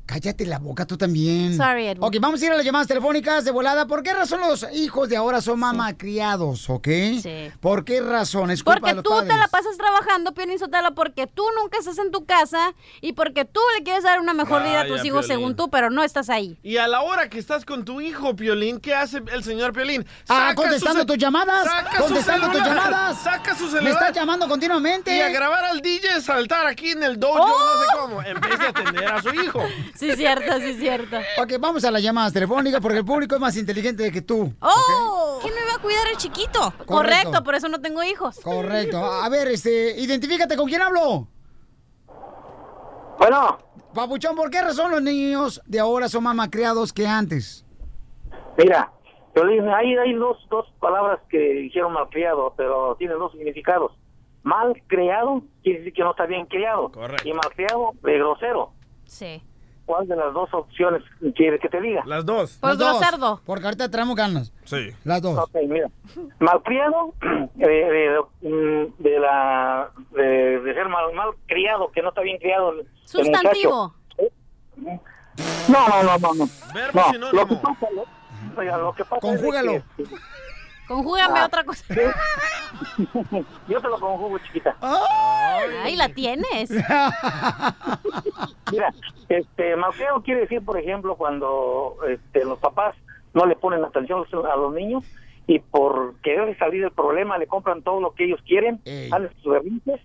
[SPEAKER 5] Cállate la boca tú también.
[SPEAKER 9] Sorry, Edwin.
[SPEAKER 5] Ok, vamos a ir a las llamadas telefónicas de volada. ¿Por qué razón los hijos de ahora son mamacriados, ok?
[SPEAKER 9] Sí.
[SPEAKER 5] ¿Por qué razón? Es culpa
[SPEAKER 9] Porque
[SPEAKER 5] de los
[SPEAKER 9] tú
[SPEAKER 5] padres.
[SPEAKER 9] te la pasas trabajando, Piolín Sotelo, porque tú nunca estás en tu casa y porque tú le quieres dar una mejor vida a
[SPEAKER 6] Vaya,
[SPEAKER 9] tus hijos
[SPEAKER 6] Piolín.
[SPEAKER 9] según tú, pero no estás ahí.
[SPEAKER 6] Y a la hora que estás con tu hijo, Piolín, ¿qué hace el señor Piolín?
[SPEAKER 5] Ah,
[SPEAKER 6] Saca
[SPEAKER 5] contestando
[SPEAKER 6] su ce-
[SPEAKER 5] tus llamadas.
[SPEAKER 6] saca su
[SPEAKER 5] Contestando tus
[SPEAKER 6] celular,
[SPEAKER 5] llamadas.
[SPEAKER 6] Saca su celular.
[SPEAKER 5] Me estás llamando continuamente. ¡Oh!
[SPEAKER 6] Y a grabar al DJ saltar aquí en el dojo, no sé cómo, en vez de atender a su hijo.
[SPEAKER 9] [laughs] Sí, cierto, sí,
[SPEAKER 6] [laughs]
[SPEAKER 9] cierto.
[SPEAKER 5] Ok, vamos a las llamadas telefónicas porque el público es más inteligente que tú.
[SPEAKER 9] ¡Oh! ¿Quién me va a cuidar el chiquito? Correcto,
[SPEAKER 5] Correcto,
[SPEAKER 9] por eso no tengo hijos.
[SPEAKER 5] Correcto. A ver, este, identifícate con quién hablo.
[SPEAKER 19] Bueno.
[SPEAKER 5] Papuchón, ¿por qué razón los niños de ahora son más malcriados que antes?
[SPEAKER 19] Mira, Piolín, hay, hay dos, dos palabras que dijeron mal criado, pero tienen dos significados. Mal creado quiere decir que no está bien criado. Y mal criado, de grosero.
[SPEAKER 9] Sí.
[SPEAKER 19] ¿Cuál de las dos opciones quieres que te diga?
[SPEAKER 6] Las dos.
[SPEAKER 9] Pues,
[SPEAKER 5] Los dos, Porque ahorita traemos ganas.
[SPEAKER 6] Sí.
[SPEAKER 5] Las dos.
[SPEAKER 19] Ok, mira. Malcriado, [clears throat] de, de, mm, de la, de, de ser mal, mal criado, que no está bien criado. el- el
[SPEAKER 9] Sustantivo.
[SPEAKER 19] muchacho. No, no, no, no. no.
[SPEAKER 9] Verbo
[SPEAKER 19] No,
[SPEAKER 9] sinónimo.
[SPEAKER 19] Lo que pasa, lo- oiga, lo que pasa es de
[SPEAKER 5] Conjúgalo.
[SPEAKER 19] que-
[SPEAKER 9] [laughs] Conjúgame
[SPEAKER 19] Ah.
[SPEAKER 9] otra cosa.
[SPEAKER 19] Yo te lo conjugo, chiquita.
[SPEAKER 6] Ah,
[SPEAKER 9] Ahí
[SPEAKER 5] [laughs]
[SPEAKER 9] la tienes.
[SPEAKER 19] Mira, este, malcriado quiere decir, por ejemplo, cuando este, los papás no le ponen atención a los niños y por querer salir del problema le compran todo lo que ellos quieren, hacen sus berrinches.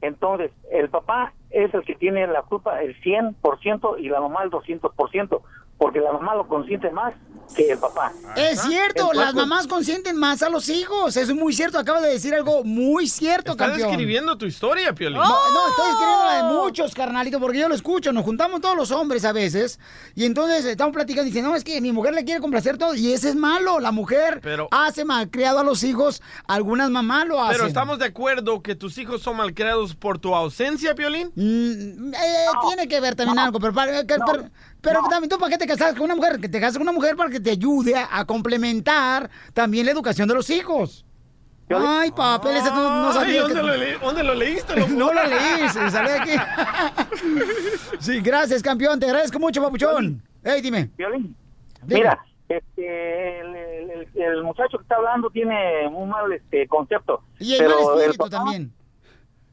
[SPEAKER 19] Entonces, el papá es el que tiene la culpa el 100% y la mamá el 200%, porque la mamá lo consiente más que el papá.
[SPEAKER 5] Es cierto,
[SPEAKER 19] Entonces,
[SPEAKER 5] las mamás consienten más a los hijos. Eso es muy cierto. Acabas de decir algo muy cierto,
[SPEAKER 6] Estás
[SPEAKER 5] campeón.
[SPEAKER 6] escribiendo tu historia, Piolín. ¡Oh!
[SPEAKER 5] No, no, estoy escribiendo la de muchos, carnalito, porque yo lo escucho. Nos juntamos todos los hombres a veces. Y entonces estamos platicando y dicen, no, es que mi mujer le quiere complacer todo. Y ese es malo. La mujer
[SPEAKER 6] Pero-
[SPEAKER 5] hace malcriado a los hijos. Algunas mamás lo hacen.
[SPEAKER 6] Pero estamos de acuerdo que tus hijos son malcriados por tu ausencia, Piolín.
[SPEAKER 5] Eh, tiene que ver también algo, pero, para- eh, que- pero, pero también tú para qué te casas con una mujer, que te casas con una mujer para que te ayude a, a complementar también la educación de los hijos. Ay, papeles, no, no
[SPEAKER 6] Ay,
[SPEAKER 5] sabía.
[SPEAKER 6] ¿dónde
[SPEAKER 5] que-
[SPEAKER 6] lo leí- dónde lo leíste, loco?
[SPEAKER 5] [laughs] no lo
[SPEAKER 6] [laughs]
[SPEAKER 5] leí, se salió de aquí. sí, gracias, campeón, te agradezco mucho, papuchón. Ey, dime. Dime.
[SPEAKER 19] Mira, este, el, el- el- el muchacho que está hablando tiene un mal este, concepto.
[SPEAKER 5] Y el
[SPEAKER 19] pero
[SPEAKER 5] mal espíritu
[SPEAKER 19] papá-
[SPEAKER 5] también.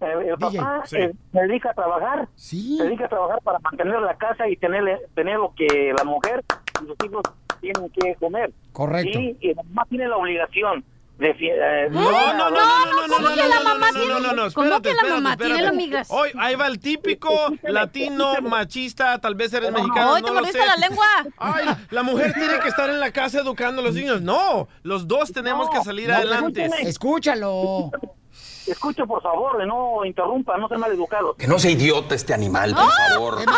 [SPEAKER 19] El, el
[SPEAKER 5] DJ.
[SPEAKER 19] papá
[SPEAKER 5] Sí.
[SPEAKER 19] eh, se dedica a trabajar.
[SPEAKER 5] Sí.
[SPEAKER 19] Se dedica a trabajar para mantener la casa y tener, tener lo que la mujer y los hijos tienen que comer.
[SPEAKER 5] Correcto.
[SPEAKER 19] Y, y la mamá tiene la obligación de... fi- eh,
[SPEAKER 6] No, no, no, no, no, no,
[SPEAKER 9] ¿cómo
[SPEAKER 6] no,
[SPEAKER 9] que
[SPEAKER 6] no,
[SPEAKER 9] la
[SPEAKER 6] no,
[SPEAKER 9] mamá
[SPEAKER 6] no,
[SPEAKER 9] tiene-
[SPEAKER 6] no, no, no,
[SPEAKER 9] cómo
[SPEAKER 6] espérate,
[SPEAKER 9] que la
[SPEAKER 6] espérate,
[SPEAKER 9] mamá tiene
[SPEAKER 6] espérate.
[SPEAKER 9] las migas?
[SPEAKER 6] Hoy, ahí va el típico latino mordista, tal vez eres mexicano,
[SPEAKER 9] Hoy
[SPEAKER 6] no
[SPEAKER 9] te
[SPEAKER 6] lo
[SPEAKER 9] mordiste
[SPEAKER 6] sé.
[SPEAKER 9] la lengua.
[SPEAKER 6] Ay, la mujer tiene que estar en la casa educando a los niños. No, los dos tenemos que salir
[SPEAKER 19] No, pues,
[SPEAKER 6] adelante.
[SPEAKER 19] escúchame.
[SPEAKER 5] Escúchalo.
[SPEAKER 19] Escuche, por favor, no interrumpa, no sea maleducado.
[SPEAKER 23] Que no sea idiota este animal, por
[SPEAKER 19] ¡Ah!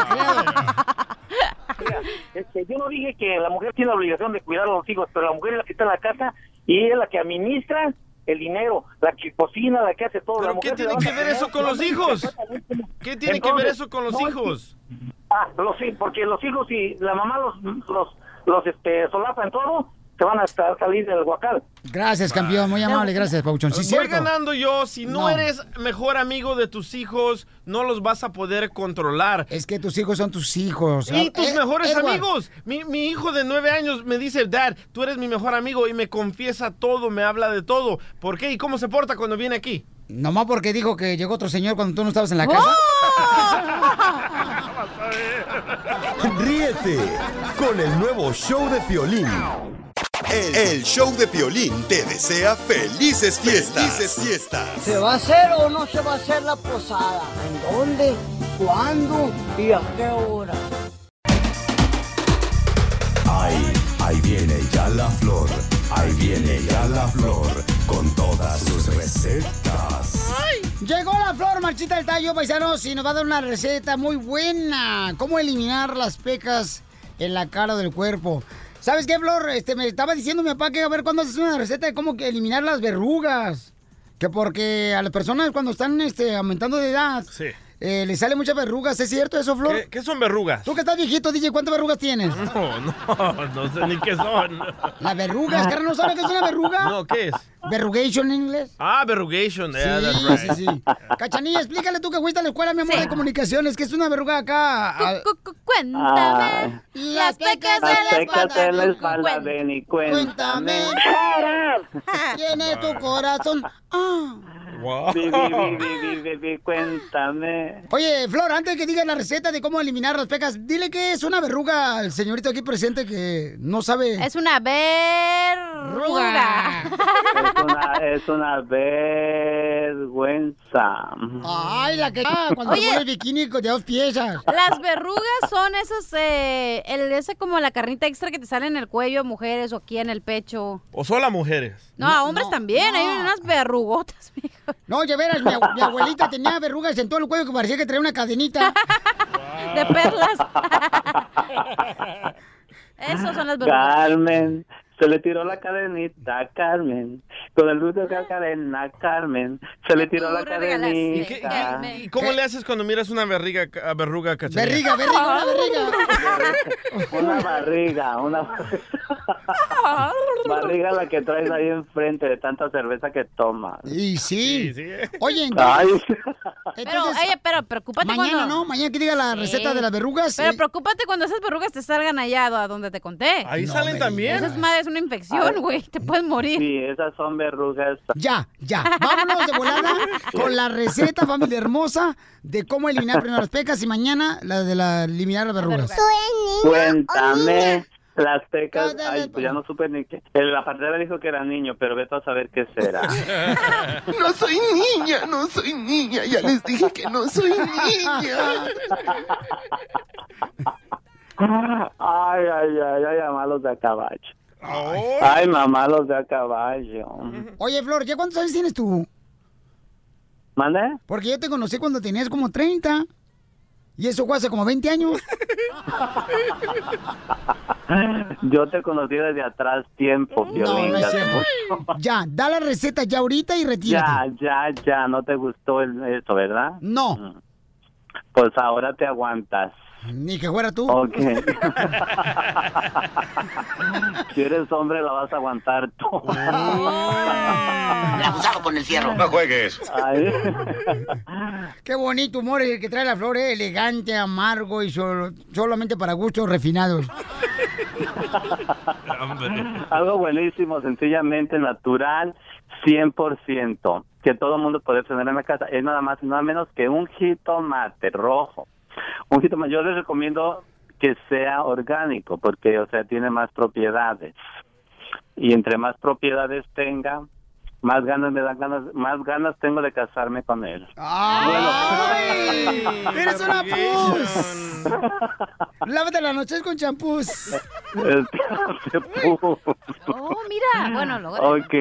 [SPEAKER 23] favor.
[SPEAKER 19] [laughs] Este, yo no dije que la mujer tiene la obligación de cuidar a los hijos, pero la mujer es la que está en la casa y es la que administra el dinero, la que cocina, la que hace todo.
[SPEAKER 6] ¿Pero
[SPEAKER 19] la
[SPEAKER 6] qué
[SPEAKER 19] mujer
[SPEAKER 6] tiene que ver eso con los hijos? ¿Qué tiene que ver eso con los hijos?
[SPEAKER 19] Ah, los hijos, porque los hijos y la mamá los los los este solapan todo, se van a sa- salir del guacal.
[SPEAKER 5] Gracias, campeón, muy amable, gracias, papuchón. Sí,
[SPEAKER 6] Voy
[SPEAKER 5] cierto.
[SPEAKER 6] ganando yo. Si no,
[SPEAKER 5] No.
[SPEAKER 6] eres mejor amigo de tus hijos, no los vas a poder controlar.
[SPEAKER 5] Es que tus hijos son tus hijos.
[SPEAKER 6] Y tus
[SPEAKER 5] Eh,
[SPEAKER 6] mejores
[SPEAKER 5] Edward.
[SPEAKER 6] amigos. Mi, mi hijo de nueve años me dice, Dad, tú eres mi mejor amigo y me confiesa todo, me habla de todo. ¿Por qué y cómo se porta cuando viene aquí?
[SPEAKER 5] Nomás porque dijo que llegó otro señor cuando tú no estabas en la casa.
[SPEAKER 2] Ríete con el nuevo show de Piolín. El, el show de Piolín te desea felices fiestas. Felices fiestas.
[SPEAKER 3] ¿Se va a hacer o no se va a hacer la posada? ¿En dónde? ¿Cuándo? ¿Y a qué hora?
[SPEAKER 28] Ahí, ahí viene ya la flor, ahí viene ya la flor, con todas sus recetas.
[SPEAKER 5] Llegó la flor marchita del tallo, paisanos, y nos va a dar una receta muy buena. ¿Cómo eliminar las pecas en la cara del cuerpo? ¿Sabes qué, Flor? Este, me estaba diciendo mi papá que a ver cuándo haces una receta de cómo que eliminar las verrugas. Que porque a las personas cuando están este, aumentando de edad, eh, les salen muchas verrugas. ¿Es cierto eso, Flor?
[SPEAKER 6] ¿Qué, qué son verrugas? [laughs]
[SPEAKER 5] Tú que estás viejito, DJ, ¿cuántas verrugas tienes?
[SPEAKER 6] No, no, no sé ni qué son.
[SPEAKER 5] Las verrugas, carnal, ¿no sabes qué es una verruga?
[SPEAKER 6] No, ¿qué es?
[SPEAKER 5] ¿Verrugation en inglés?
[SPEAKER 6] Ah, verrugation. yeah,
[SPEAKER 5] Sí,
[SPEAKER 6] that's right.
[SPEAKER 5] sí, Cachanilla, explícale tú que fuiste a la escuela, mi amor, de comunicaciones, que es una verruga acá.
[SPEAKER 29] Ah.
[SPEAKER 5] Cuéntame las pecas de la
[SPEAKER 29] Acércate la
[SPEAKER 5] espalda.
[SPEAKER 29] espalda, ven y
[SPEAKER 5] Cuéntame.
[SPEAKER 29] cuéntame.
[SPEAKER 5] Tiene tu corazón. Ah.
[SPEAKER 29] Vivi, vivi, vivi, vivi, cuéntame.
[SPEAKER 5] Oye, Flor, antes que diga la receta de cómo eliminar las pecas, dile que es una verruga al señorito aquí presente que no sabe. Es
[SPEAKER 9] una verruga.
[SPEAKER 29] Es una, Ah, es una vergüenza.
[SPEAKER 5] Ay, la que. Ah, cuando
[SPEAKER 9] Oye.
[SPEAKER 5] se pone el bikini de dos
[SPEAKER 9] [laughs]
[SPEAKER 5] piezas.
[SPEAKER 9] Las verrugas son esas, eh, el, ese como la carnita extra que te sale en el cuello a mujeres o aquí en el pecho.
[SPEAKER 6] O son las mujeres.
[SPEAKER 9] No, a hombres también, hay unas verrugotas.
[SPEAKER 5] No, ya veras, mi, abu- mi abuelita
[SPEAKER 9] [laughs]
[SPEAKER 5] tenía verrugas en todo el cuello que parecía que traía una cadenita.
[SPEAKER 9] De perlas. Esas son las verrugas.
[SPEAKER 29] Carmen, se le tiró la cadenita a Carmen. Con el ruido de la cadena a Carmen. Se le tiró la
[SPEAKER 6] ¿Y, qué-
[SPEAKER 29] cadenita.
[SPEAKER 6] y- y
[SPEAKER 5] Eh.
[SPEAKER 6] cómo le haces cuando miras una verriga, a verruga, cachanilla?
[SPEAKER 29] Verriga, verriga, una
[SPEAKER 19] [laughs]
[SPEAKER 29] [laughs] Una
[SPEAKER 5] verriga.
[SPEAKER 29] barriga, una barriga. barriga la que traes ahí enfrente de tanta cerveza que tomas.
[SPEAKER 5] Y sí. Oye,
[SPEAKER 29] Ay,
[SPEAKER 5] entonces.
[SPEAKER 9] Pero, oye, pero preocúpate
[SPEAKER 5] Mañana
[SPEAKER 9] cuando...
[SPEAKER 5] no, mañana que diga la receta de las verrugas,
[SPEAKER 9] Pero
[SPEAKER 5] eh.
[SPEAKER 9] preocúpate cuando esas verrugas te salgan allá a donde te conté.
[SPEAKER 29] Ahí No salen me también.
[SPEAKER 9] Esa
[SPEAKER 29] digas.
[SPEAKER 9] es madre, es una infección, güey, te puedes morir.
[SPEAKER 29] sí, esas son verrugas.
[SPEAKER 5] Ya, ya. Vámonos de volada con la receta, familia hermosa, de cómo eliminar primero las pecas y mañana la de la, eliminar las verrugas.
[SPEAKER 29] Cuéntame Las tecas, ay, pues ya no supe ni qué. El- La partera dijo que era niño, pero vete a saber qué será.
[SPEAKER 4] [laughs] No soy niña, no soy niña. Ya les dije que no soy niña.
[SPEAKER 29] Ay, ay, ay, ay, a malos de a caballo.
[SPEAKER 5] Eh.
[SPEAKER 29] Ay, mamá, los de a caballo.
[SPEAKER 5] Oye, Flor, ¿ya cuántos años tienes tú?
[SPEAKER 29] ¿Mande?
[SPEAKER 5] Porque yo te conocí cuando tenías como 30. Y eso fue hace como 20
[SPEAKER 29] [laughs]
[SPEAKER 5] años.
[SPEAKER 29] Yo te conocí desde atrás tiempo, Violín.
[SPEAKER 5] no es
[SPEAKER 29] ya te
[SPEAKER 5] cierto. [laughs] Ya, da la receta ya ahorita y retírate.
[SPEAKER 29] Ya, ya, ya, no te gustó el- esto, ¿verdad? Mm.
[SPEAKER 5] No.
[SPEAKER 29] Pues ahora te aguantas.
[SPEAKER 5] Ni que fuera tú. [laughs]
[SPEAKER 29] Ok. si eres hombre, la vas a aguantar tú.
[SPEAKER 5] La pusieron pues con el
[SPEAKER 29] fierro. No
[SPEAKER 5] juegues.
[SPEAKER 29] Ay.
[SPEAKER 5] Qué bonito humor es el que trae la flor, eh, elegante, amargo y solo- solamente para gustos refinados.
[SPEAKER 29] Algo buenísimo, sencillamente natural, 100%, que todo el mundo puede tener en la casa. Es nada más y nada menos que un jitomate rojo. Un jitomate, yo les recomiendo que sea orgánico, porque, o sea, tiene más propiedades. Y entre más propiedades tenga, más ganas me dan ganas, más ganas tengo de casarme con él. [laughs]
[SPEAKER 5] ¡Ay! [laughs] ¡Eres una pus! [laughs] Lávate las noches con champús.
[SPEAKER 29] oh,
[SPEAKER 9] mira. Bueno, luego.
[SPEAKER 29] Ok,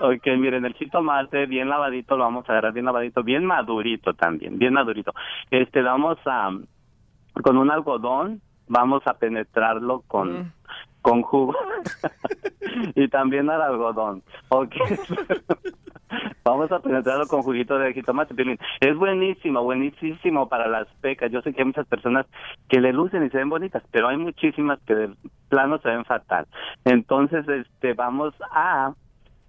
[SPEAKER 29] ok, miren, el jitomate bien lavadito lo vamos a agarrar bien lavadito, bien madurito también, bien madurito. Este, vamos a, con un algodón, vamos a penetrarlo con, con jugo [laughs] y también al algodón. Ok. [laughs] Vamos a penetrarlo con juguito de jitomate. Piolín. Es buenísimo, buenísimo para las pecas. Yo sé que hay muchas personas que le lucen y se ven bonitas, pero hay muchísimas que de plano se ven fatal. Entonces, este, vamos a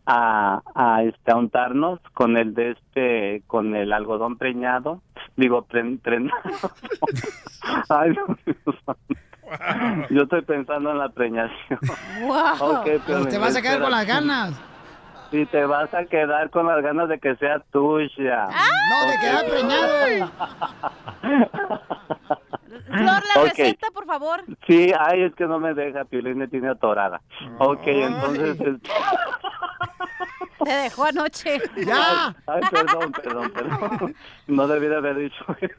[SPEAKER 29] a, a, este, a untarnos con el de este, con el algodón preñado, digo, pre- preñado. Ay, Dios mío, santo. Yo estoy pensando en la preñación.
[SPEAKER 5] ¡Wow!
[SPEAKER 29] Ok, Piolín,
[SPEAKER 5] Pero te vas a quedar
[SPEAKER 29] espera.
[SPEAKER 5] con las ganas.
[SPEAKER 29] Y te vas a quedar con las ganas de que sea tuya.
[SPEAKER 9] Ah,
[SPEAKER 5] No, de quedar preñado.
[SPEAKER 9] Flor, la
[SPEAKER 29] Ok.
[SPEAKER 9] receta, por favor.
[SPEAKER 29] Sí, ay, es que no me deja, Piolín me tiene atorada. Ok, entonces... este,
[SPEAKER 9] Te dejó anoche.
[SPEAKER 29] ¡Ya! [laughs] Ay, perdón, perdón, perdón. No debí de haber dicho eso.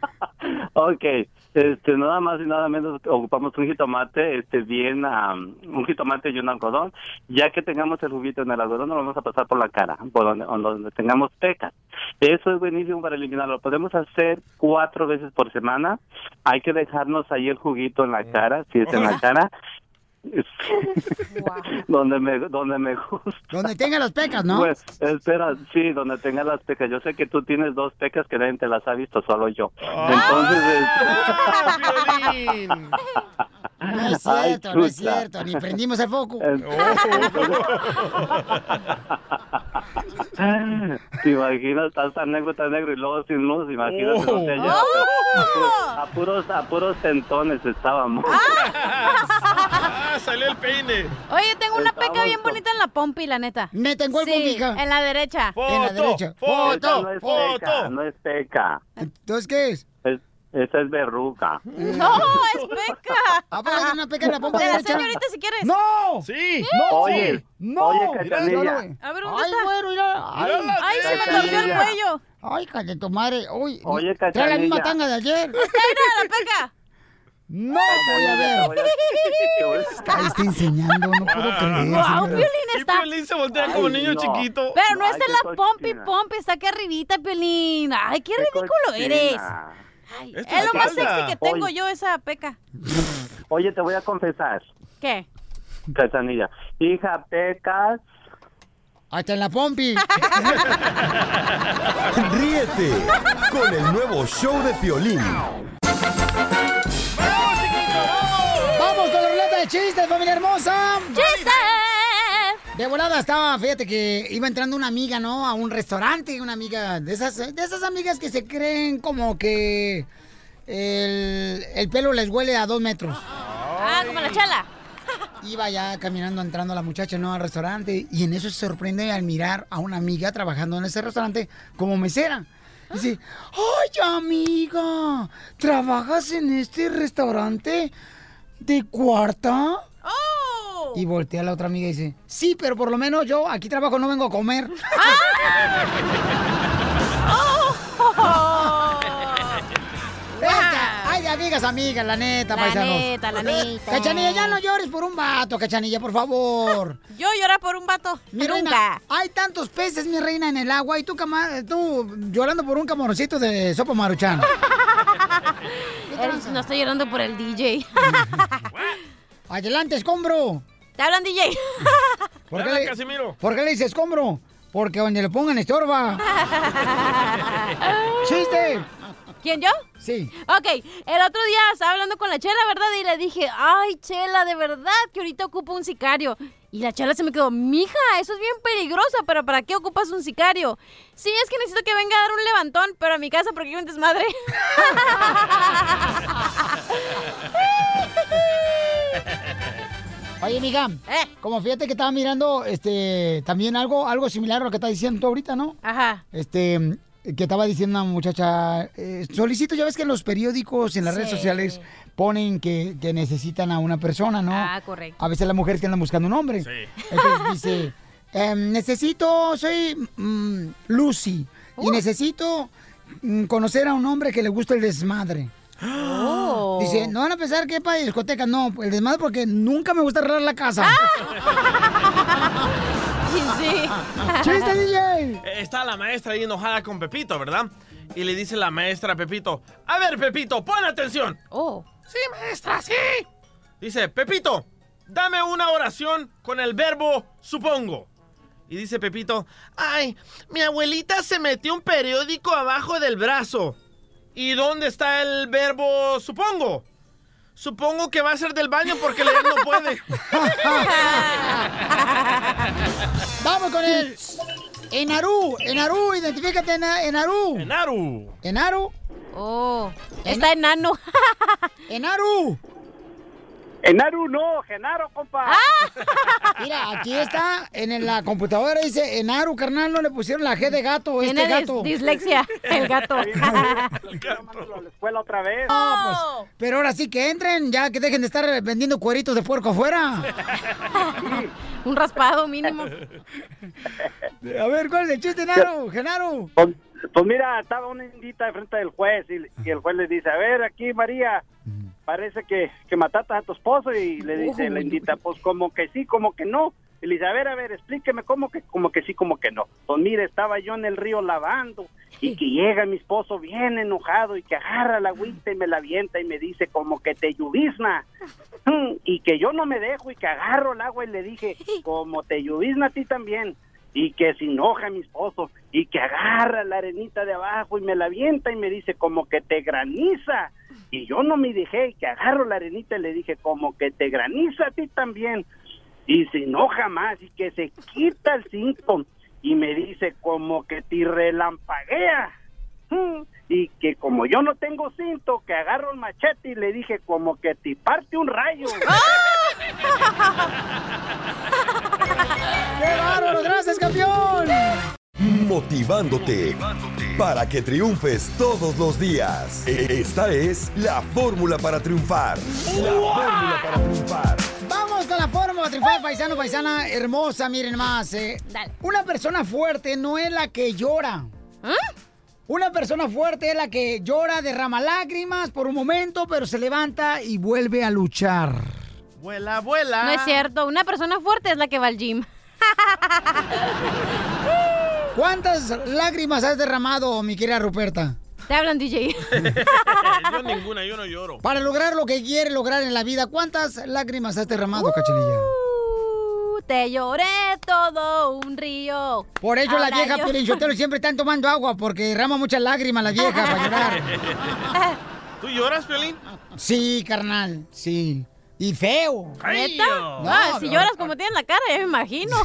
[SPEAKER 29] [laughs] Ok, este, nada más y nada menos ocupamos un jitomate, este, bien, am, un jitomate y un algodón. Ya que tengamos el juguito en el algodón, lo vamos a pasar por la cara, por donde, on donde tengamos pecas. Eso es buenísimo para eliminarlo. Lo podemos hacer cuatro veces por semana. Hay que dejarnos ahí el juguito en la cara, si es en la cara. [laughs] donde me donde me gusta
[SPEAKER 5] Donde tenga las pecas, ¿no?
[SPEAKER 29] pues, espera, sí, donde tenga las pecas. Yo sé que tú tienes dos pecas que nadie te las ha visto, solo yo. Entonces,
[SPEAKER 5] Ah, No es
[SPEAKER 29] [laughs] Ay,
[SPEAKER 5] cierto, no es
[SPEAKER 29] chuta.
[SPEAKER 5] cierto. Ni prendimos el
[SPEAKER 29] [laughs]
[SPEAKER 5] foco. [laughs]
[SPEAKER 29] este, te imaginas, estás tan negro, tan negro y luego sin luz, imagínate.
[SPEAKER 4] Oh.
[SPEAKER 29] no te llega, pero
[SPEAKER 5] Oh.
[SPEAKER 29] a, puros, a puros tentones estábamos.
[SPEAKER 6] Ah, salió el peine.
[SPEAKER 9] Oye, tengo una peca
[SPEAKER 29] Estamos
[SPEAKER 9] bien
[SPEAKER 29] con-
[SPEAKER 9] bonita en la pompi, la neta.
[SPEAKER 5] ¿Neta en
[SPEAKER 9] cuál pompi, En la derecha.
[SPEAKER 29] En la derecha. Esa no es peca, no es peca.
[SPEAKER 5] ¿Entonces qué es?
[SPEAKER 29] Es- esa es verruga.
[SPEAKER 9] No, es peca.
[SPEAKER 5] ¿A poco tiene una peca en la pompa
[SPEAKER 9] Te la
[SPEAKER 5] derecha?
[SPEAKER 9] enseño ahorita si quieres.
[SPEAKER 5] ¡No!
[SPEAKER 6] ¡Sí!
[SPEAKER 5] ¡No!
[SPEAKER 29] Oye,
[SPEAKER 5] ¡No!
[SPEAKER 29] oye, Cachanilla.
[SPEAKER 9] A ver, ¿dónde
[SPEAKER 5] Ay,
[SPEAKER 9] está?
[SPEAKER 5] güero, mira. Ay,
[SPEAKER 29] Mírala,
[SPEAKER 9] Ay, se me torció el
[SPEAKER 29] Cachanilla.
[SPEAKER 9] cuello.
[SPEAKER 5] Ay, hija de tu madre. Uy,
[SPEAKER 29] Oye,
[SPEAKER 5] trae la misma
[SPEAKER 29] Cachanilla.
[SPEAKER 5] tanga de
[SPEAKER 9] [laughs]
[SPEAKER 5] ayer.
[SPEAKER 9] Mira, la peca.
[SPEAKER 5] No voy a
[SPEAKER 29] Te voy
[SPEAKER 5] ver.
[SPEAKER 29] a-
[SPEAKER 5] Ahí está enseñando, Ah, no puedo creer.
[SPEAKER 9] Wow,
[SPEAKER 5] señora.
[SPEAKER 9] Piolín está.
[SPEAKER 6] Piolín se voltea como niño chiquito.
[SPEAKER 9] Pero no
[SPEAKER 6] Ay,
[SPEAKER 9] está
[SPEAKER 6] qué
[SPEAKER 9] en la pompi,
[SPEAKER 6] cochina.
[SPEAKER 9] pompi, está aquí arribita, Piolín. Ay, qué ridículo
[SPEAKER 29] cochina.
[SPEAKER 9] eres. Ay,
[SPEAKER 29] Es
[SPEAKER 9] es
[SPEAKER 29] tu
[SPEAKER 9] lo más
[SPEAKER 29] espalda.
[SPEAKER 9] sexy que tengo
[SPEAKER 29] Oye.
[SPEAKER 9] yo, esa peca.
[SPEAKER 29] Oye, te voy a confesar,
[SPEAKER 9] ¿Qué?
[SPEAKER 29] Cachanilla. Hija, pecas.
[SPEAKER 5] Hasta en la
[SPEAKER 9] [laughs]
[SPEAKER 5] pompi.
[SPEAKER 10] Ríete con el nuevo show de Piolín.
[SPEAKER 5] ¡Vamos con la ruleta de chistes, familia hermosa!
[SPEAKER 9] ¡Chistes!
[SPEAKER 5] De volada estaba, fíjate que iba entrando una amiga, ¿no? A un restaurante, una amiga de esas, de esas amigas que se creen como que el, el pelo les huele a dos metros.
[SPEAKER 9] Ah, como la chala.
[SPEAKER 5] Iba ya caminando, entrando la muchacha, ¿no? Al restaurante y en eso se sorprende al mirar a una amiga trabajando en ese restaurante como mesera. Dice, ¡ay, amiga! ¿Trabajas en este restaurante? ¿De cuarta?
[SPEAKER 9] ¡Oh!
[SPEAKER 5] Y voltea a la otra amiga y dice, sí, pero por lo menos yo aquí trabajo, no vengo a
[SPEAKER 9] [laughs]
[SPEAKER 5] comer. Neta, Ay, de amigas, amigas, la neta,
[SPEAKER 9] La
[SPEAKER 5] paisanos.
[SPEAKER 9] neta, la neta.
[SPEAKER 5] Cachanilla, ya no llores por un vato, Cachanilla, por favor.
[SPEAKER 9] Yo llorar por un vato.
[SPEAKER 5] Mi reina,
[SPEAKER 9] Nunca.
[SPEAKER 5] hay tantos peces, mi reina, en el agua y tú, cama- tú llorando por un camaroncito de sopa maruchan.
[SPEAKER 9] no estoy llorando por el DJ.
[SPEAKER 5] [laughs] Adelante, escombro.
[SPEAKER 9] Te hablan DJ.
[SPEAKER 5] ¿Por
[SPEAKER 9] Habla,
[SPEAKER 5] Casimiro. ¿Por qué le dices escombro? Porque donde le pongan estorba. ¡Chiste!
[SPEAKER 9] ¿Quién yo?
[SPEAKER 5] Sí.
[SPEAKER 9] Ok, el otro día estaba hablando con la Chela, ¿verdad? Y le dije, ay, Chela, de verdad que ahorita ocupo un sicario. Y la Chela se me quedó, mija, eso es bien peligroso, pero ¿para qué ocupas un sicario? Sí, es que necesito que venga a dar un levantón, pero a mi casa porque yo un desmadre.
[SPEAKER 5] Oye, amiga,
[SPEAKER 9] Eh.
[SPEAKER 5] como fíjate que estaba mirando este también algo, algo similar a lo que está diciendo tú ahorita, ¿no?
[SPEAKER 9] Ajá.
[SPEAKER 5] Este, que estaba diciendo una muchacha, eh, solicito, ya ves que en los periódicos, en las redes
[SPEAKER 9] Sí.
[SPEAKER 5] sociales, ponen que, que necesitan a una [laughs] persona, ¿no?
[SPEAKER 9] Ah, correcto.
[SPEAKER 5] A veces las mujeres que andan buscando un hombre. Entonces dice, em, necesito, soy mm, Lucy,
[SPEAKER 9] Uh.
[SPEAKER 5] y necesito mm, conocer a un hombre que le guste el desmadre.
[SPEAKER 9] Oh.
[SPEAKER 5] Dice, no van a pensar que es para discoteca, no, el desmadre porque nunca me gusta arreglar la casa.
[SPEAKER 9] [laughs] sí.
[SPEAKER 5] ¡Chiste, DJ!
[SPEAKER 6] Eh, Está la maestra ahí enojada con Pepito, ¿verdad? Y le dice la maestra a Pepito, a ver, Pepito, pon atención.
[SPEAKER 9] Oh.
[SPEAKER 6] Sí, maestra, ¡Ah, sí. Dice, Pepito, dame una oración con el verbo supongo. Y dice Pepito, ay, mi abuelita se metió un periódico abajo del brazo. ¿Y dónde está el verbo supongo? Supongo que va a ser del baño porque leer no puede.
[SPEAKER 5] Vamos con el Enaru, Enaru, identifícate Ena- Enaru.
[SPEAKER 6] Enaru.
[SPEAKER 5] Enaru.
[SPEAKER 9] Oh, está enano. [laughs]
[SPEAKER 5] Enaru.
[SPEAKER 30] Enaru no, Genaro, compa.
[SPEAKER 9] Ah.
[SPEAKER 5] [laughs] Mira, aquí está en la computadora dice Enaru, carnal, no le pusieron la G de gato,
[SPEAKER 9] Tiene
[SPEAKER 5] este
[SPEAKER 9] dis-
[SPEAKER 5] gato.
[SPEAKER 9] dislexia, [laughs]
[SPEAKER 30] [laughs]
[SPEAKER 9] el gato.
[SPEAKER 30] escuela otra vez.
[SPEAKER 5] No, pues, pero ahora sí que entren, ya que dejen de estar vendiendo cueritos de puerco afuera.
[SPEAKER 9] Un raspado mínimo.
[SPEAKER 5] A ver, ¿cuál es el chiste, Enaru? Genaro.
[SPEAKER 30] Pues mira, estaba una indita enfrente del juez y, y el juez le dice, a ver, aquí María, parece que, que mataste a tu esposo y le dice
[SPEAKER 26] Uy.
[SPEAKER 30] la indita, pues como que sí, como que no. Y le dice, a ver, a ver, explíqueme cómo que, como que sí, como que no. Pues mira, estaba yo en el río lavando y que llega mi esposo bien enojado y que agarra la agüita y me la avienta y me dice como que te llovizna. Mm, y que yo no me dejo y que agarro el agua y le dije, como te llovizna a ti también, y que se enoja mi esposo y que agarra la arenita de abajo y me la avienta y me dice como que te graniza. Y yo no me dejé y que agarro la arenita y le dije como que te graniza a ti también. Y se enoja más y que se quita el cinto y me dice como que te relampaguea. [laughs] Mm, Y que como yo no tengo cinto, que agarro el machete y le dije como que te parte un rayo.
[SPEAKER 5] ¡Qué bárbaro! ¡Gracias, campeón!
[SPEAKER 2] Motivándote para que triunfes todos los días. E- Esta es la fórmula para triunfar. La fórmula para triunfar.
[SPEAKER 5] Vamos con la fórmula triunfal, paisano, paisana hermosa, miren más. eh. Una persona fuerte no es la que llora.
[SPEAKER 9] ¿Ah?
[SPEAKER 5] Una persona fuerte es la que llora, derrama lágrimas por un momento, pero se levanta y vuelve a luchar.
[SPEAKER 6] Vuela, vuela.
[SPEAKER 9] No es cierto, una persona fuerte es la que va al gym.
[SPEAKER 5] ¿Cuántas lágrimas has derramado, mi querida Ruperta?
[SPEAKER 9] Te hablan, DJ.
[SPEAKER 5] [laughs]
[SPEAKER 6] yo ninguna, yo no lloro.
[SPEAKER 5] Para lograr lo que quieres lograr en la vida, ¿cuántas lágrimas has derramado, Cachanilla?
[SPEAKER 9] Uh, Te lloré todo un río.
[SPEAKER 5] Por ello la
[SPEAKER 9] Ahora
[SPEAKER 5] vieja
[SPEAKER 9] yo- [laughs]
[SPEAKER 5] Pirinchotero siempre están tomando agua porque derrama muchas lágrimas la vieja para
[SPEAKER 9] [laughs]
[SPEAKER 5] llorar.
[SPEAKER 6] ¿Tú lloras, Piolín?
[SPEAKER 5] Sí, carnal, sí. Y feo.
[SPEAKER 9] ¿Neta? Ah, si lloras como tienes la cara, ya
[SPEAKER 5] [laughs]
[SPEAKER 9] me imagino.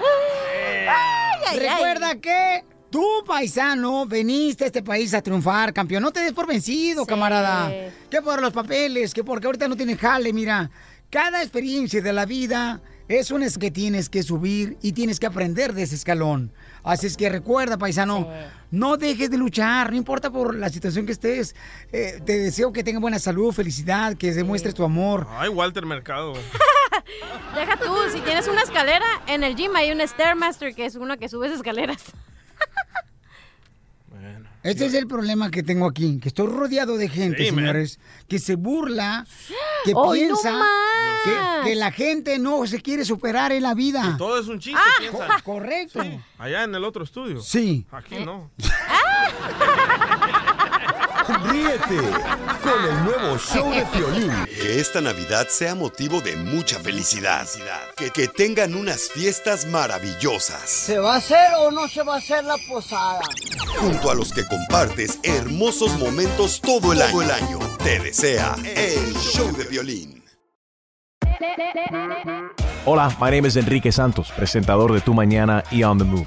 [SPEAKER 9] Ay, ay, ay.
[SPEAKER 5] Recuerda que tú, paisano, veniste a este país a triunfar, campeón. No te des por vencido, camarada. Que por los papeles, que porque ahorita no tienes jale, mira. Cada experiencia de la vida es un es que tienes que subir y tienes que aprender de ese escalón. Así es que recuerda, paisano, no dejes de luchar, no importa por la situación que estés. Eh, te deseo que tengas buena salud, felicidad, que demuestres tu amor.
[SPEAKER 31] [laughs] Ay, Walter Mercado.
[SPEAKER 9] Deja tú, si tienes una escalera, en el gym hay un Stairmaster, que es uno que subes escaleras.
[SPEAKER 5] Este es el problema que tengo aquí, que estoy rodeado de gente,
[SPEAKER 6] Sí, man.
[SPEAKER 5] señores, que se burla, que
[SPEAKER 6] ¡Ay, no
[SPEAKER 5] piensa
[SPEAKER 6] más!
[SPEAKER 5] que, que la gente no se quiere superar en la vida.
[SPEAKER 31] Todo es un chiste,
[SPEAKER 6] Ah.
[SPEAKER 31] piensan.
[SPEAKER 5] Ah. correcto.
[SPEAKER 31] Sí, allá en el otro estudio.
[SPEAKER 5] Sí.
[SPEAKER 31] Aquí no.
[SPEAKER 4] Ríete con el nuevo show de Piolín.
[SPEAKER 2] Que esta Navidad sea motivo de mucha felicidad. Que, que tengan unas fiestas maravillosas.
[SPEAKER 3] ¿Se va a hacer o no se va a hacer la posada?
[SPEAKER 2] Junto a los que compartes hermosos momentos todo el año. Todo el año. Te desea el show de violín.
[SPEAKER 32] Hola, my name is Enrique Santos, presentador de Tu Mañana y On the Move.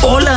[SPEAKER 25] Hola